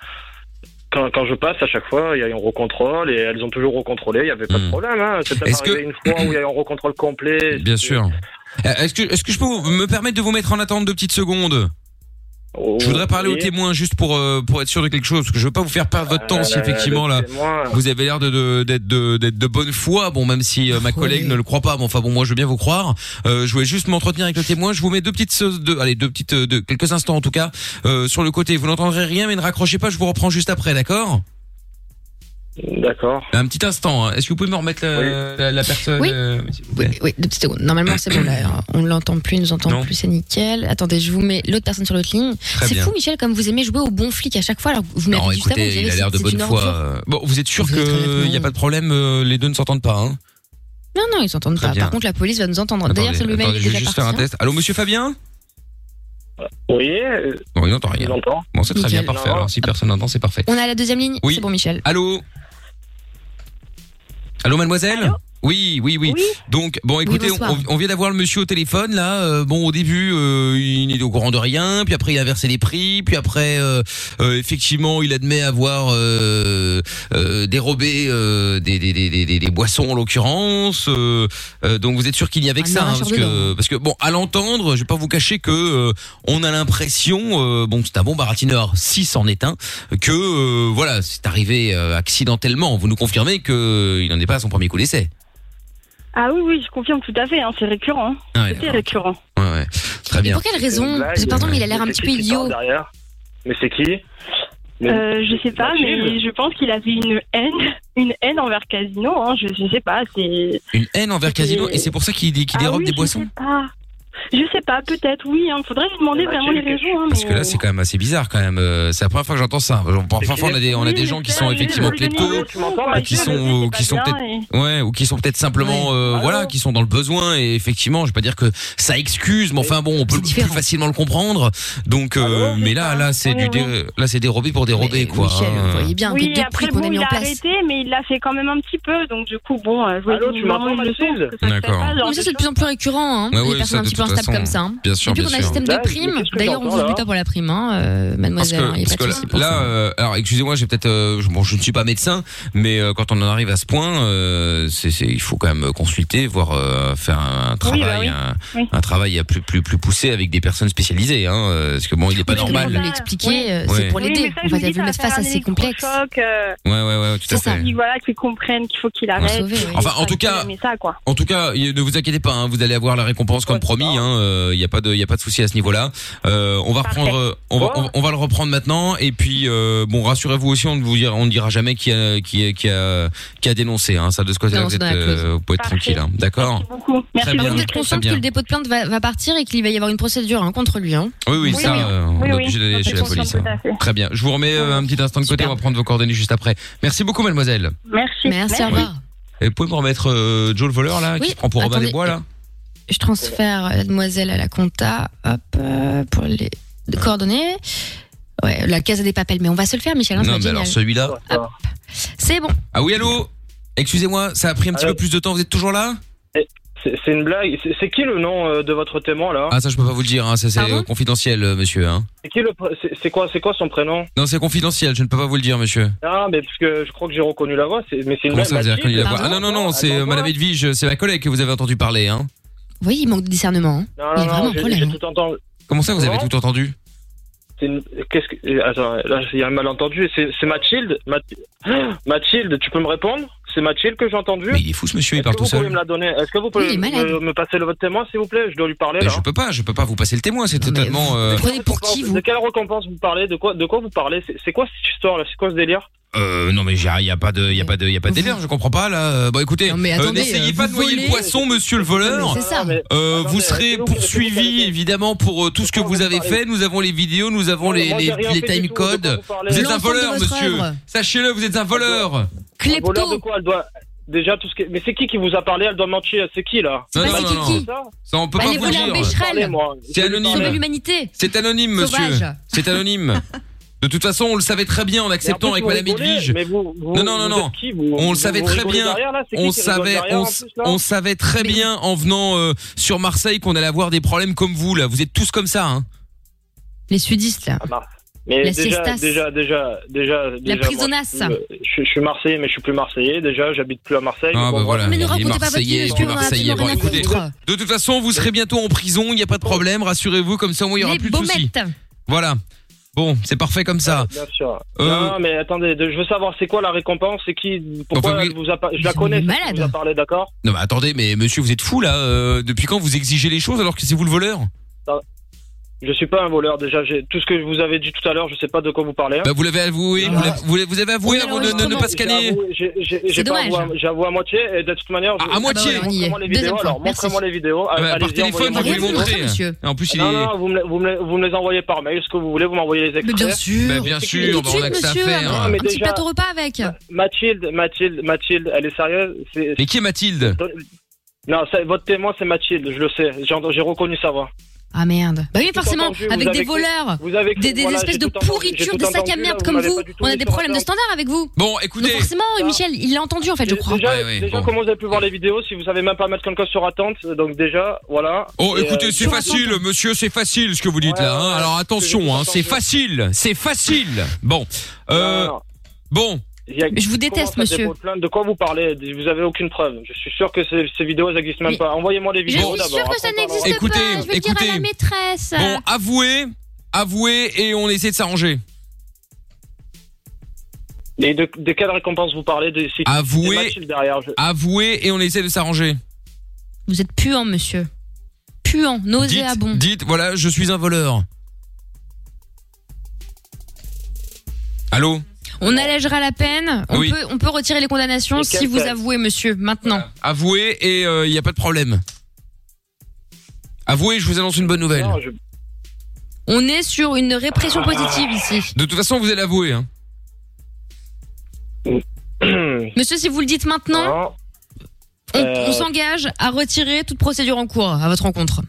Speaker 11: Quand, quand je passe, à chaque fois, il y a un recontrôle et elles ont toujours recontrôlé, il n'y avait pas de problème. Hein. C'est peut-être
Speaker 2: Hmm. Est-ce
Speaker 11: arrivé une fois où il y a eu un recontrôle complet.
Speaker 2: Bien sûr. Euh, Est-ce que, est-ce que je peux vous- me permettre de vous mettre en attente deux petites secondes je voudrais parler aux
Speaker 11: Oh, oui.
Speaker 2: témoins juste pour euh, pour être sûr de quelque chose parce que je veux pas vous faire perdre votre temps si
Speaker 11: Euh,
Speaker 2: effectivement
Speaker 11: le
Speaker 2: là
Speaker 11: témoin.
Speaker 2: vous avez l'air de de- d'être de d'être de bonne foi bon même si euh, ma collègue ne le croit pas bon enfin bon moi je veux bien vous croire Euh, je voulais juste m'entretenir avec le témoin je vous mets deux petites se- deux allez deux petites euh, deux- quelques instants en tout cas euh, sur le côté vous n'entendrez rien mais ne raccrochez pas je vous reprends juste après d'accord
Speaker 11: D'accord.
Speaker 2: un petit instant hein. est-ce que vous pouvez me remettre la, la- la personne
Speaker 4: Oui.
Speaker 2: euh, s'il vous plaît
Speaker 4: Oui, deux petites secondes. Normalement, c'est bon, là, on l'entend plus, il nous entend plus, c'est nickel. Attendez, je vous mets l'autre personne sur l'autre ligne.
Speaker 2: Très
Speaker 4: C'est
Speaker 2: bien.
Speaker 4: fou, Michel, comme vous aimez jouer au bon flic à chaque fois. Alors, que vous me l'avez
Speaker 2: non
Speaker 4: dit juste avant, vous
Speaker 2: écoutez il
Speaker 4: savez,
Speaker 2: a l'air
Speaker 4: c'est-
Speaker 2: de
Speaker 4: c'est
Speaker 2: bonne
Speaker 4: une ordure.
Speaker 2: foi euh. bon vous êtes sûr
Speaker 4: Vous êtes
Speaker 2: que il y a pas de problème euh, les deux ne s'entendent pas hein
Speaker 4: Non, non, ils s'entendent
Speaker 2: Très
Speaker 4: pas.
Speaker 2: bien.
Speaker 4: Par contre, la police va nous entendre. D'ailleurs, c'est
Speaker 2: Attendez,
Speaker 4: le mail
Speaker 2: attendez,
Speaker 4: est
Speaker 2: je vais
Speaker 4: déjà
Speaker 2: juste
Speaker 4: parti.
Speaker 2: faire un test. Allô, monsieur Fabien
Speaker 11: Oui.
Speaker 2: Bon, il n'entend rien. Bon, c'est très bien, parfait. Alors, si personne n'entend, c'est parfait.
Speaker 4: On a la deuxième ligne
Speaker 2: Oui.
Speaker 4: C'est bon, Michel.
Speaker 2: Allô Allô, mademoiselle oui, oui, oui, Donc, bon, écoutez,
Speaker 4: bonsoir.
Speaker 2: on, on vient d'avoir le monsieur au téléphone, là. Euh, bon, au début, euh, il n'est au courant de rien, puis après, il a versé les prix, puis après, euh, euh, effectivement, il admet avoir euh, euh, dérobé euh, des, des, des, des, des- des boissons, en l'occurrance. Euh, euh, donc, vous êtes sûr qu'il n'y avait que
Speaker 5: Un
Speaker 2: ça, hein,
Speaker 5: arracheur
Speaker 2: parce
Speaker 5: de
Speaker 2: que
Speaker 5: dents.
Speaker 2: euh, parce que bon, à l'entendre, je vais pas vous cacher que euh, on a l'impression, euh, bon, c'est un bon baratineur, si c'en est un, que euh, voilà, c'est arrivé euh, accidentellement. Vous nous confirmez que euh, il n'en est pas à son premier coup d'essai.
Speaker 15: Ah oui, oui, je confirme tout à fait, hein, c'est récurrent.
Speaker 2: Ah ouais,
Speaker 15: C'était récurrent.
Speaker 2: Ouais, ouais. Très bien.
Speaker 4: Pour quelle raison
Speaker 11: blague.
Speaker 4: Parce que, Pardon, mais il a l'air un petit peu idiot.
Speaker 11: derrière. Mais c'est qui Mais-
Speaker 15: Euh, je sais pas, mais
Speaker 11: Mathilde
Speaker 15: je pense qu'il avait une haine, une haine envers Casino, hein, je, je sais pas, c'est...
Speaker 2: Une haine envers Casino, et c'est pour ça qu'il qu'il
Speaker 15: Ah
Speaker 2: dérobe
Speaker 15: oui,
Speaker 2: des
Speaker 15: je
Speaker 2: boissons.
Speaker 15: sais pas. Je sais pas, peut-être, oui, hein, faudrait lui demander vraiment les raisons. hein,
Speaker 2: Parce que
Speaker 15: mais-
Speaker 2: là, c'est quand même assez bizarre, quand même. Euh, C'est la première fois que j'entends ça. Genre, Parfois, on a des, on a des gens qui sont effectivement kleptos, ou qui sont, ou qui sont peut-être, ouais, ou qui sont peut-être simplement, euh, voilà, qui sont dans le besoin. Et effectivement, je vais pas dire que ça excuse, mais enfin bon, on peut plus facilement le comprendre. Donc, euh, mais là, là, c'est du, dé- là, c'est dérobé pour dérober, quoi. hein.
Speaker 4: bien
Speaker 15: oui,
Speaker 4: les deux prix
Speaker 15: après,
Speaker 4: qu'on
Speaker 15: bon,
Speaker 4: a mis
Speaker 15: il
Speaker 4: en
Speaker 15: a
Speaker 4: place.
Speaker 15: arrêté, mais il l'a fait quand même un petit peu, donc du coup, bon, euh, je voulais
Speaker 4: Allô,
Speaker 15: lui
Speaker 4: tu m'entends,
Speaker 15: demander une leçon, parce que ça se fait
Speaker 2: D'accord.
Speaker 15: pas, genre,
Speaker 4: Mais ça, c'est de plus en plus récurrent. Hein.
Speaker 2: Ouais,
Speaker 4: les
Speaker 2: ouais,
Speaker 4: personnes
Speaker 2: ça,
Speaker 4: un
Speaker 2: de
Speaker 4: petit peu
Speaker 2: toute
Speaker 4: instable
Speaker 2: façon.
Speaker 4: comme ça. hein.
Speaker 2: Bien sûr,
Speaker 4: Depuis
Speaker 2: bien
Speaker 4: qu'on a un
Speaker 2: sûr.
Speaker 4: système de
Speaker 2: Là,
Speaker 4: primes,
Speaker 2: Bah, qu'est-ce que
Speaker 4: d'ailleurs, on
Speaker 2: t'entends,
Speaker 4: vous
Speaker 2: là
Speaker 4: plutôt pour la prime, hein, euh, mademoiselle. hein, il y a
Speaker 2: parce
Speaker 4: pas de
Speaker 2: que
Speaker 4: souci pour
Speaker 2: là,
Speaker 4: ça.
Speaker 2: euh, alors excusez-moi, j'ai peut-être, euh, je- bon, je ne suis pas médecin, mais euh, quand on en arrive à ce point, euh, c'est, c'est- il faut quand même consulter, voir euh, faire un travail,
Speaker 17: bah oui.
Speaker 2: un,
Speaker 17: Oui.
Speaker 2: un travail à plus plus plus poussé avec des personnes spécialisées, hein, euh, parce que bon, il n'est pas
Speaker 4: Parce que
Speaker 2: normal.
Speaker 4: Vous l'expliquer, euh,
Speaker 2: Ouais.
Speaker 4: c'est pour
Speaker 2: Oui,
Speaker 4: l'aider.
Speaker 15: mais ça,
Speaker 4: On
Speaker 15: je
Speaker 4: va
Speaker 15: me dis,
Speaker 4: le
Speaker 15: ça va
Speaker 4: mettre face
Speaker 15: faire
Speaker 4: à
Speaker 15: un
Speaker 4: ses complexes.
Speaker 15: électrochoc, euh,
Speaker 2: Ouais, ouais, ouais, tout à fait.
Speaker 15: qui, voilà, qu'ils comprennent qu'il faut qu'il arrête.
Speaker 2: Enfin, en tout cas-
Speaker 15: Mais ça, quoi.
Speaker 2: En tout cas, y- ne vous inquiétez pas, hein, vous allez avoir la récompense comme promis. Il hein, euh, y a pas de, y a pas de souci à ce niveau-là. Euh, on va reprendre, euh, on va, on, on va le reprendre maintenant. Et puis, euh, bon, rassurez-vous aussi, on ne vous dira, on ne dira jamais qui a, qui a, qui a, qui a dénoncé. Hein, ça de ce côté-là,
Speaker 4: Non,
Speaker 2: vous,
Speaker 4: c'est
Speaker 2: êtes,
Speaker 4: dans la clause.
Speaker 2: euh, vous pouvez être tranquille. hein, D'accord.
Speaker 15: Beaucoup.
Speaker 2: Merci
Speaker 4: Par
Speaker 2: bien.
Speaker 4: contre, vous êtes
Speaker 2: Très
Speaker 4: consciente que
Speaker 2: bien.
Speaker 4: le dépôt de plainte va, va partir et qu'il va y avoir une procédure hein, contre lui. Hein.
Speaker 2: Oui, oui, ça,
Speaker 4: oui.
Speaker 2: euh, on
Speaker 4: Oui,
Speaker 2: est
Speaker 4: oui,
Speaker 2: obligé d'aller
Speaker 4: on
Speaker 2: chez
Speaker 4: fait
Speaker 2: la
Speaker 4: conscience,
Speaker 2: police. hein.
Speaker 4: tout à fait.
Speaker 2: Très bien. Je vous remets euh, un petit instant de côté. On va prendre vos coordonnées juste après. Merci beaucoup, mademoiselle.
Speaker 15: Merci.
Speaker 4: Merci, au revoir.
Speaker 2: Et vous pouvez me remettre euh, Joe le voleur là,
Speaker 4: Oui,
Speaker 2: qui se prend pour Robin des
Speaker 4: attendez.
Speaker 2: Bois là.
Speaker 4: Je transfère la demoiselle à la compta. Hop, euh, pour les coordonnées. Ouais, la case des papels. Mais on va se le faire, Michel. hein, ça va
Speaker 2: non,
Speaker 4: être
Speaker 2: mais alors
Speaker 4: génial.
Speaker 2: celui-là.
Speaker 4: C'est bon.
Speaker 2: Ah oui, allô Excusez-moi, ça a pris un petit peu plus de temps, vous êtes toujours là
Speaker 11: Euh, C'est c'est une blague. C'est- C'est qui le nom euh, de votre témoin là
Speaker 2: Ah ça je peux pas vous le dire, hein, ça, c'est euh, confidentiel euh, monsieur. hein.
Speaker 11: C'est qui le pr- c'est- C'est quoi C'est quoi son prénom
Speaker 2: Non c'est confidentiel, je ne peux pas vous le dire monsieur.
Speaker 11: Ah mais parce que je crois que j'ai reconnu la voix. c'est- Mais c'est une
Speaker 2: Comment ça
Speaker 18: bah
Speaker 11: blague.
Speaker 2: vous avez reconnu la voix Ah
Speaker 11: Mathilde
Speaker 2: non non non, c'est euh,
Speaker 11: Attends,
Speaker 2: Madame Edwige, c'est la collègue que vous avez entendu parler. Hein.
Speaker 4: Oui, il manque de discernement. hein.
Speaker 11: Non,
Speaker 2: Ah,
Speaker 4: il y a
Speaker 11: non,
Speaker 4: vraiment
Speaker 11: non,
Speaker 4: un
Speaker 11: j'ai-
Speaker 4: problème.
Speaker 11: j'ai tout entendu.
Speaker 2: Comment ça vous avez tout entendu
Speaker 11: C'est une- Qu'est-ce que... euh, Attends, là, il y a un malentendu. C'est c'est Mathilde Math- Mathilde, tu peux me répondre C'est Mathilde que j'ai entendu
Speaker 2: Mais il est fou ce monsieur, il
Speaker 11: Est-ce
Speaker 18: Bah,
Speaker 2: parle tout
Speaker 11: que vous pouvez
Speaker 2: seul.
Speaker 11: me la donner Est-ce que vous pouvez me, me passer le votre témoin, s'il vous plaît Je dois lui parler,
Speaker 2: Mais
Speaker 11: là.
Speaker 2: je peux pas, je peux pas vous passer le témoin, c'est totalement... euh,
Speaker 11: pour qui, vous De quelle récompense vous parlez De quoi, de quoi vous parlez C'est- C'est quoi cette histoire-là C'est quoi ce délire
Speaker 2: euh, non mais il y a pas de, y a pas de, y a pas de délire, je comprends pas là. Euh, Bon écoutez, euh,
Speaker 18: attendez,
Speaker 2: n'essayez
Speaker 18: euh,
Speaker 2: pas de
Speaker 18: vous
Speaker 2: noyer le
Speaker 18: volez-
Speaker 2: poisson, monsieur le voleur.
Speaker 18: C'est ça.
Speaker 2: Euh, vous
Speaker 18: mais
Speaker 2: serez poursuivi évidemment pour euh, tout ce que vous avez fait. Nous avons les vidéos, nous avons les,
Speaker 18: moi, j'ai
Speaker 2: les,
Speaker 18: rien fait
Speaker 2: les
Speaker 18: du tout,
Speaker 2: time
Speaker 18: de quoi
Speaker 2: codes.
Speaker 18: vous parlez
Speaker 2: Vous êtes un
Speaker 18: L'ensemble de
Speaker 2: voleur,
Speaker 18: votre
Speaker 2: monsieur.
Speaker 18: œuvre.
Speaker 2: Sachez-le, vous êtes un voleur.
Speaker 11: Clepto de quoi elle doit... Déjà, tout ce que... Mais c'est qui qui vous a parlé Elle doit mentir. C'est qui, là
Speaker 2: Non, non, non, non. Ça, on peut
Speaker 11: Bah,
Speaker 2: pas
Speaker 11: les
Speaker 2: vous
Speaker 11: voleurs
Speaker 2: le dire.
Speaker 11: Becherel.
Speaker 2: C'est
Speaker 4: Sauver
Speaker 2: anonyme.
Speaker 4: l'humanité.
Speaker 2: C'est anonyme, monsieur.
Speaker 4: Sauvage.
Speaker 2: C'est anonyme. De toute façon, on le savait très bien en acceptant
Speaker 11: Mais en
Speaker 2: avec Madame
Speaker 11: plus, vous rigolez,
Speaker 2: Edwige.
Speaker 11: mais vous- vous-
Speaker 2: non, non, non,
Speaker 11: vous
Speaker 2: non.
Speaker 11: êtes qui, vous
Speaker 2: on
Speaker 11: Vous-
Speaker 2: le savait
Speaker 11: vous
Speaker 2: très
Speaker 11: rigolez
Speaker 2: bien.
Speaker 11: derrière, là C'est qui
Speaker 2: On
Speaker 11: qui rigole
Speaker 2: savait,
Speaker 11: derrière,
Speaker 2: on,
Speaker 11: en
Speaker 2: s-
Speaker 11: plus, là
Speaker 2: on savait très bien en venant euh, sur Marseille qu'on allait avoir des problèmes comme vous là. Vous êtes tous comme ça. Hein.
Speaker 4: Les sudistes, là.
Speaker 11: Ah bah, Mais
Speaker 4: La
Speaker 11: déjà,
Speaker 4: siestasse.
Speaker 11: déjà, déjà, déjà, déjà, moi,
Speaker 4: prisonnasse.
Speaker 11: je, suis plus- je suis- je suis marseillais, mais je suis plus marseillais. Déjà, j'habite plus à Marseille.
Speaker 2: Ah, bah voilà.
Speaker 11: Mais
Speaker 2: Il est Marseillais, il est Marseillais. Bon, écoutez, de toute façon, vous serez bientôt en prison. Il n'y a pas de problème. Rassurez-vous, comme ça, au moins, il n'y aura plus de soucis. Voilà. Bon, c'est parfait comme ça.
Speaker 11: Bien sûr.
Speaker 2: Euh,
Speaker 11: Non, mais attendez, de- je veux savoir c'est quoi la récompense, c'est qui, pourquoi elle vous a, pas- je la connais, celle qui vous a parlé, d'accord
Speaker 2: Non mais attendez, mais monsieur, vous êtes fou là. euh, depuis quand vous exigez les choses alors que c'est vous le voleur
Speaker 11: Je suis pas un voleur. Déjà, j'ai- tout ce que vous avez dit tout à l'heure, je sais pas de quoi vous parlez. hein.
Speaker 2: Bah vous l'avez avoué, vous l'avez- vous l'avez- vous avez avoué
Speaker 11: Oui,
Speaker 2: avant de ne- ne pas
Speaker 11: j'ai
Speaker 2: scanner.
Speaker 11: avoué, j'ai- j'ai-
Speaker 2: C'est
Speaker 11: J'ai pas
Speaker 2: dommage.
Speaker 11: avoué à- j'ai avoué à moitié et de toute manière, je-
Speaker 2: à moitié. Ah bah voilà, on y est.
Speaker 11: Montrez-moi les
Speaker 2: Deuxième
Speaker 11: vidéos.
Speaker 2: fois,
Speaker 11: Alors,
Speaker 2: merci.
Speaker 11: montrez-moi les vidéos.
Speaker 2: Ah bah,
Speaker 11: Allez-y,
Speaker 2: par téléphone,
Speaker 11: envoyez-moi
Speaker 2: vous pouvez
Speaker 11: les
Speaker 2: les
Speaker 11: vidéos.
Speaker 2: montrer. Monsieur. En plus, il
Speaker 11: non,
Speaker 2: est-
Speaker 11: non, vous me, les- vous, me, les- vous me les envoyez par mail, ce que vous voulez, vous m'envoyez les extraits.
Speaker 2: Bah, bien sûr, bah, on a que ça à faire.
Speaker 11: Non, mais déjà,
Speaker 4: repas avec.
Speaker 11: Mathilde, Mathilde, Mathilde, elle est sérieuse. C'est-
Speaker 2: Mais qui est Mathilde
Speaker 11: Non, ça- votre témoin, c'est Mathilde, je le sais. J'ai ent- j'ai reconnu sa voix.
Speaker 4: Ah merde. Bah oui,
Speaker 11: J'ai tout
Speaker 4: forcément,
Speaker 11: entendu, vous
Speaker 4: avec
Speaker 11: avez
Speaker 4: des
Speaker 11: cru-
Speaker 4: voleurs,
Speaker 11: vous avez cru-
Speaker 4: des, des
Speaker 11: voilà,
Speaker 4: espèces
Speaker 11: j'ai
Speaker 4: de
Speaker 11: tout entendu,
Speaker 4: pourriture,
Speaker 11: j'ai
Speaker 4: des
Speaker 11: tout
Speaker 4: sacs à
Speaker 11: entendu, là,
Speaker 4: merde
Speaker 11: vous
Speaker 4: comme
Speaker 11: m'avez
Speaker 4: vous.
Speaker 11: pas du tout
Speaker 4: On a
Speaker 11: mis
Speaker 4: des
Speaker 11: sur
Speaker 4: problèmes de
Speaker 11: la
Speaker 4: standard avec vous.
Speaker 2: Bon, écoutez.
Speaker 4: Donc forcément, Michel, il l'a entendu en fait, je crois.
Speaker 11: Ah. Déjà, déjà comment vous avez pu voir les vidéos si vous savez même pas mettre quelqu'un sur attente Donc, déjà, voilà.
Speaker 2: Oh,
Speaker 11: Et,
Speaker 2: écoutez,
Speaker 11: euh,
Speaker 2: c'est facile, monsieur, c'est facile ce que vous dites là. hein. Alors attention, hein, c'est facile, c'est facile. Bon, euh, bon.
Speaker 11: Il y a-
Speaker 4: Je vous déteste,
Speaker 11: Comment ça,
Speaker 4: monsieur.
Speaker 11: dépôt de plainte De quoi vous parlez Vous avez aucune preuve. Je suis sûr que ces, ces vidéos, elles n'existent même pas. Envoyez-moi les
Speaker 4: Je
Speaker 11: vidéos
Speaker 4: suis
Speaker 11: d'abord.
Speaker 4: sûre que ça
Speaker 11: après, on parlera.
Speaker 4: n'existe pas.
Speaker 2: Écoutez,
Speaker 4: Bah, Je vais le dire à
Speaker 2: écoutez.
Speaker 4: la maîtresse.
Speaker 2: Bon, avouez, avouez et on essaie de s'arranger.
Speaker 11: Et de, de quelle récompense vous parlez de, si,
Speaker 2: Avouez. Ah.
Speaker 11: c'est Mathilde derrière. je-
Speaker 2: Avouez et on essaie de s'arranger.
Speaker 4: Vous êtes puant, monsieur. Puant, nauséabond.
Speaker 2: Dites, voilà, je suis un voleur. Allô
Speaker 4: On allégera la peine. On,
Speaker 2: Oui.
Speaker 4: peut, on peut retirer les condamnations
Speaker 2: Mais
Speaker 4: si
Speaker 2: quelle
Speaker 4: vous
Speaker 2: peine
Speaker 4: avouez, monsieur, maintenant.
Speaker 2: Avouez et il n'y a pas de problème. Avouez, je vous annonce une bonne nouvelle.
Speaker 4: On est sur une répression positive ici.
Speaker 2: De toute façon, vous allez avouer. Hein.
Speaker 4: Monsieur, si vous le dites maintenant, on,
Speaker 2: Euh.
Speaker 4: on s'engage à retirer toute procédure en cours à votre rencontre.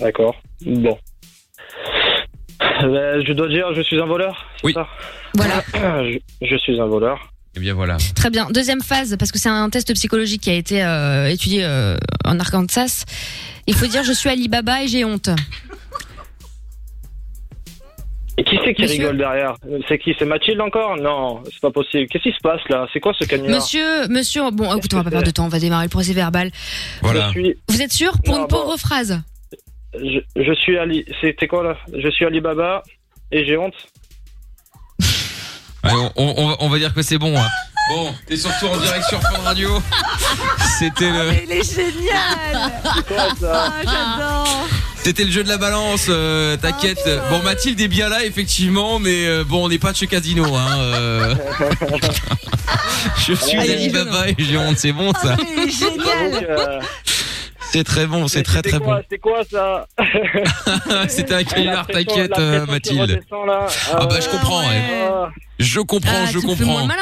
Speaker 11: D'accord. Bon. Euh, je dois dire, je suis un voleur. Oui.
Speaker 2: Ça
Speaker 11: voilà. Je, je suis un voleur.
Speaker 2: Eh bien voilà.
Speaker 4: Très bien. Deuxième phase, parce que c'est un test psychologique qui a été euh, étudié euh, en Arkansas. Il faut dire je suis Alibaba et j'ai honte.
Speaker 11: Et qui c'est qui
Speaker 4: Monsieur.
Speaker 11: rigole derrière Euh, C'est qui C'est Mathilde encore Non, c'est pas possible. Qu'est-ce qui se passe là C'est quoi ce canular
Speaker 4: Monsieur, monsieur, bon, écoutez, on va pas perdre de temps, on va démarrer le procès verbal.
Speaker 11: Voilà. Je suis,
Speaker 4: Vous êtes sûr pour une pauvre phrase
Speaker 11: je, je suis Ali. C'était quoi là Je suis Alibaba et j'ai honte.
Speaker 2: Allez, on, on- on va- on va dire que c'est bon. hein. Bon, t'es surtout en direct sur Fun Radio. C'était le,
Speaker 3: Il est génial Ah, j'adore
Speaker 2: c'était le jeu de la balance. euh, T'inquiète.
Speaker 11: Ah,
Speaker 2: bon, Mathilde est bien là effectivement, mais euh, bon, on n'est pas de chez Casino. Hein, euh. Je suis
Speaker 11: Ah, il est
Speaker 2: Alibaba et j'ai honte. C'est bon ça.
Speaker 11: mais génial
Speaker 2: C'est très bon. C'est très très bon.
Speaker 11: euh, C'est quoi ça
Speaker 2: C'était un canular.
Speaker 11: La pression-
Speaker 2: T'inquiète,
Speaker 11: la
Speaker 2: euh,
Speaker 11: pression qui
Speaker 2: Mathilde.
Speaker 11: redescend, là.
Speaker 2: Ah bah je comprends. ouais. Je
Speaker 3: Ah,
Speaker 2: comprends. Je comprends.
Speaker 3: Mais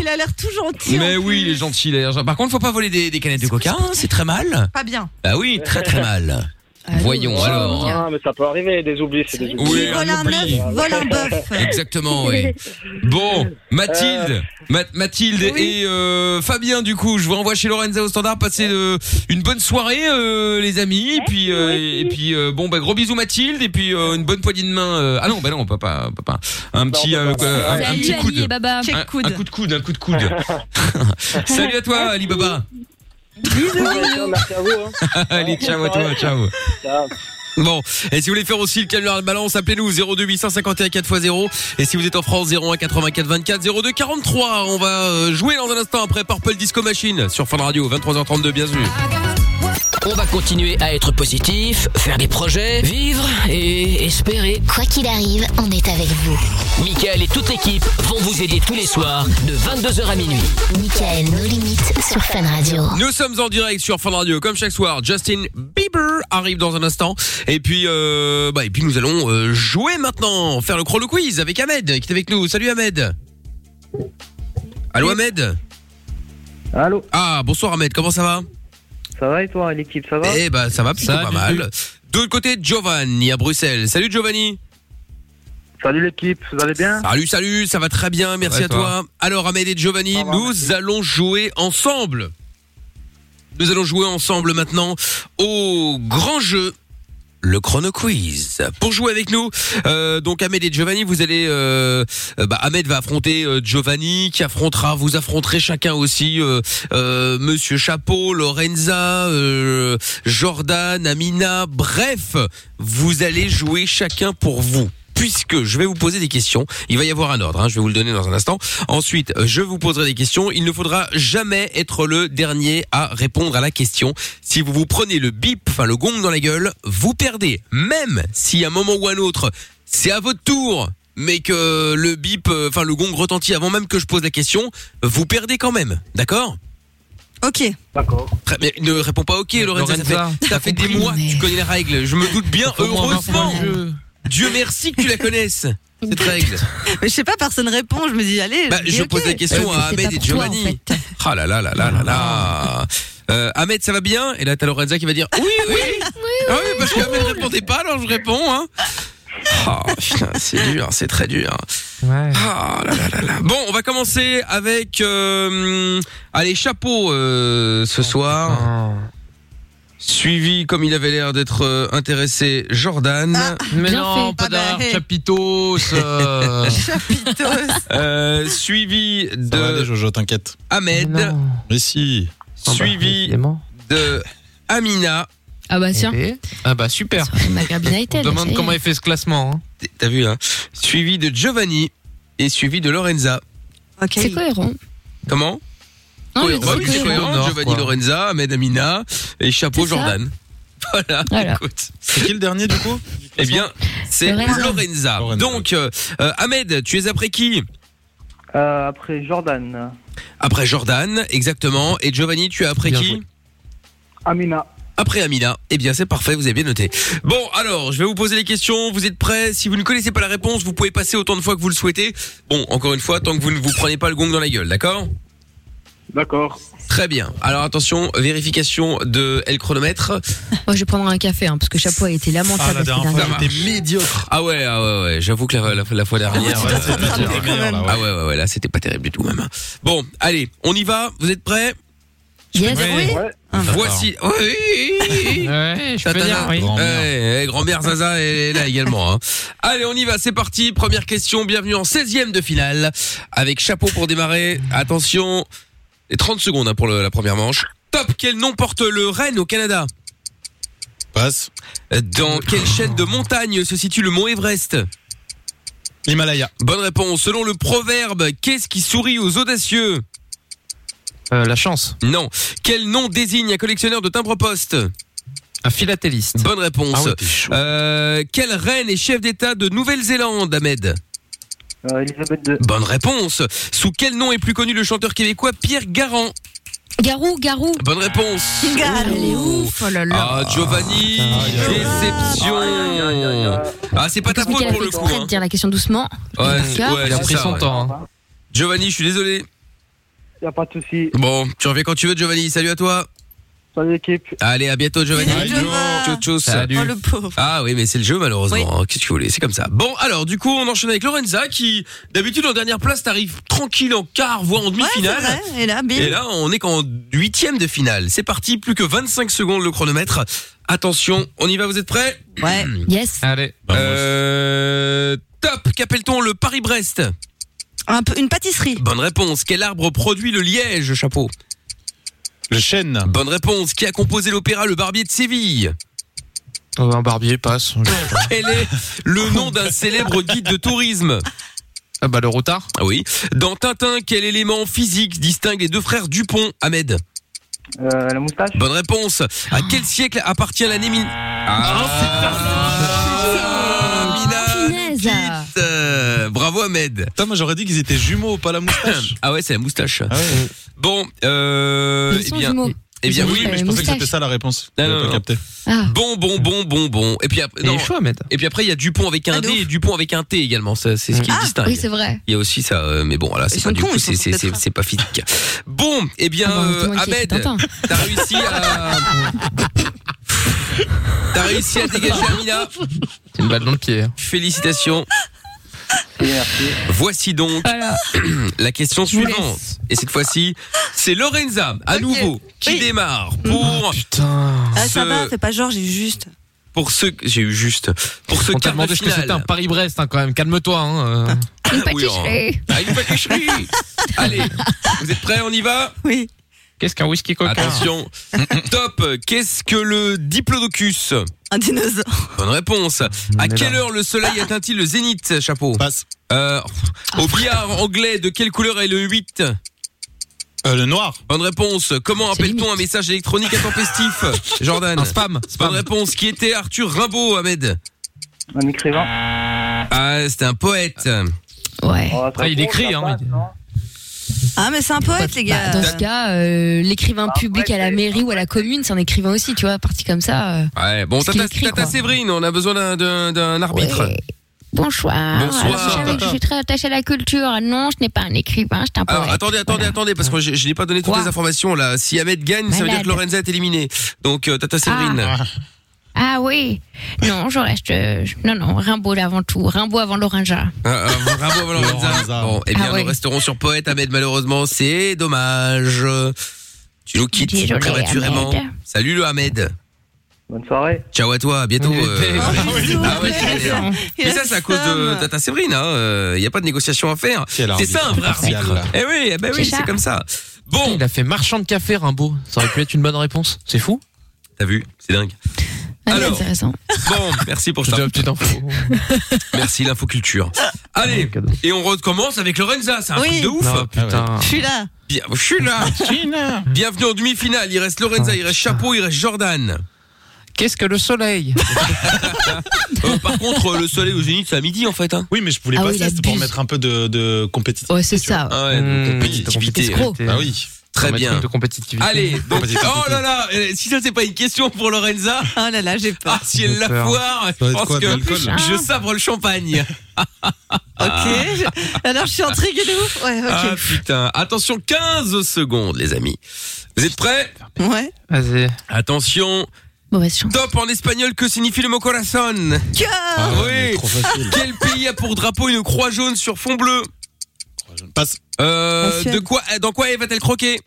Speaker 3: il a l'air tout gentil.
Speaker 2: Mais
Speaker 3: en
Speaker 2: oui, il est gentil. il est gentil. Par contre, faut pas voler des, des canettes de coca, hein, c'est très mal.
Speaker 3: Pas bien.
Speaker 2: Bah oui, très très mal. Voyons alors.
Speaker 11: Ah, mais ça peut arriver, des oublis, c'est des oublis.
Speaker 2: Oui, un oubli. Exactement, oui. Bon, Mathilde, Ma- Mathilde et euh, Fabien, du coup, je vous renvoie chez Lorenza au standard. Passez euh, une bonne soirée, euh, les amis. Et puis, euh, et puis, euh, bon, bah, gros bisous, Mathilde. Et puis, euh, une bonne poignée de main. euh, Ah non, bah non, papa, papa. Un petit, euh, euh, un, un petit
Speaker 4: Salut
Speaker 2: coude.
Speaker 4: Ali et Baba.
Speaker 2: Un, un coup de coude, un coup de coude. Salut à toi, Ali Baba.
Speaker 11: Merci à vous. hein.
Speaker 2: Allez, ciao à toi, ciao. Bon, et si vous voulez faire aussi le calendrier de balance, appelez-nous 02851 4x0. Et si vous êtes en France, 01 84 24 02 43. On va euh, jouer dans un instant après Purple Disco Machine sur Fun Radio, 23h32, bienvenue.
Speaker 1: On va continuer à être positif, faire des projets, vivre et espérer.
Speaker 9: Quoi qu'il arrive, on est avec vous.
Speaker 1: Michael et toute l'équipe vont vous aider tous les soirs de 22h à minuit.
Speaker 9: Michael, nos limites sur Fun Radio.
Speaker 2: Nous sommes en direct sur Fun Radio, comme chaque soir. Justin Bieber arrive dans un instant. Et puis, euh, bah, et puis nous allons euh, jouer maintenant, faire le chrono quiz avec Ahmed, qui est avec nous. Salut Ahmed. Allô Ahmed
Speaker 7: Allô
Speaker 2: Ah, bonsoir Ahmed, comment ça va
Speaker 7: Ça va et toi, l'équipe, ça va
Speaker 2: Eh bah ça va plutôt
Speaker 7: Ça va,
Speaker 2: pas
Speaker 7: du
Speaker 2: mal. De l'autre côté, Giovanni à Bruxelles. Salut Giovanni.
Speaker 7: Salut l'équipe, vous allez bien
Speaker 2: Salut, salut, ça va très bien, merci
Speaker 7: Ouais,
Speaker 2: à
Speaker 7: toi.
Speaker 2: toi. Alors Ahmed et Giovanni, nous allons jouer ensemble. Nous allons jouer ensemble maintenant au grand jeu. Le chrono quiz. Pour jouer avec nous, euh, donc Ahmed et Giovanni, vous allez, euh, euh, bah, Ahmed va affronter euh, Giovanni, qui affrontera, vous affronterez chacun aussi euh, euh, Monsieur Chapeau, Lorenza, euh, Jordan, Amina. Bref, vous allez jouer chacun pour vous. Puisque je vais vous poser des questions, il va y avoir un ordre, hein, je vais vous le donner dans un instant. Ensuite, euh, je vous poserai des questions. Il ne faudra jamais être le dernier à répondre à la question. Si vous vous prenez le bip, enfin le gong dans la gueule, vous perdez. Même si à un moment ou à un autre, c'est à votre tour, mais que le bip, euh, enfin le gong retentit avant même que je pose la question, vous perdez quand même. D'accord
Speaker 3: Ok.
Speaker 7: D'accord.
Speaker 2: Mais ne réponds pas ok, Lorenza. Ça
Speaker 7: Lorenza,
Speaker 2: fait, ça fait des mois que tu connais la règle. Je me doute bien,
Speaker 7: Faut moins
Speaker 2: heureusement.
Speaker 7: faire
Speaker 2: Dieu merci que tu la connaisses, cette règle.
Speaker 3: Mais je sais pas, personne répond. Je me dis, allez.
Speaker 2: Bah,
Speaker 3: dis,
Speaker 2: je
Speaker 3: ok. Euh,
Speaker 2: pose la question à Ahmed et Giovanni. Ah là là là là là là. Euh, Ahmed, ça va bien Et là, t'as Lorenza qui va dire oui, oui. Ah oui, parce qu'Ahmed ne répondait pas, alors je réponds. Hein. Ah, putain, c'est dur, c'est très dur. Ah là là là là. Bon, on va commencer avec. euh, allez, chapeau euh, ce soir. Suivi, comme il avait l'air d'être euh, intéressé, Jordan.
Speaker 5: Mais Bien non, fait. pas Ah bah, d'art, hey.
Speaker 2: Chapitos. euh. suivi de.
Speaker 19: Jojo, t'inquiète.
Speaker 2: Ahmed. Oh, bah,
Speaker 19: Mais si.
Speaker 2: Suivi de Amina.
Speaker 4: Ah bah tiens.
Speaker 11: Eh ben.
Speaker 2: Ah bah super.
Speaker 4: Maghreb United. ça y est.
Speaker 2: fait ce classement. T'as vu hein Suivi de Giovanni et suivi de Lorenza.
Speaker 4: C'est cohérent.
Speaker 2: Comment
Speaker 4: Non, mais
Speaker 2: Cohérent,
Speaker 4: c'est
Speaker 2: bah oui,
Speaker 4: cohérent.
Speaker 2: c'est cohérent,
Speaker 4: Nord,
Speaker 2: Giovanni
Speaker 4: quoi.
Speaker 2: Lorenza, Ahmed Amina et chapeau
Speaker 4: C'est ça.
Speaker 2: Jordan. Voilà,
Speaker 4: Voilà.
Speaker 2: écoute. C'est qui le dernier du coup Eh bien, c'est
Speaker 7: Lorenza.
Speaker 2: Lorenza. Donc, euh, euh, Ahmed, tu es après qui
Speaker 7: Euh, après Jordan,
Speaker 2: Après Jordan, exactement. Et Giovanni, tu es après qui
Speaker 7: Amina.
Speaker 2: Après Amina, eh bien c'est parfait, vous avez bien noté. Bon, alors, je vais vous poser les questions, vous êtes prêts Si vous ne connaissez pas la réponse, vous pouvez passer autant de fois que vous le souhaitez. Bon, encore une fois, tant que vous ne vous prenez pas le gong dans la gueule, d'accord D'accord. Très bien. Alors attention, vérification de L chronomètre.
Speaker 4: Moi, je vais prendre un café, hein, parce que Chapeau a été
Speaker 2: Ah,
Speaker 4: lamentable. la semaine dernière.
Speaker 2: médiocre. Ah ouais, ah ouais, ouais. J'avoue que la, la- la fois dernière.
Speaker 4: Ah tu dois
Speaker 2: ouais,
Speaker 4: te rattraper
Speaker 2: c'était
Speaker 4: quand même.
Speaker 2: Ah ouais, ouais, ouais, là c'était pas terrible du tout même. Bon, allez, on y va. Vous êtes prêts
Speaker 4: Yes, Ah.
Speaker 2: oui. Ah. Voici. Oui.
Speaker 20: je peux dire, oui.
Speaker 2: Ouais, ouais, grand-mère Zaza est là également. hein. Allez, on y va, c'est parti. Première question, bienvenue en 16e de finale. Avec chapeau pour démarrer. Attention, et 30 secondes hein, pour le- la première manche. Top, quel nom porte le Rennes au Canada Passe. Dans quelle chaîne de montagne se situe le mont Everest L'Himalaya. Bonne réponse. Selon le proverbe, qu'est-ce qui sourit aux audacieux Euh, La chance. Non. Quel nom désigne un collectionneur de timbres-poste un philatéliste. Bonne réponse.
Speaker 5: Ah ouais,
Speaker 2: Euh, quelle reine est chef d'État de Nouvelle-Zélande, Ahmed Elisabeth II. Bonne réponse. Sous quel nom est plus connu le chanteur québécois Pierre Garand
Speaker 4: Garou, Garou.
Speaker 2: Bonne réponse.
Speaker 4: Garou. Oh là là.
Speaker 2: Ah, Giovanni, déception. Ah, c'est pas ta faute
Speaker 4: Mickaël a
Speaker 2: pour
Speaker 4: fait
Speaker 2: le coup.
Speaker 4: exprès
Speaker 2: hein.
Speaker 4: de dire la question doucement.
Speaker 2: Ouais,
Speaker 4: Lucas.
Speaker 2: ouais,
Speaker 20: Il a
Speaker 2: c'est
Speaker 20: pris
Speaker 2: ça,
Speaker 20: son
Speaker 2: ouais.
Speaker 20: temps, hein.
Speaker 2: Giovanni, je suis désolé.
Speaker 21: Y a pas de souci.
Speaker 2: Bon, tu reviens quand tu veux, Giovanni. Salut à toi.
Speaker 21: Salut l'équipe.
Speaker 2: Allez, à bientôt, Giovanni. Ciao, ciao.
Speaker 21: Salut. Oh, le
Speaker 2: Ah oui, mais c'est le jeu, malheureusement. hein. Qu'est-ce que vous voulez C'est comme ça. Bon, alors, du coup, on enchaîne avec Lorenza qui, d'habitude, en dernière place, t'arrives tranquille en quart, voire en demi-finale.
Speaker 3: Ouais, c'est vrai. Et là, bim.
Speaker 2: Et là, on est qu'en huitième de finale. C'est parti, plus que 25 secondes le chronomètre. Attention, on y va, vous êtes prêts
Speaker 4: Ouais. Yes.
Speaker 2: Allez. Euh, top, qu'appelle-t-on le Paris-Brest Une pâtisserie. Bonne réponse. Quel arbre produit le liège, chapeau Le chêne. Bonne réponse. Qui a composé l'opéra Le Barbier de Séville
Speaker 20: Oh, Un barbier passe.
Speaker 2: Quel est le nom d'un célèbre guide de tourisme Ah bah le retard. Ah oui. Dans Tintin, quel élément physique distingue les deux frères Dupont, Ahmed
Speaker 21: Euh, la moustache.
Speaker 2: Bonne réponse. À quel siècle appartient Ah. l'année mille
Speaker 20: Ah,
Speaker 4: Punaise.
Speaker 2: Ah, Euh, bravo Ahmed. Putain, moi j'aurais dit qu'ils étaient jumeaux, pas la moustache. ah ouais, c'est la moustache. Bon, euh,
Speaker 20: Ils sont
Speaker 2: eh bien,
Speaker 20: jumeaux.
Speaker 2: eh bien
Speaker 20: Ils ont
Speaker 2: oui,
Speaker 20: la
Speaker 2: mais je pensais que
Speaker 20: moustache.
Speaker 2: c'était ça la réponse.
Speaker 20: J'avais pas capté.
Speaker 4: Ah.
Speaker 2: Bon, bon, bon, bon, bon. Et puis, ap- non. et puis après, il y a Dupont avec
Speaker 4: Ah,
Speaker 2: un D et Dupont avec un T également. Ça, C'est ce qui le distingue.
Speaker 4: Oui, c'est vrai.
Speaker 2: Il y a aussi ça, euh, mais bon, voilà,
Speaker 4: Ils
Speaker 2: c'est
Speaker 4: sont
Speaker 2: pas du
Speaker 4: cons,
Speaker 2: coup,
Speaker 4: ils sont
Speaker 2: c'est- c'est
Speaker 4: peut-être
Speaker 2: c'est-
Speaker 4: rares.
Speaker 2: c'est pas physique. Bon, eh bien,
Speaker 4: Ah bah,
Speaker 2: euh,
Speaker 4: tout le monde qui
Speaker 2: Ahmed,
Speaker 4: écoute Tintin.
Speaker 2: t'as réussi à, t'as réussi à dégager Amina.
Speaker 20: Une balle dans le pied.
Speaker 2: Félicitations. Voici donc la question
Speaker 20: Je vous
Speaker 2: suivante. Et cette fois-ci, c'est Lorenza, à nouveau, qui démarre pour.
Speaker 4: Mmh.
Speaker 14: Ah, ça
Speaker 2: ce-
Speaker 14: va, fais pas genre, j'ai eu juste.
Speaker 2: Pour ce que j'ai eu juste. Pour ce
Speaker 20: On t'a
Speaker 2: quart de
Speaker 20: demandé ce que
Speaker 2: finale.
Speaker 20: c'était un Paris-Brest hein, quand même. Calme-toi. Hein, euh.
Speaker 2: Oui, hein. Ah, une pâtisserie. Allez, vous êtes prêts On y va
Speaker 14: Oui.
Speaker 20: Qu'est-ce qu'un whisky coca
Speaker 2: Attention. Top. Qu'est-ce que le diplodocus
Speaker 14: Un dinosaure.
Speaker 2: Bonne réponse. À
Speaker 20: est
Speaker 2: quelle
Speaker 20: là.
Speaker 2: heure le soleil atteint-il le zénith, chapeau Passe. au billard anglais, de quelle couleur est le 8 Euh, le noir. Bonne réponse. Comment appelle-t-on un message électronique intempestif Jordan.
Speaker 20: Un spam.
Speaker 2: Bonne réponse. Qui était Arthur Rimbaud, Ahmed
Speaker 21: Un écrivain.
Speaker 2: Ah, c'était un poète.
Speaker 4: Ouais.
Speaker 21: Oh,
Speaker 20: Après, il écrit. Hein,
Speaker 14: Ah, mais c'est un poète, les gars.
Speaker 4: Bah, dans ce cas, euh, l'écrivain
Speaker 2: Bah,
Speaker 4: public à la mairie ou à la commune, c'est un écrivain aussi, tu vois, parti comme ça. euh.
Speaker 2: Ouais, bon,
Speaker 4: Ce qu'il
Speaker 2: Tata,
Speaker 4: écrit,
Speaker 2: Tata
Speaker 4: quoi.
Speaker 2: Séverine, on a besoin d'un- d'un d'un arbitre.
Speaker 4: Bonsoir.
Speaker 2: Bonsoir.
Speaker 4: Alors, vous savez que je suis très attachée à la culture. Non, je n'ai pas un écrivain, je un
Speaker 2: Alors,
Speaker 4: poète.
Speaker 2: attendez, attendez, attendez, parce que je, je n'ai pas donné toutes les informations là. Si Ahmed gagne, ça veut
Speaker 4: Malade.
Speaker 2: dire que Lorenza est éliminée. Donc, euh, Tata Séverine.
Speaker 4: Ah oui. Non, je reste. euh, je- Non, non, Rimbaud avant tout. Rimbaud avant Lorinja.
Speaker 2: Euh, euh, bravo Lorenza. Bon, eh bien,
Speaker 4: Ah ouais.
Speaker 2: nous resterons sur Poète Ahmed, malheureusement. C'est dommage. Tu nous quittes
Speaker 4: Désolé,
Speaker 2: prématurément.
Speaker 4: Ahmed.
Speaker 2: Salut le Ahmed.
Speaker 21: Bonne soirée.
Speaker 2: Ciao à toi, à bientôt. euh, Ah ouais,
Speaker 21: Bisous.
Speaker 2: c'est bien. Mais ça, c'est à cause de Tata Séverine. Il n'y a pas de négociation à faire. C'est ça un vrai arbitre. Eh oui, eh ben oui, c'est comme ça. Bon.
Speaker 20: Il a fait marchand de café, Rimbaud. Ça aurait pu être une bonne réponse. C'est fou.
Speaker 2: T'as vu C'est dingue. Alors, bon, merci pour ça. Merci l'info culture. Allez, et on recommence avec Lorenza, c'est un
Speaker 14: Oui.
Speaker 2: truc de ouf. Ah
Speaker 20: Non, Ah putain.
Speaker 14: Je suis là.
Speaker 2: Bien- je suis là.
Speaker 20: là. Ah,
Speaker 2: Bienvenue en demi-finale. Il reste Lorenza, il reste Chapeau, il reste Jordan.
Speaker 20: Qu'est-ce que le soleil
Speaker 2: Euh, par contre, euh, le soleil aux Zénith, c'est à midi en fait. hein.
Speaker 7: Oui, mais je voulais
Speaker 20: Ah
Speaker 7: pas
Speaker 20: oui,
Speaker 7: ça,
Speaker 20: il
Speaker 7: c'était pour
Speaker 20: abuse.
Speaker 7: mettre un peu de, de compétitivité.
Speaker 4: Ouais, c'est ça.
Speaker 2: Ah ouais, donc,
Speaker 20: Mmh,
Speaker 2: compétitivité.
Speaker 20: escroc.
Speaker 7: Bah oui.
Speaker 2: Très
Speaker 20: Dans mes
Speaker 2: bien.
Speaker 20: trucs De compétitivité.
Speaker 2: Allez, donc, oh là là, euh, si ça c'est pas une question pour Lorenza.
Speaker 14: Oh là là, j'ai peur.
Speaker 2: Ah, si elle
Speaker 20: J'ai
Speaker 2: la
Speaker 20: peur. Ça
Speaker 2: foire,
Speaker 20: va
Speaker 2: je
Speaker 20: être
Speaker 2: pense
Speaker 20: quoi, de
Speaker 2: que
Speaker 20: l'alcool, là
Speaker 2: je sabre le champagne.
Speaker 14: Ok. je- Alors, je suis intriguée de ouf. Ouais,
Speaker 2: Ah
Speaker 14: ok.
Speaker 2: putain, attention 15 secondes les amis. Vous êtes prêts
Speaker 14: Ouais.
Speaker 20: Vas-y.
Speaker 2: Attention. Top en espagnol, que signifie le mot corazon Ah,
Speaker 14: Cœur
Speaker 2: Oui. Quel pays a pour drapeau une croix jaune sur fond bleu Passe.
Speaker 20: La Suède.
Speaker 2: de quoi euh, dans quoi va-t-elle croquer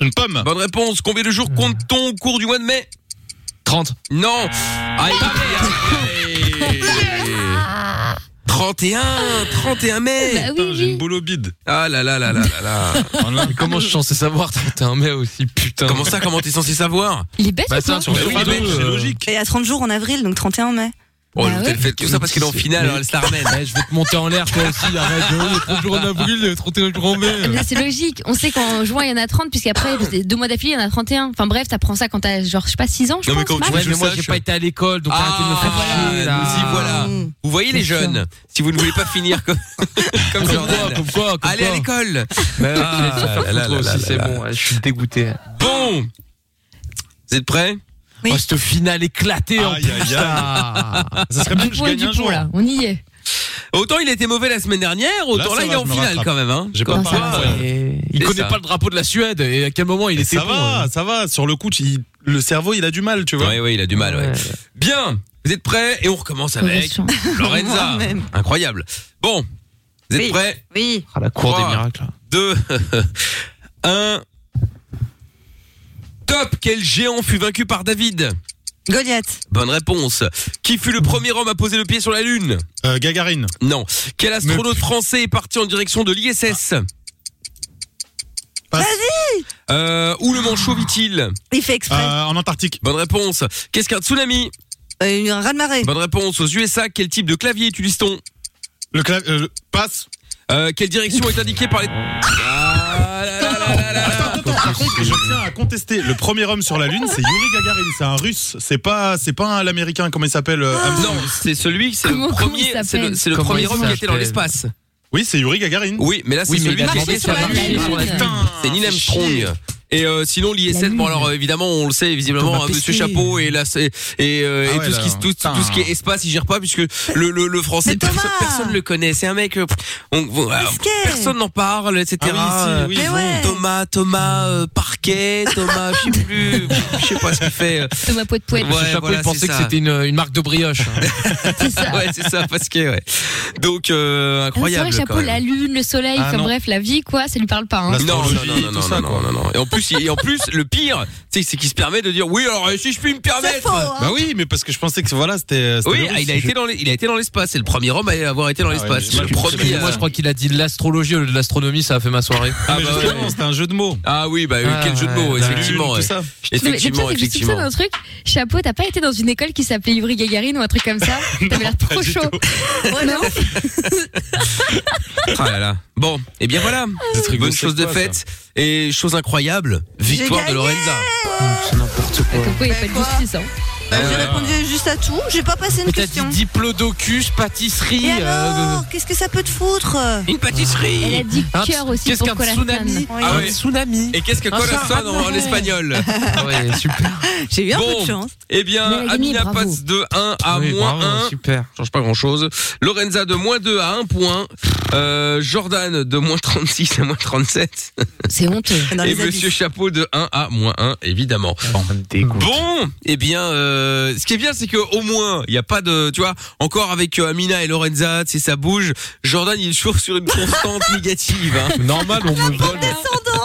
Speaker 2: Une pomme. Bonne réponse. Combien de jours compte-t-on au cours du mois de mai 30. Non. Ah, Aïe, aïe, aïe, aïe. 31, 31 mai. J'ai une boule au bide. Ah là là là là là là.
Speaker 20: Mais comment je suis censé savoir T'es un mec aussi, putain.
Speaker 2: Comment ça, comment t'es censé savoir
Speaker 14: Il est bête
Speaker 20: Bah ça, sur
Speaker 2: Bah
Speaker 20: le
Speaker 2: oui, mais c'est logique.
Speaker 14: Et à 30 jours en avril, donc 31 mai.
Speaker 2: Oh, le fait tout ça parce qu'elle est en finale, hein, alors elle se la ramène.
Speaker 20: eh, je vais te monter en l'air toi aussi, arrête. 30 jours en avril, 31 jours en mai.
Speaker 4: Eh bien, c'est logique. On sait qu'en juin, il y en a 30, puisqu'après, c'est deux mois d'affilée, il y en a 31. Enfin bref, t'apprends ça quand t'as, genre, je sais pas, 6 ans, je pense. Bah, max.
Speaker 20: Ouais, mais moi j'ai pas été à l'école, donc arrêtez de me faire chier là.
Speaker 2: Ah, Nous y voilà. Vous voyez les jeunes, si vous ne voulez pas finir comme comme Jordan. Allez à l'école. Ah, là, là, là, là,
Speaker 20: c'est
Speaker 2: là.
Speaker 20: bon, je suis dégoûté.
Speaker 2: Bon. Vous êtes prêts
Speaker 20: Oh, cette finale éclatée en
Speaker 2: Aïe,
Speaker 20: plus.
Speaker 2: aïe, aïe.
Speaker 20: là.
Speaker 2: Ça serait bien que je
Speaker 4: Dupont et
Speaker 2: gagne un
Speaker 4: Ah, Dupont,
Speaker 2: jour.
Speaker 4: là. On y est.
Speaker 2: Bah, Autant il était mauvais la semaine dernière,
Speaker 20: Là,
Speaker 2: autant
Speaker 20: ça
Speaker 2: là, il
Speaker 20: va,
Speaker 2: est
Speaker 20: je
Speaker 2: en
Speaker 20: me
Speaker 2: finale
Speaker 20: rattrape.
Speaker 2: quand même. Hein.
Speaker 20: J'ai pas
Speaker 2: Comme
Speaker 20: parlé,
Speaker 2: ça.
Speaker 20: ouais. Il
Speaker 2: Et
Speaker 20: connaît
Speaker 2: ça.
Speaker 20: pas le drapeau de la Suède et à quel moment il était
Speaker 7: Ça
Speaker 20: bon,
Speaker 7: va,
Speaker 2: hein.
Speaker 20: euh.
Speaker 7: ça va. Sur le coup, tu- le cerveau, il a du mal, tu vois.
Speaker 2: Oui, oui, il a du mal, ouais. Bien, vous êtes prêts et on recommence avec
Speaker 7: Bien
Speaker 2: Lorenza.
Speaker 7: Moi-même.
Speaker 2: Incroyable. Bon, vous êtes
Speaker 14: Oui.
Speaker 2: prêts
Speaker 4: Ah,
Speaker 14: Oui.
Speaker 20: À Ah, la cour des miracles.
Speaker 2: 2, 1. Top Quel géant fut vaincu par David
Speaker 14: Goliath.
Speaker 2: Bonne réponse. Qui fut le premier homme à poser le pied sur la Lune
Speaker 7: Euh,
Speaker 2: Gagarine. Non. Quel astronaute français est parti en direction de l'ISS
Speaker 14: Vas-y
Speaker 2: Euh, Où le manchot vit-il
Speaker 14: Il fait exprès.
Speaker 2: En Antarctique. Bonne réponse. Qu'est-ce qu'un tsunami
Speaker 14: Un raz de marée.
Speaker 2: Bonne réponse. Aux USA, quel type de clavier utilise-t-on Le clavier. passe. quelle direction est indiquée par les.
Speaker 7: Par contre, je tiens à contester. Le premier homme sur la Lune, c'est Yuri Gagarin. C'est un russe. C'est pas, c'est pas un américain. Comment il s'appelle euh, Armstrong.
Speaker 2: Non, c'est celui, c'est le premier, c'est le, c'est le
Speaker 7: Comment
Speaker 2: premier
Speaker 7: il
Speaker 2: homme qui était dans
Speaker 7: s'appelle
Speaker 2: l'espace.
Speaker 7: Oui, c'est Yuri Gagarin.
Speaker 2: Oui, mais là, c'est
Speaker 7: Oui, mais
Speaker 2: celui
Speaker 7: il a
Speaker 2: qui
Speaker 7: marché
Speaker 2: était sur
Speaker 7: sur
Speaker 2: la
Speaker 7: la
Speaker 2: Lune.
Speaker 7: Lune.
Speaker 2: Putain, C'est Neil Armstrong. Et euh, sinon l'ISS, bon alors euh, évidemment on le sait évidemment
Speaker 7: Thomas
Speaker 2: hein, Monsieur
Speaker 7: Pesquet.
Speaker 2: Chapeau et là c'est et, euh,
Speaker 7: Ah
Speaker 2: et
Speaker 7: ouais,
Speaker 2: tout ce qui
Speaker 7: là,
Speaker 2: tout,
Speaker 7: putain.
Speaker 2: tout ce qui est espace il gère pas puisque le le, le français personne, personne le connaît c'est un mec euh, on- on- euh, personne n'en parle etc
Speaker 1: Ah oui, si, oui, Mais ils ouais. ont-
Speaker 2: euh, Thomas Thomas euh, Parquet Thomas je sais plus oh, je sais pas ce qu'il fait euh.
Speaker 4: Thomas Poète Poète.
Speaker 2: Ouais,
Speaker 20: Chapeau,
Speaker 2: voilà,
Speaker 20: il pensait
Speaker 2: c'est
Speaker 20: que
Speaker 2: ça.
Speaker 20: c'était une, une marque de brioche.
Speaker 2: ouais c'est ça parce que ouais donc euh,
Speaker 4: Ah, C'est
Speaker 2: incroyable
Speaker 4: vrai, chapeau,
Speaker 2: quand même.
Speaker 4: la lune, le soleil,
Speaker 2: Ah,
Speaker 4: enfin
Speaker 2: non.
Speaker 4: bref, la vie, quoi, ça lui parle pas. Hein.
Speaker 2: Non, non, non, non, non, non, non, non, non. Et en plus, il- et en plus, le pire, tu sais, c'est qu'il se permet de dire, oui, alors, euh, si je puis me permettre.
Speaker 14: hein.
Speaker 7: Bah oui, mais parce que je pensais que voilà, c'était. c'était
Speaker 2: Oui,
Speaker 7: le
Speaker 2: ah,
Speaker 7: russe. Ah
Speaker 2: il a été dans les- il a été dans l'espace. C'est le premier homme à avoir été dans l'espace. C'est le premier.
Speaker 20: Moi,
Speaker 2: euh,
Speaker 20: je crois qu'il a dit l'astrologie au lieu de l'astronomie, ça a fait ma soirée.
Speaker 2: Ah, bah, ouais.
Speaker 7: C'était un jeu de mots.
Speaker 2: Ah oui, bah,
Speaker 20: Ah,
Speaker 2: quel jeu de mots,
Speaker 20: ouais,
Speaker 2: effectivement.
Speaker 20: tout
Speaker 2: ouais.
Speaker 20: ça.
Speaker 2: Effectivement,
Speaker 4: c'est que je soupçonne
Speaker 2: effectivement.
Speaker 4: un truc. Chapeau, t'as pas été dans une école qui s'appelait Yuri Gagarine ou un truc comme ça T'avais l'air trop chaud. non
Speaker 2: Ah là là. Bon, et bien voilà. Bonne chose de faite. Et chose incroyable, victoire de
Speaker 14: gagné
Speaker 2: Lorenza. C'est n'importe quoi.
Speaker 4: Pourquoi il n'y a pas de justice hein
Speaker 14: Bah,
Speaker 2: Ah,
Speaker 14: J'ai répondu juste à tout. J'ai pas passé une
Speaker 20: T'as dit
Speaker 14: question.
Speaker 20: diplodocus, pâtisserie.
Speaker 14: Et
Speaker 20: euh,
Speaker 14: alors Qu'est-ce que ça peut te foutre
Speaker 2: Une pâtisserie.
Speaker 14: Elle a dit
Speaker 20: Un cœur
Speaker 14: aussi
Speaker 20: qu'est-ce pour qu'un Colassane. tsunami
Speaker 14: Oui.
Speaker 2: Ah
Speaker 20: Un
Speaker 2: ouais.
Speaker 20: tsunami.
Speaker 2: Et qu'est-ce que
Speaker 20: Ah, ça,
Speaker 2: Colassane
Speaker 20: ah
Speaker 2: en
Speaker 20: ouais.
Speaker 2: espagnol
Speaker 20: Ouais, super.
Speaker 14: J'ai eu un
Speaker 2: bon,
Speaker 14: peu de chance.
Speaker 2: Eh bien,
Speaker 14: Mais la
Speaker 2: Amina
Speaker 14: bravo.
Speaker 2: passe de 1 à
Speaker 20: Oui,
Speaker 2: moins
Speaker 20: bravo,
Speaker 2: 1.
Speaker 20: Super.
Speaker 2: Change pas grand chose. Lorenza de moins 2 à 1 point. Euh, Jordan de moins 36 à moins 37.
Speaker 4: C'est honteux.
Speaker 2: Et Monsieur Chapeau de 1 à moins 1, évidemment. Bon, eh bien, euh, ce qui est bien, c'est que au moins, il n'y a pas de, tu vois, encore avec euh, Amina et Lorenza, tu sais, ça bouge. Jordan, il est toujours sur une constante négative. hein.
Speaker 20: Normal, on me vole.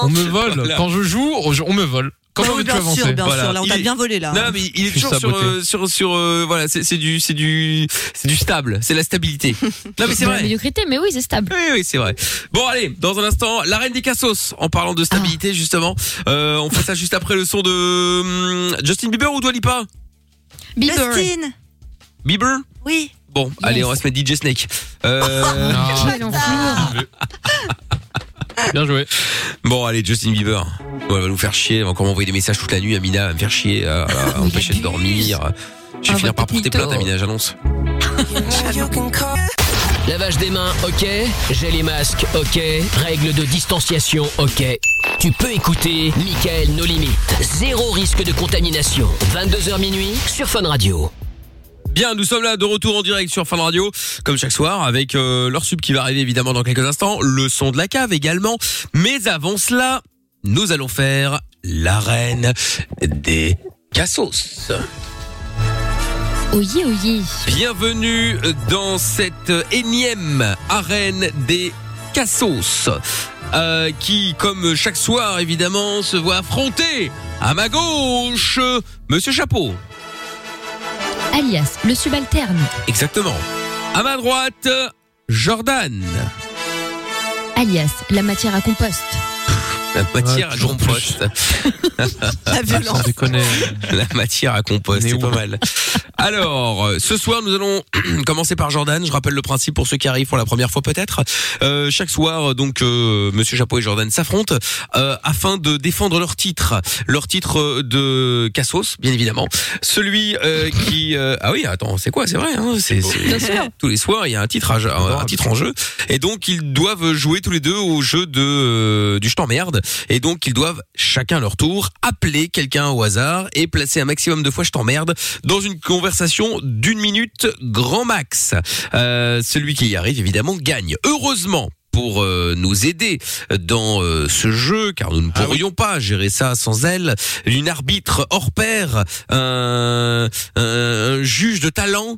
Speaker 20: On me vole.
Speaker 2: Voilà.
Speaker 20: Quand je joue, on on me vole. Quand
Speaker 14: Bah
Speaker 20: j'ai
Speaker 14: oui,
Speaker 20: envie de
Speaker 14: bien
Speaker 20: avancer.
Speaker 14: sûr, bien
Speaker 2: Voilà.
Speaker 14: sûr. Là, on
Speaker 2: Il
Speaker 14: t'a
Speaker 2: est-
Speaker 14: bien volé là.
Speaker 2: Non, mais il
Speaker 20: Je
Speaker 2: est
Speaker 20: suis
Speaker 2: toujours sur,
Speaker 20: saboté.
Speaker 2: euh, sur sur euh, voilà, c'est c'est du c'est du c'est du stable, c'est la stabilité. non mais c'est
Speaker 4: Dans la
Speaker 2: vrai.
Speaker 4: médiocrité, mais oui, c'est stable.
Speaker 2: Oui, oui, c'est vrai. Bon, allez, dans un instant, la reine des cassos. En parlant
Speaker 14: Ah.
Speaker 2: de stabilité, justement, euh, on fait ça juste après le son de hum, Justin Bieber ou Dua Lipa
Speaker 4: Bieber.
Speaker 14: Justine
Speaker 2: Bieber.
Speaker 14: Oui. Oh,
Speaker 2: Bon, allez, on va se mettre DJ Snake. Euh,
Speaker 20: Ah.
Speaker 4: Quel enfer.
Speaker 20: Bien joué.
Speaker 2: Bon, allez, Justin Bieber. Bon, elle va nous faire chier. Elle va encore m'envoyer des messages toute la nuit. Amina elle va me faire chier, euh,
Speaker 20: Ah,
Speaker 2: elle va m'empêcher de dormir. Je vais finir
Speaker 1: Ah,
Speaker 20: bah,
Speaker 1: votre
Speaker 2: par porter
Speaker 1: mytho.
Speaker 2: plainte, Amina, j'annonce.
Speaker 1: Lavage des mains, ok. J'ai les masques, ok. Règles de distanciation, ok. tu peux écouter Michael No limites. Zéro risque de contamination. 22h minuit sur Fun Radio.
Speaker 2: Bien, nous sommes là de retour en direct sur Fun Radio, comme chaque soir, avec euh, leur sub qui va arriver évidemment dans quelques instants, le son de la cave également. Mais avant cela, nous allons faire l'arène des cassos.
Speaker 4: Oye, oye.
Speaker 2: Bienvenue dans cette énième arène des Cassos, euh, qui, comme chaque soir évidemment, se voit affronter à ma gauche Monsieur Chapeau.
Speaker 4: Alias, le subalterne.
Speaker 2: Exactement. À ma droite, Jordan.
Speaker 4: Alias, la matière à compost.
Speaker 2: La matière à compost.
Speaker 14: La violence.
Speaker 2: La matière à compost, c'est pas mal. Alors, euh, ce soir, nous allons commencer par Jordan. Je rappelle le principe pour ceux qui arrivent pour la première fois peut-être. Euh, chaque soir, euh, donc, euh, Monsieur Chapeau et Jordan s'affrontent euh, afin de défendre leur titre, leur titre euh, de Cassos, bien évidemment. Celui euh, qui, euh, ah oui, attends, c'est quoi C'est vrai, hein, c'est
Speaker 1: Bien
Speaker 2: c'est-
Speaker 1: sûr.
Speaker 2: tous les soirs, il y a un titre, à, jeu- un titre en jeu, et donc ils doivent jouer tous les deux au jeu de euh, du je t'emmerde, et donc ils doivent chacun leur tour appeler quelqu'un au hasard et placer un maximum de fois je t'emmerde dans une conversation d'une minute grand max. Euh, celui qui y arrive évidemment gagne. Heureusement. Pour euh, nous aider dans euh, ce jeu, car nous ne pourrions pas gérer ça sans elle, une arbitre hors pair, un, un juge de talent,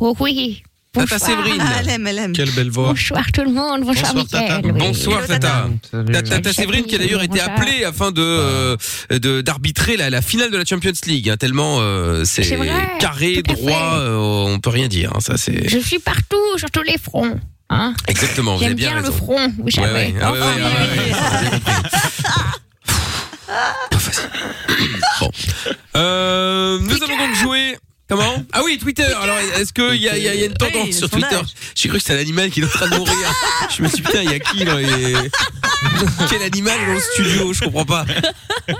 Speaker 4: Oh oui.
Speaker 2: Tata Ah, Séverine.
Speaker 3: Ah, elle aime, elle aime.
Speaker 2: quelle belle voix.
Speaker 4: Bonsoir tout le monde. Bonsoir, Mickaël. Oui.
Speaker 2: Ah, Bonsoir Tata. Tata, Tata Séverine qui a d'ailleurs été
Speaker 4: Bonsoir.
Speaker 2: appelée afin de euh, de- d'arbitrer la, la finale de la Champions League. hein, tellement euh, c'est
Speaker 4: C'est vrai,
Speaker 2: carré, droit, euh, on peut rien dire. hein, ça c'est
Speaker 4: Je suis partout, sur tous les fronts. Hein
Speaker 2: exactement. Vous avez
Speaker 4: J'aime
Speaker 2: bien,
Speaker 4: bien, le
Speaker 2: raison.
Speaker 4: front, vous
Speaker 2: Ouais,
Speaker 4: savez.
Speaker 2: ouais, ah ouais, ouais, ah ouais, ouais, j'ai bien compris. Pas facile. Bon. Euh, nous allons donc jouer. Comment Ah oui, Twitter. Alors, est-ce qu'il y, a- il y a il y a une tendance
Speaker 14: Oui,
Speaker 2: sur
Speaker 14: sondage.
Speaker 2: Twitter J'ai cru que c'était un animal qui est en train de mourir. Je me suis dit, putain, il y a qui dans les... Quel animal dans le studio Je comprends pas.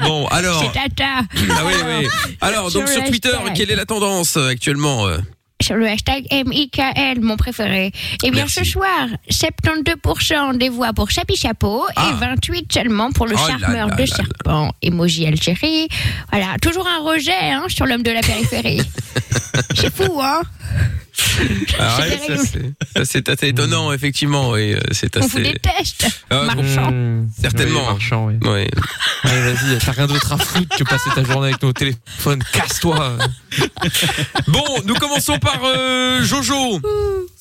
Speaker 2: Bon, alors.
Speaker 4: C'est Tata.
Speaker 2: Ah oui, oui. Alors, donc sur Twitter, quelle est la tendance euh, actuellement euh
Speaker 4: Sur le hashtag MIKL, mon préféré. Eh bien, ce soir, 72% des voix pour Chapi Chapeau
Speaker 2: Ah.
Speaker 4: et 28 seulement pour le
Speaker 2: Oh là
Speaker 4: charmeur
Speaker 2: là
Speaker 4: de
Speaker 2: là
Speaker 4: serpent, emoji Algérie. Voilà, toujours un rejet hein, sur l'homme de la périphérie. C'est fou, hein
Speaker 2: Ah ouais, ça, c'est- ça, c'est assez étonnant, effectivement. Et euh, c'est
Speaker 4: On vous
Speaker 2: assez.
Speaker 4: déteste,
Speaker 2: Ah,
Speaker 4: marchand.
Speaker 2: Certainement.
Speaker 20: Oui, marchand, oui.
Speaker 2: Ouais.
Speaker 20: vas-y, t'as rien d'autre à foutre que passer ta journée avec nos téléphones. Casse-toi.
Speaker 2: Bon, nous commençons par euh, Jojo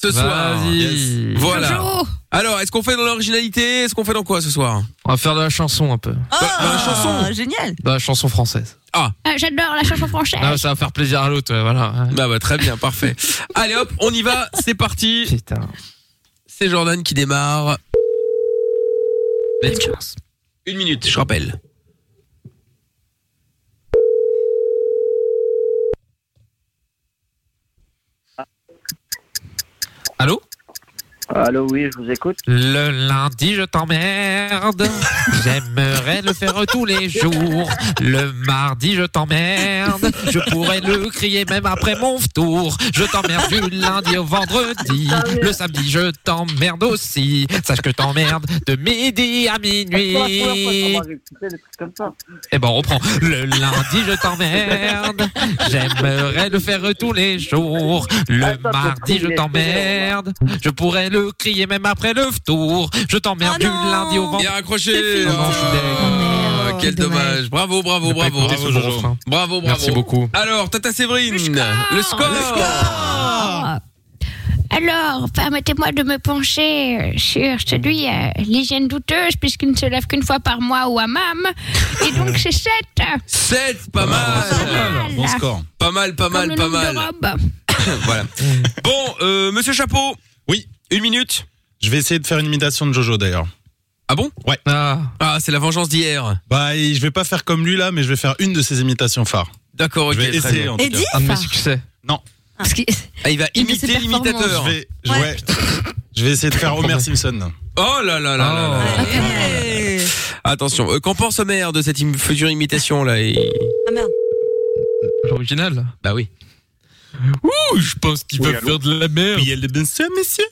Speaker 2: ce soir.
Speaker 20: Vas-y.
Speaker 2: Yes. Voilà.
Speaker 20: Jojo.
Speaker 2: Alors, est-ce qu'on fait dans l'originalité Est-ce qu'on fait dans quoi ce soir
Speaker 20: On va faire de la chanson un peu.
Speaker 2: Bah,
Speaker 3: Ah, génial.
Speaker 20: De la chanson française.
Speaker 2: Ah.
Speaker 4: Ah, J'adore la chanson française.
Speaker 20: Ah, ça va faire plaisir à l'autre, ouais, voilà.
Speaker 2: Bah, bah, très bien, parfait. Allez hop, on y va, c'est parti. C'est Jordan qui démarre. Bonne chance. Une minute, je rappelle.
Speaker 20: Allô
Speaker 21: Allô, oui, je vous écoute.
Speaker 20: Le lundi, je t'emmerde. J'aimerais le faire tous les jours. Le mardi, je t'emmerde. Je pourrais le crier même après mon tour. Je t'emmerde du lundi au vendredi. Le samedi, je t'emmerde aussi. Sache que je t'emmerde de midi à minuit. Et bon, Eh ben, on reprend. Le lundi, je t'emmerde. J'aimerais le faire tous les jours.
Speaker 2: Ah,
Speaker 20: Le mardi, je t'emmerde. Je pourrais le crier même après le tour. Je t'emmerde
Speaker 2: Ah
Speaker 20: du lundi au vendredi.
Speaker 2: Il a raccroché. Ah, quel Oh, dommage. Bravo, bravo, bravo.
Speaker 20: écouté
Speaker 2: Bravo,
Speaker 20: ce
Speaker 2: Jojo.
Speaker 20: refrain.
Speaker 2: Bravo, bravo.
Speaker 20: Merci beaucoup.
Speaker 2: Alors, Tata Séverine, le score. Ah.
Speaker 4: Oh. Alors, permettez-moi de me pencher euh, sur celui à l'hygiène douteuse, puisqu'il ne se lève qu'une fois par mois au hammam. Et donc, c'est 7.
Speaker 2: 7, pas mal.
Speaker 4: Bon score.
Speaker 2: Pas mal, pas mal, pas mal. voilà. Bon, euh, monsieur Chapeau. Oui. Une minute.
Speaker 7: Je vais essayer de faire une imitation de Jojo d'ailleurs.
Speaker 2: Ah bon
Speaker 7: Ouais.
Speaker 20: Ah,
Speaker 2: c'est la vengeance d'hier.
Speaker 7: Bah, et je vais pas faire comme lui là, mais je vais faire une de ses imitations phares.
Speaker 2: D'accord, ok.
Speaker 7: Je vais
Speaker 2: très
Speaker 7: essayer
Speaker 2: bien.
Speaker 7: en tout cas.
Speaker 20: Un de mes succès.
Speaker 7: Non.
Speaker 2: Ah, il va imiter l'imitateur.
Speaker 7: Je vais, je- ouais. Je vais essayer de faire Homer Simpson.
Speaker 2: Oh là là là là là. Attention, euh, qu'en pense Homer de cette im- future imitation là et-
Speaker 20: L'original
Speaker 2: Bah oui.
Speaker 20: Ouh, je pense qu'il
Speaker 7: Oui,
Speaker 20: va
Speaker 7: allô
Speaker 20: faire de la merde.
Speaker 7: Oui, elle est bien sûr, monsieur.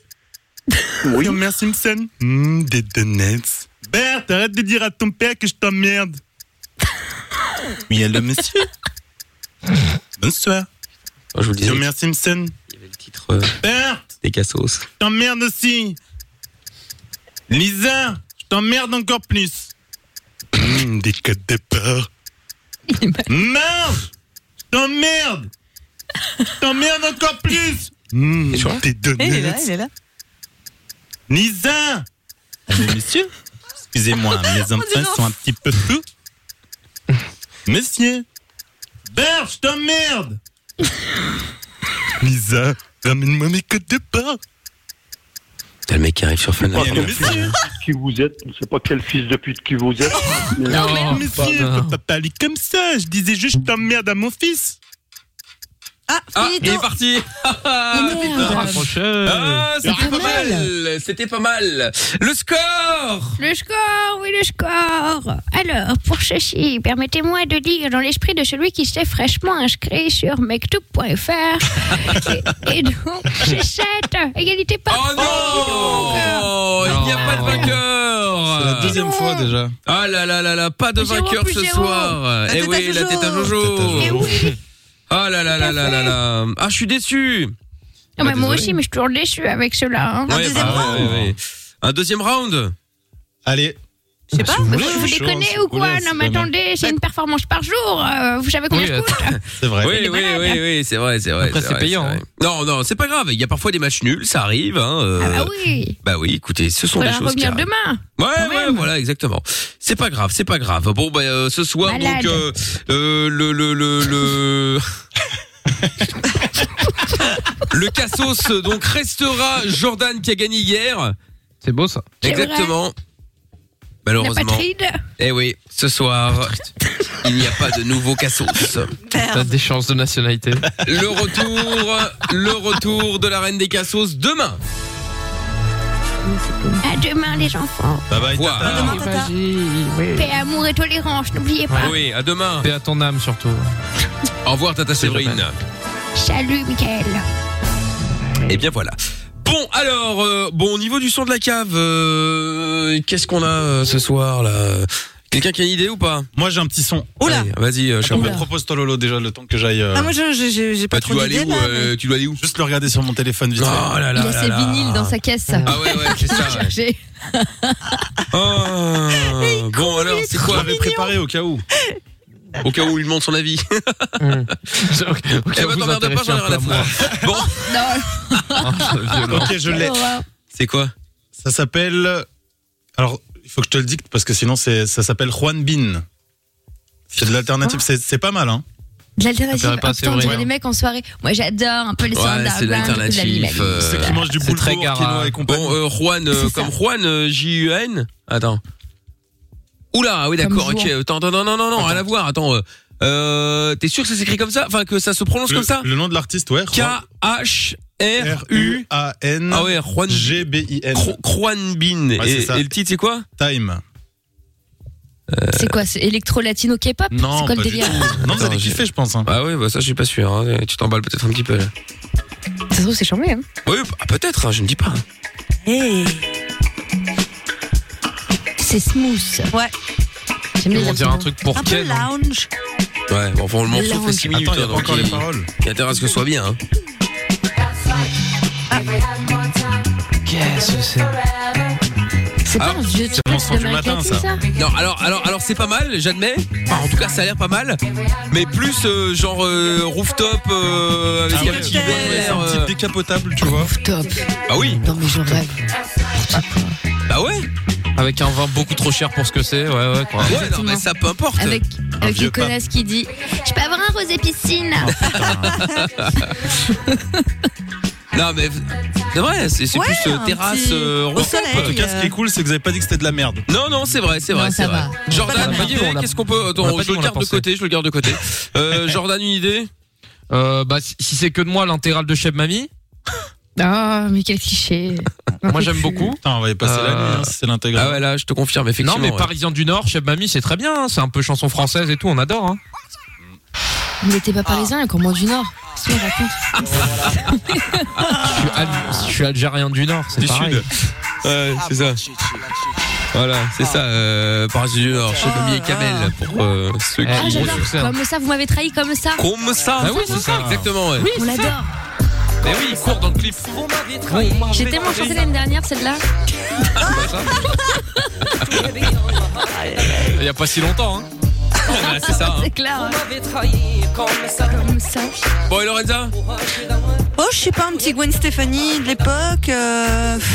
Speaker 7: Oui. Homer Simpson. Hmm, des donuts, Berthe, arrête de dire à ton père que je t'emmerde. Oui, allô, monsieur. Bonsoir. Oh,
Speaker 2: je vous le disais.
Speaker 7: Homer Simpson.
Speaker 2: Titre euh,
Speaker 7: Berthe,
Speaker 2: des cassos.
Speaker 7: je t'emmerde aussi. Lisa, je t'emmerde encore plus. Hum, des codes de peur. Marge, je t'emmerde. Je t'emmerde encore plus.
Speaker 2: Eh
Speaker 7: Hum, tes deux
Speaker 14: Eh, il est là, il est là.
Speaker 7: Lisa Monsieur Excusez-moi, mes enfants sont un petit peu fous. Monsieur Berge, je t'emmerde Lisa, ramène-moi mes codes de pain
Speaker 2: T'as le mec qui arrive sur Fun Radio.
Speaker 13: Qui vous êtes Je ne sais pas quel fils de pute qui vous êtes. Mais-
Speaker 7: Non, mais monsieur, faut pas parler comme ça. Je disais juste je t'emmerde à mon fils.
Speaker 14: Ah,
Speaker 2: il est parti
Speaker 20: Ah,
Speaker 2: Ah, C'était pas mal C'était pas mal Le score
Speaker 4: Le score, oui, le score. Alors, pour ceci, permettez-moi de dire, dans l'esprit de celui qui s'est fraîchement inscrit sur mektoub.fr, et, et donc, c'est 7, égalité par
Speaker 2: Oh, il n'y a pas de vainqueur
Speaker 22: C'est la deuxième fois déjà.
Speaker 2: Ah là là là là, pas de
Speaker 22: Zéro
Speaker 2: vainqueur
Speaker 22: plus
Speaker 2: ce
Speaker 22: zéro.
Speaker 2: soir
Speaker 22: La
Speaker 2: Eh
Speaker 22: tête à
Speaker 2: oui, la
Speaker 22: Jojo.
Speaker 2: tête à Jojo Ah là là là là là là Ah, je suis déçu
Speaker 4: Non, mais moi
Speaker 2: Ah, désolé.
Speaker 4: aussi, mais je suis toujours déçue avec cela. hein.
Speaker 2: Ouais, bah, ouais, ouais, ouais. Un deuxième round
Speaker 22: Allez
Speaker 4: Je sais pas,
Speaker 2: bah, vous
Speaker 4: vous,
Speaker 2: voulez,
Speaker 4: vous
Speaker 2: je
Speaker 4: déconnez
Speaker 2: change,
Speaker 4: ou
Speaker 2: si vous
Speaker 4: quoi
Speaker 2: voulez,
Speaker 4: Non,
Speaker 2: c'est
Speaker 4: mais
Speaker 2: pas mal.
Speaker 4: attendez, c'est une performance par jour. euh, vous savez combien je coûte
Speaker 2: C'est vrai. Oui, oui, oui, oui, c'est vrai, c'est vrai.
Speaker 22: Après, c'est
Speaker 2: vrai,
Speaker 22: payant, hein.
Speaker 2: vrai. Non, non, c'est pas grave. Il y a parfois des matchs nuls, ça arrive. Hein, euh,
Speaker 4: Ah bah oui
Speaker 2: Bah oui, écoutez, ce sont
Speaker 4: On va
Speaker 2: des choses qui
Speaker 4: revenir
Speaker 2: arrivent.
Speaker 4: demain
Speaker 2: Ouais, ouais, voilà, exactement. C'est pas grave, c'est pas grave. Bon, bah, euh, ce soir,
Speaker 4: Malade.
Speaker 2: donc, euh, euh, le, le, le, le... le cassos, donc, restera Jordan qui a gagné hier.
Speaker 22: C'est beau ça.
Speaker 4: C'est vrai.
Speaker 2: Exactement.
Speaker 4: La
Speaker 2: Malheureusement.
Speaker 4: patride
Speaker 2: Eh oui, ce soir, il n'y a pas de nouveau cassos.
Speaker 22: T'as des chances de nationalité.
Speaker 2: Le retour, le retour de la reine des cassos demain.
Speaker 4: À demain, les enfants.
Speaker 2: Bye bye.
Speaker 4: Paix, amour et tolérance, n'oubliez pas.
Speaker 2: Oui, à demain.
Speaker 22: Paix à ton âme surtout.
Speaker 2: Au revoir, Tata Séverine.
Speaker 4: Salut, Michael.
Speaker 2: Et Eh bien voilà. Bon alors, euh, bon au niveau du son de la cave, euh, qu'est-ce qu'on a euh, ce soir là Quelqu'un qui a une idée ou pas
Speaker 7: Moi j'ai un petit son.
Speaker 14: Oula
Speaker 2: Vas-y, euh,
Speaker 7: On
Speaker 2: Charles.
Speaker 7: me propose toi Lolo déjà le temps que j'aille. euh,
Speaker 14: Ah, moi, je- je- je- j'ai pas
Speaker 7: bah,
Speaker 14: trop d'idées, là.
Speaker 2: euh, Tu dois aller où
Speaker 7: Juste le regarder sur mon téléphone vite. Oh
Speaker 2: là là
Speaker 14: Il a là ses là. vinyles dans sa caisse.
Speaker 2: Ah ouais, ouais, c'est ça. ouais. Ah, bon alors, c'est quoi
Speaker 7: J'avais préparé au cas où.
Speaker 2: Au cas où il demande son avis.
Speaker 22: Mm.
Speaker 2: Eh ben,
Speaker 22: vous
Speaker 2: t'emmerdes pas,
Speaker 22: intéressez
Speaker 2: j'en ai
Speaker 22: un
Speaker 2: rien à
Speaker 22: peu
Speaker 5: Ah
Speaker 22: à
Speaker 5: bah,
Speaker 2: foutre. Bon.
Speaker 7: ok, je l'ai.
Speaker 2: Oh, C'est quoi
Speaker 7: Ça s'appelle. Alors, il faut que je te le dicte parce que sinon, c'est... ça s'appelle Juan Bin. C'est de
Speaker 14: Ah.
Speaker 7: l'alternative. C'est... c'est pas mal, hein.
Speaker 4: De l'alternative.
Speaker 7: T'intéresse pas,
Speaker 4: Ah,
Speaker 7: c'est
Speaker 4: putain, on
Speaker 7: vrai.
Speaker 2: hein.
Speaker 4: dirait les mecs en soirée. Moi, j'adore un peu les soirées underground, un peu de la minimalisme.
Speaker 22: euh,
Speaker 2: Ceux qui mangent du boulgour, très quinoa et compagnie. Bon, euh, Juan, euh, comme Juan, euh, J-U-A-N. Attends. Oula, ah oui, d'accord,
Speaker 22: Comme
Speaker 2: ok.
Speaker 22: Juan.
Speaker 2: Attends, non, non, non, non, non, rien à voir. Attends, euh, euh, t'es sûr que ça s'écrit comme ça Enfin, que ça se prononce
Speaker 7: Le-
Speaker 2: comme ça
Speaker 7: Le nom de l'artiste, ouais.
Speaker 2: K-H-R-U.
Speaker 7: K-A-N.
Speaker 2: Ah ouais, Juan.
Speaker 7: G-B-I-N.
Speaker 2: Juan Bin.
Speaker 7: Ouais, c'est
Speaker 2: et,
Speaker 7: ça.
Speaker 2: et le titre, c'est quoi
Speaker 7: Time.
Speaker 4: C'est quoi C'est électro-latino K-pop
Speaker 2: Non,
Speaker 4: C'est quoi le
Speaker 2: pas du
Speaker 4: délire
Speaker 7: Non, vous allez kiffer, je pense.
Speaker 2: Ah oui, bah ça, je suis pas sûr. hein. Tu t'emballes peut-être un petit peu. là.
Speaker 4: Ça se trouve, c'est charmé. Hein.
Speaker 2: Oui, ah, peut-être, hein, je ne dis pas.
Speaker 4: C'est smooth.
Speaker 14: Ouais.
Speaker 4: J'aime bien.
Speaker 22: dirait un truc pour
Speaker 14: Un peu
Speaker 5: hein.
Speaker 14: lounge.
Speaker 2: Ouais, bon, enfin, on le montre
Speaker 14: Là, on
Speaker 2: fait 6
Speaker 14: dit-
Speaker 2: minutes.
Speaker 14: Attends, il y a
Speaker 2: hein,
Speaker 14: pas
Speaker 2: donc
Speaker 14: encore les
Speaker 2: il-
Speaker 14: paroles.
Speaker 2: Il y a intérêt à ce que ce soit bien. hein.
Speaker 22: Qu'est-ce que c'est
Speaker 4: C'est
Speaker 2: pas
Speaker 4: un vieux
Speaker 2: truc
Speaker 4: de Michael Jackson, ça
Speaker 2: Ah. Non, alors, alors, alors c'est pas mal, j'admets. Enfin, en tout cas, ça a l'air pas mal. Mais plus euh, genre euh, rooftop euh, avec un
Speaker 7: Ah ouais,
Speaker 2: petit
Speaker 7: ouais, c'est
Speaker 2: verre.
Speaker 7: un
Speaker 2: euh,
Speaker 7: petit décapotable, tu vois.
Speaker 4: Top.
Speaker 2: Ah oui
Speaker 4: Non, mais je rêve.
Speaker 2: Bah ouais
Speaker 22: Avec un vin beaucoup trop cher pour ce que c'est, ouais, ouais, quoi.
Speaker 2: Ouais, non, mais ça peu importe.
Speaker 4: Avec,
Speaker 22: Un
Speaker 4: avec
Speaker 22: vieux
Speaker 4: une connasse Euh, qui dit Je peux avoir un rosé piscine
Speaker 2: Oh, Ah. non, mais c'est vrai, c'est c'est
Speaker 4: Ouais,
Speaker 2: plus euh,
Speaker 4: un
Speaker 2: terrasse,
Speaker 4: petit-
Speaker 2: euh,
Speaker 4: au euh.
Speaker 2: rooftop.
Speaker 7: En tout cas, ce qui est cool, c'est que vous avez pas dit que c'était de la merde.
Speaker 2: Non, non, c'est vrai, c'est vrai, c'est vrai. Jordan,
Speaker 22: pas dit,
Speaker 2: idée,
Speaker 22: on l'a-
Speaker 2: qu'est-ce qu'on peut.
Speaker 22: on l'a
Speaker 2: Attends,
Speaker 22: pas
Speaker 2: je
Speaker 22: dit,
Speaker 2: le
Speaker 22: on l'a
Speaker 2: garde de
Speaker 22: pensé.
Speaker 2: côté, je le garde de côté. Euh, Jordan, une idée
Speaker 22: Euh, bah, si si c'est que de moi, l'intégrale de Chef Mamie,
Speaker 4: Ah, mais quel cliché.
Speaker 22: moi j'aime beaucoup. Euh,
Speaker 7: Putain, on va y passer la nuit, hein, si c'est l'intégrale.
Speaker 2: Ah ouais, là, je te confirme, effectivement.
Speaker 22: Non, mais
Speaker 2: ouais.
Speaker 22: Parisien du Nord, Chef Mamie, c'est très bien, hein, c'est un peu chanson française et tout, on adore, hein.
Speaker 4: Vous n'étiez pas parisien, encore moins du Nord. Qu'est-ce qu'on raconte
Speaker 22: Je suis, al- je suis algérien du Nord, c'est
Speaker 2: Du
Speaker 22: pareil.
Speaker 4: Ah,
Speaker 2: Sud. Ouais, c'est ça. Voilà, c'est ça. Euh, par exemple, alors, chez Mamie et Kamel pour euh, ceux
Speaker 22: Eh,
Speaker 2: qui.
Speaker 4: Ah, j'adore. Comme ça, vous m'avez trahi comme ça.
Speaker 2: Comme ça.
Speaker 4: Bah
Speaker 2: Ah oui, c'est ça. Exactement. Ouais.
Speaker 4: On l'adore.
Speaker 2: Mais oui, il court dans le clip.
Speaker 4: J'ai tellement chanté l'année dernière, celle-là.
Speaker 2: Il y a pas si longtemps. Hein. Voilà,
Speaker 5: Ah.
Speaker 2: c'est ça. hein.
Speaker 4: Ah, C'est clair. Comme ça.
Speaker 2: Bon, et Lorenza
Speaker 14: Oh, je sais pas, un petit Gwen Stefani de l'époque. euh,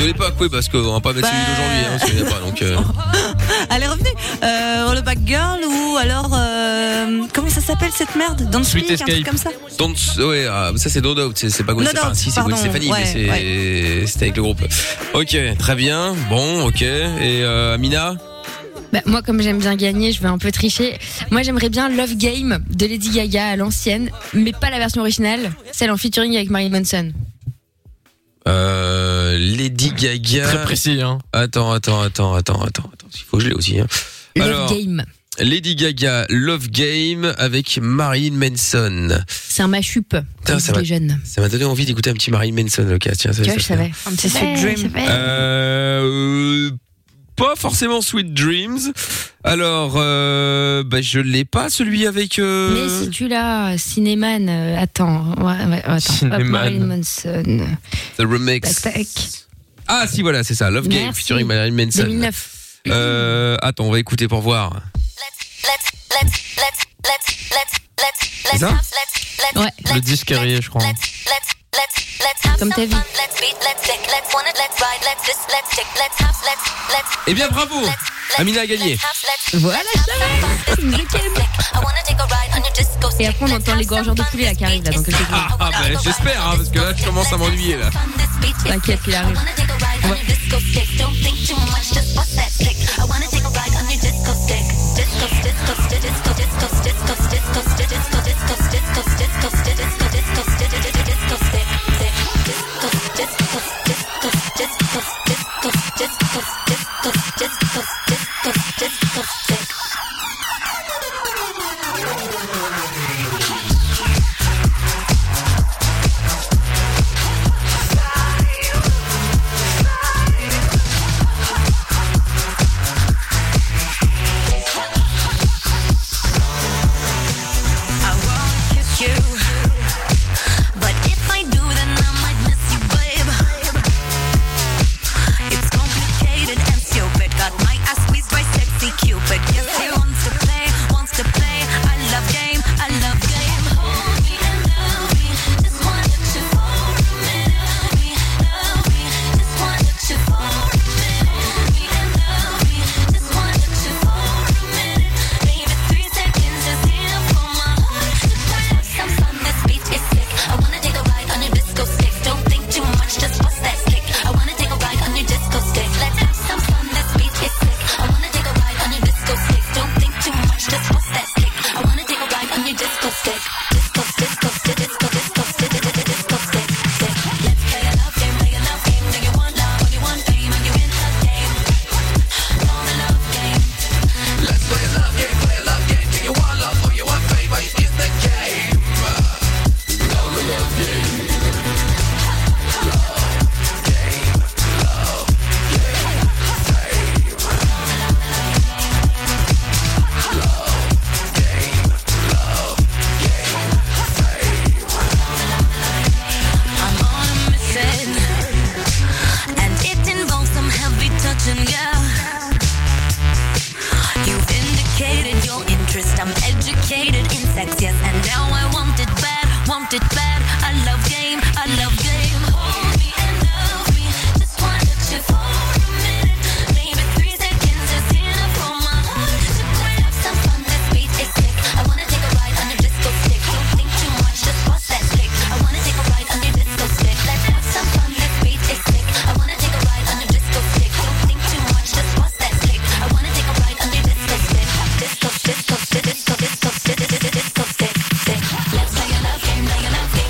Speaker 2: De l'époque, oui, parce qu'on va pas mettre celui
Speaker 4: Bah,
Speaker 2: d'aujourd'hui. Hein, on se souvient pas. Donc, euh,
Speaker 4: oh,
Speaker 14: Allez, revenez. Euh, Rollback Girl ou alors. euh, comment ça s'appelle cette merde Dans
Speaker 2: Sweet
Speaker 14: Speak, un truc
Speaker 2: Escape.
Speaker 14: comme ça.
Speaker 2: Don't, ouais, ah, ça c'est No Doubt, c'est c'est pas Gwen
Speaker 14: No
Speaker 2: Stefani.
Speaker 14: Doubt,
Speaker 2: Si, c'est Gwen
Speaker 14: pardon,
Speaker 2: Stefani, mais
Speaker 14: ouais,
Speaker 2: c'est c'était avec le groupe. Ok, très bien. Bon, ok. Et euh, Amina
Speaker 4: Bah, moi, comme j'aime bien gagner, je vais un peu tricher. Moi, j'aimerais bien Love Game de Lady Gaga à l'ancienne, mais pas la version originale, celle en featuring avec Marilyn Manson.
Speaker 2: Euh, Lady Gaga. Très précis, hein. Attends, attends, attends, attends, attends. attends. Il faut que je l'ai aussi. hein.
Speaker 4: Love
Speaker 2: Alors,
Speaker 4: Game.
Speaker 2: Lady Gaga, Love Game avec Marilyn Manson.
Speaker 4: C'est un mashup.
Speaker 2: Putain,
Speaker 4: Comme
Speaker 2: ça
Speaker 4: les
Speaker 2: m'a-
Speaker 4: jeunes.
Speaker 2: ça m'a donné envie d'écouter un petit Marilyn Manson, le cas. Tiens, ça,
Speaker 4: Tu vois,
Speaker 2: ça-
Speaker 4: je savais. Un petit Sweet Dream.
Speaker 2: Euh, euh, pas forcément Sweet Dreams. Alors, euh, bah, je l'ai pas celui avec. euh,
Speaker 4: Mais si tu l'as, Cinéman, euh, attends, ouais, ouais, attends.
Speaker 2: Cinéman.
Speaker 4: Hop, Marilyn Manson.
Speaker 2: The remix.
Speaker 4: Tac, tac.
Speaker 2: Ah si, voilà, c'est ça. Love Game
Speaker 4: Merci.
Speaker 2: featuring Marilyn Manson.
Speaker 4: 2009.
Speaker 2: Euh, attends, on va écouter pour voir.
Speaker 9: let's
Speaker 2: ça
Speaker 9: have-
Speaker 4: Ouais.
Speaker 22: Le disque arrivé, je crois.
Speaker 4: Comme ta vie.
Speaker 2: Eh bien, bravo Amina a gagné.
Speaker 4: Voilà, je savais. Et après, on entend les gorgeurs de poulet là, qui arrivent là, donc
Speaker 2: Ah, ah, bah, j'espère, hein, parce que là, je commence à m'ennuyer, là.
Speaker 4: T'inquiète, il arrive.
Speaker 23: I wanna kiss you, but if I do, then I might miss you, babe. It's complicated and stupid. Got my ass squeezed by sexy Cupid. Yes, he wants to play, wants to play. I love game, I love game. Hold me and love me, just wanna touch you for a minute. Love me, love me, just wanna touch you for a minute. Hold me and love me, just wanna touch you for a minute. Baby, three seconds is enough for my heart to collapse. I'm fun, this beat is sick. I wanna take a ride on your disco stick. Don't think too much, just bust that stick. I wanna take a ride on your disco stick. Let's have some fun, this beat is sick. I wanna take a ride on your disco stick. Don't think too much, just bust that stick. I wanna take a ride on your disco stick. Disco, disco, disco, disco, disco, disco, disco, disco stick. stick. Let's play a love game, play a love game. Do you want love or you want fame? Are you in the game? On the love game. Let's play a love game, play a love game. Do you want love or you want fame? Are you in the game? On the love game. I'm on a mission, and it involves some heavy touching, girl. You've indicated your interest. I'm educated in sex, yes, and now I want it bad, want it bad. I love game, I love game. Hold me and love me, just want to you for a minute. Maybe three seconds is enough for my heart to grab some fun. This beat is sick. I wanna take a ride on a disco stick. Don't think too much, just bust that stick. I wanna take a ride on your disco stick. Let's have some fun. This beat is sick. I wanna take a ride on a disco stick. Don't think too much, just bust that stick. I wanna take a ride on your disco stick. Disco, disco, disco, disco, disco, disco, disco stick. Stick. Let's play a love game, play a love game.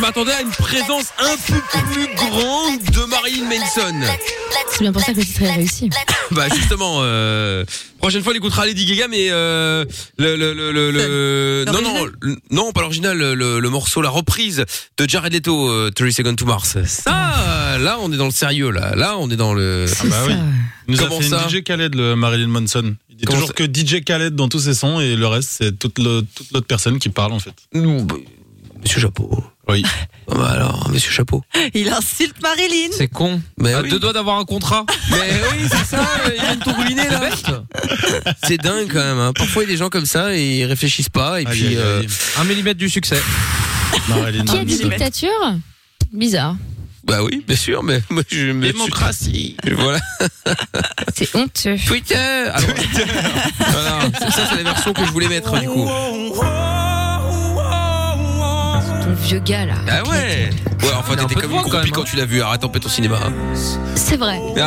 Speaker 2: m'attendais à une présence un peu plus grande de Marilyn Manson.
Speaker 4: C'est bien pour ça que le titre est réussi.
Speaker 2: Bah justement, euh, prochaine fois, on écoutera Lady Gaga, mais euh, le, le, le, le- le- non non le- non pas l'original, le, le- le morceau, la reprise de Jared Leto, euh, 30 Seconds to Mars. Ça, Ah, là, on est dans le sérieux, là, là, on est dans le.
Speaker 7: Ah bah oui. Il nous
Speaker 2: Comment
Speaker 7: a fait une
Speaker 2: ça
Speaker 7: DJ Khaled, le Marilyn Manson. Il dit
Speaker 2: Comment
Speaker 7: toujours que DJ Khaled dans tous ses sons et le reste, c'est toute, le- toute l'autre personne qui parle en fait.
Speaker 2: Monsieur Chapeau.
Speaker 7: Oui.
Speaker 2: bah, alors, Monsieur Chapeau.
Speaker 14: Il insulte Marilyn.
Speaker 5: C'est con.
Speaker 2: Mais
Speaker 5: à
Speaker 2: oui.
Speaker 5: deux doigts d'avoir un contrat.
Speaker 2: Mais oui, c'est ça, ils viennent tout ruiner là. C'est dingue quand même. hein. Parfois, il y a des gens comme ça et ils réfléchissent pas et puis euh,
Speaker 5: un millimètre du succès.
Speaker 2: Marilyn
Speaker 4: Qui a dit dictature Bizarre.
Speaker 2: Bah oui, bien sûr, mais moi je me Démocratie. Voilà.
Speaker 4: C'est honteux.
Speaker 2: Twitter. Ah voilà. C'est Ça, c'est la version que je voulais mettre du coup. Ah
Speaker 4: Ton vieux gars là.
Speaker 2: Ah ouais. Ouais, enfin, t'étais comme une groupie
Speaker 22: hein.
Speaker 2: quand tu l'as vu. Arrête un peu ton cinéma. hein.
Speaker 4: C'est vrai.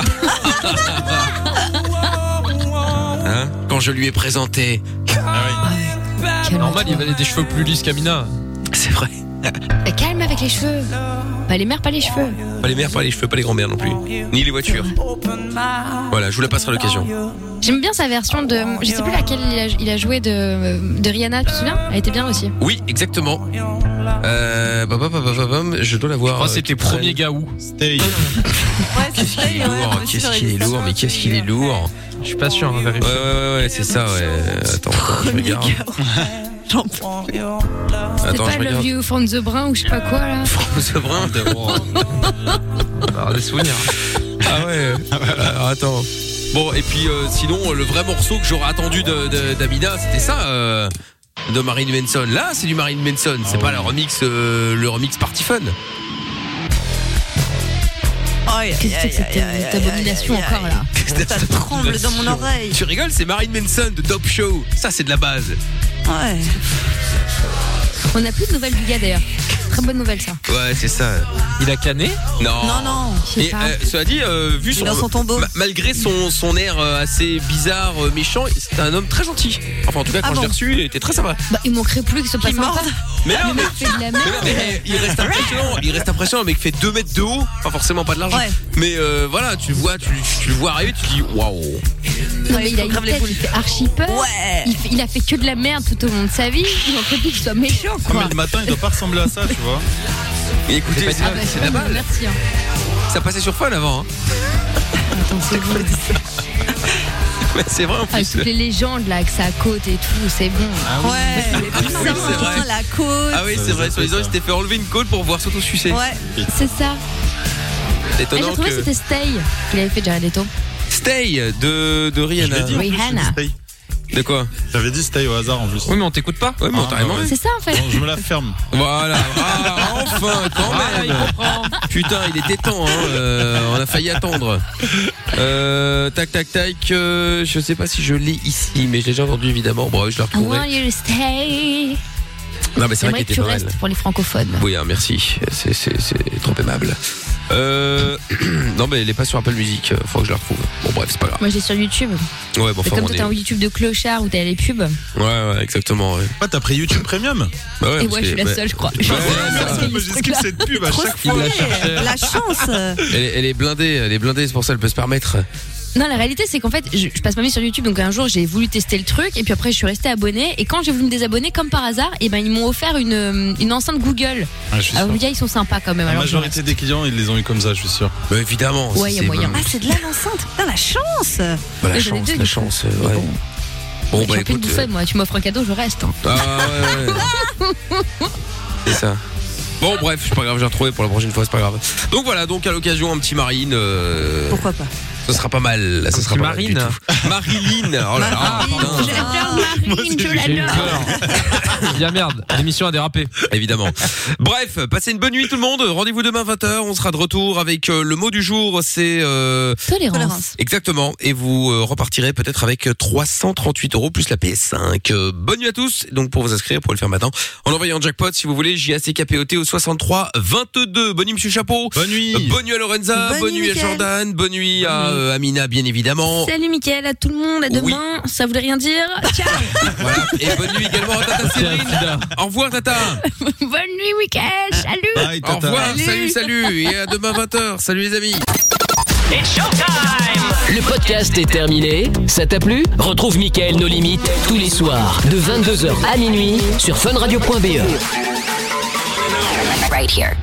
Speaker 2: Hein quand je lui ai présenté. Ah
Speaker 22: Normal, il avait des cheveux plus lisses qu'Amina.
Speaker 2: C'est vrai.
Speaker 4: Euh, Calme avec les cheveux. Pas les mères, pas les cheveux.
Speaker 2: Pas les mères, pas les cheveux, pas les grands-mères non plus. Ni les voitures. Voilà, je vous la passerai à l'occasion.
Speaker 4: J'aime bien sa version de. Je sais plus laquelle il a, il a joué de, de Rihanna, tu te souviens Elle était bien aussi.
Speaker 2: Oui, exactement. Euh, bah, bah, bah, bah, bah, bah, je dois l'avoir.
Speaker 22: crois que c'était Premier
Speaker 2: gaou. Stay.
Speaker 14: Qu'est-ce
Speaker 2: qu'il est lourd, qu'est-ce qu'il est lourd, mais qu'est-ce qu'il est lourd. Je suis pas sûr, on va vérifier. Ouais, ouais, ouais, ouais, c'est ça, ouais. Attends, attends, je regarde.
Speaker 4: C'était
Speaker 2: Attends,
Speaker 4: pas
Speaker 2: je
Speaker 4: Love
Speaker 2: regarde.
Speaker 4: You from the Brun ou je sais pas quoi là.
Speaker 2: Ce brin de. Alors, des souvenirs. Ah ouais. Alors, attends. Bon, et puis euh, sinon, le vrai morceau que j'aurais attendu de- de- d'Amina, c'était ça. euh, de Marine Manson. Là, c'est du Marine Manson. C'est pas le remix, euh, le remix Party Fun.
Speaker 14: Qu'est-ce que c'est que cette cette abomination encore là Ça tremble dans mon oreille.
Speaker 2: Tu rigoles, c'est Marine Manson de Dope Show. Ça, c'est de la base.
Speaker 14: Ouais.
Speaker 4: On a plus de nouvelles du gars d'ailleurs. Très bonne nouvelle ça.
Speaker 2: Ouais, c'est ça. Il a canné Non.
Speaker 4: Non, non, je sais
Speaker 2: Et,
Speaker 4: pas.
Speaker 2: euh, cela dit, euh, vu
Speaker 4: Il est
Speaker 2: son,
Speaker 4: dans son tombeau.
Speaker 2: ma- malgré son, son air euh, assez bizarre, euh, méchant, c'est un homme très gentil. Enfin, en tout cas,
Speaker 4: Ah
Speaker 2: quand je l'ai
Speaker 4: bon
Speaker 2: reçu, il était très sympa.
Speaker 4: Bah, il manquerait plus qu'il soit pas Ah, sympa.
Speaker 2: Mais non, mais-
Speaker 4: c'est de la merde.
Speaker 2: Mais non, mais, eh, il reste impressionnant. Il reste impressionnant. Le mec fait 2 mètres de haut. Pas forcément pas de large. Mais euh, voilà, tu le vois, tu, tu le vois arriver, tu dis waouh.
Speaker 4: Non, mais il a une tête, il fait archi peur. Il, fait- il a fait que de la merde tout au long de sa vie. Il manquerait plus qu'il soit méchant
Speaker 7: Ah,
Speaker 4: quoi.
Speaker 7: mais le matin, il doit pas ressembler à ça, tu vois.
Speaker 2: écoutez,
Speaker 4: Ah bah,
Speaker 2: c'est de la balle.
Speaker 4: Merci. hein.
Speaker 2: Ça passait sur fun avant. hein.
Speaker 4: Attends, c'est bon.
Speaker 2: Ouais, c'est vrai en
Speaker 4: Ah,
Speaker 2: plus.
Speaker 4: toutes les légendes là, que ça côte et tout, c'est bon.
Speaker 14: Ouais,
Speaker 2: Ah oui, c'est vrai.
Speaker 14: la côte.
Speaker 2: Ah oui, c'est vrai. Soi-disant, il s'était fait enlever une côte pour voir surtout sucer.
Speaker 14: Ouais.
Speaker 4: C'est ça.
Speaker 2: C'est
Speaker 4: Ah, J'ai
Speaker 2: étonnant
Speaker 4: trouvé que c'était
Speaker 2: que
Speaker 4: Stay qu'il avait fait Jared Leto.
Speaker 2: Stay de, de Rihanna.
Speaker 4: dit, en plus, Rihanna. je
Speaker 2: De quoi
Speaker 7: J'avais dit stay au hasard en plus.
Speaker 22: Oui, mais on t'écoute pas.
Speaker 2: Ouais, mais on t'a rien
Speaker 4: C'est ça en fait.
Speaker 7: Je me la ferme. Ah,
Speaker 2: Voilà. Ah, enfin, quand même. Putain, il était temps. Hein. euh, on a failli attendre. Euh, tac, tac, tac. euh, je sais pas si je l'ai ici, mais je l'ai déjà entendu évidemment. Bon, je la
Speaker 4: I want
Speaker 2: retrouverai.
Speaker 4: you to stay.
Speaker 2: Non, mais c'est
Speaker 4: Ah, J'aimerais
Speaker 2: vrai
Speaker 4: que
Speaker 2: qu'il
Speaker 4: tu
Speaker 2: était pas mal.
Speaker 4: restes pour les francophones.
Speaker 2: Oui, hein, merci. C'est- C'est c'est trop aimable. Euh, non, mais elle est pas sur Apple Music. euh, Faut que je la retrouve. Bon, bref, c'est pas grave.
Speaker 4: Moi, j'ai sur YouTube.
Speaker 2: Ouais, bon,
Speaker 4: C'est
Speaker 2: enfin,
Speaker 4: comme
Speaker 2: on
Speaker 4: toi,
Speaker 2: est-
Speaker 4: t'as un YouTube de clochard où t'as les pubs.
Speaker 2: Ouais, ouais, exactement. Ouais.
Speaker 7: Ah, t'as pris YouTube Premium
Speaker 2: Bah
Speaker 4: et
Speaker 2: parce
Speaker 4: ouais, je
Speaker 2: que-
Speaker 4: suis la
Speaker 2: ouais.
Speaker 4: seule, je crois.
Speaker 2: Ouais, ouais,
Speaker 4: Parce
Speaker 2: ouais.
Speaker 4: qu'il y a ce truc-là.
Speaker 14: La chance.
Speaker 2: Elle, est- elle est blindée, elle est blindée, c'est pour ça qu'elle peut se permettre.
Speaker 4: Non, la réalité, c'est qu'en fait, je, je passe ma vie sur YouTube. Donc un jour, j'ai voulu tester le truc, et puis après, je suis restée abonnée. Et quand j'ai voulu me désabonner, comme par hasard, et ben ils m'ont offert une, euh, une enceinte Google.
Speaker 7: Ah, je suis
Speaker 4: Alors
Speaker 7: sûr.
Speaker 4: les gars, ils sont sympas quand même.
Speaker 7: La
Speaker 4: Alors, je-
Speaker 7: majorité des clients, ils les ont eu comme ça, je suis sûr.
Speaker 2: Bah évidemment.
Speaker 4: Ouais, y a moyen.
Speaker 14: Ah, c'est de la l'enceinte. Putain, la chance.
Speaker 2: Bah, la
Speaker 4: Ouais, j'en ai
Speaker 2: chance,
Speaker 4: deux,
Speaker 2: la
Speaker 4: du
Speaker 2: chance. euh, ouais.
Speaker 4: je
Speaker 2: Bon, bah
Speaker 4: suis en pleine
Speaker 2: écoute. euh,
Speaker 4: bouffée, moi. Tu m'offres un cadeau, je reste. hein.
Speaker 2: Ah ouais, ouais, ouais. c'est ça. Bon, bref, c'est pas grave, j'ai retrouvé pour la prochaine fois, c'est pas grave. Donc voilà, donc à l'occasion, un petit Marine. euh,
Speaker 14: Pourquoi pas
Speaker 2: Ce sera pas mal, là, ce sera pas
Speaker 22: Marine.
Speaker 2: mal. du tout. Marilyn. Oh là là, putain.
Speaker 22: Il y a merde, l'émission a dérapé.
Speaker 2: Évidemment. Bref, passez une bonne nuit tout le monde. Rendez-vous demain 20h. On sera de retour avec euh, le mot du jour. C'est euh,
Speaker 4: Tolérance.
Speaker 2: Exactement. Et vous euh, repartirez peut-être avec 338 euros plus la PS5. Euh, bonne nuit à tous. Donc pour vous inscrire, pour le faire maintenant, en envoyant jackpot si vous voulez JACKPOT au 63 22. Bonne nuit Monsieur Chapeau.
Speaker 7: Bonne nuit.
Speaker 2: Bonne nuit à Lorenza.
Speaker 7: Bonne
Speaker 2: Bonne,
Speaker 7: nuit,
Speaker 2: nuit, à
Speaker 7: Mickaël.
Speaker 2: Jordan. Bonne nuit à euh, Amina, bien évidemment.
Speaker 4: Salut Mickaël, à tout le monde, à demain. Ça voulait rien dire. Ciao.
Speaker 2: Voilà. Et bonne nuit également à Tata Séverine. Au revoir, Tata.
Speaker 4: Bonne nuit Mickaël, salut.
Speaker 2: Au revoir, salut, salut. Et à demain 20h. Salut les amis.
Speaker 1: Le podcast est terminé. Ça t'a plu Retrouve Mickaël Nos Limites tous les soirs E. de 22h à minuit sur funradio.be.
Speaker 23: Right here.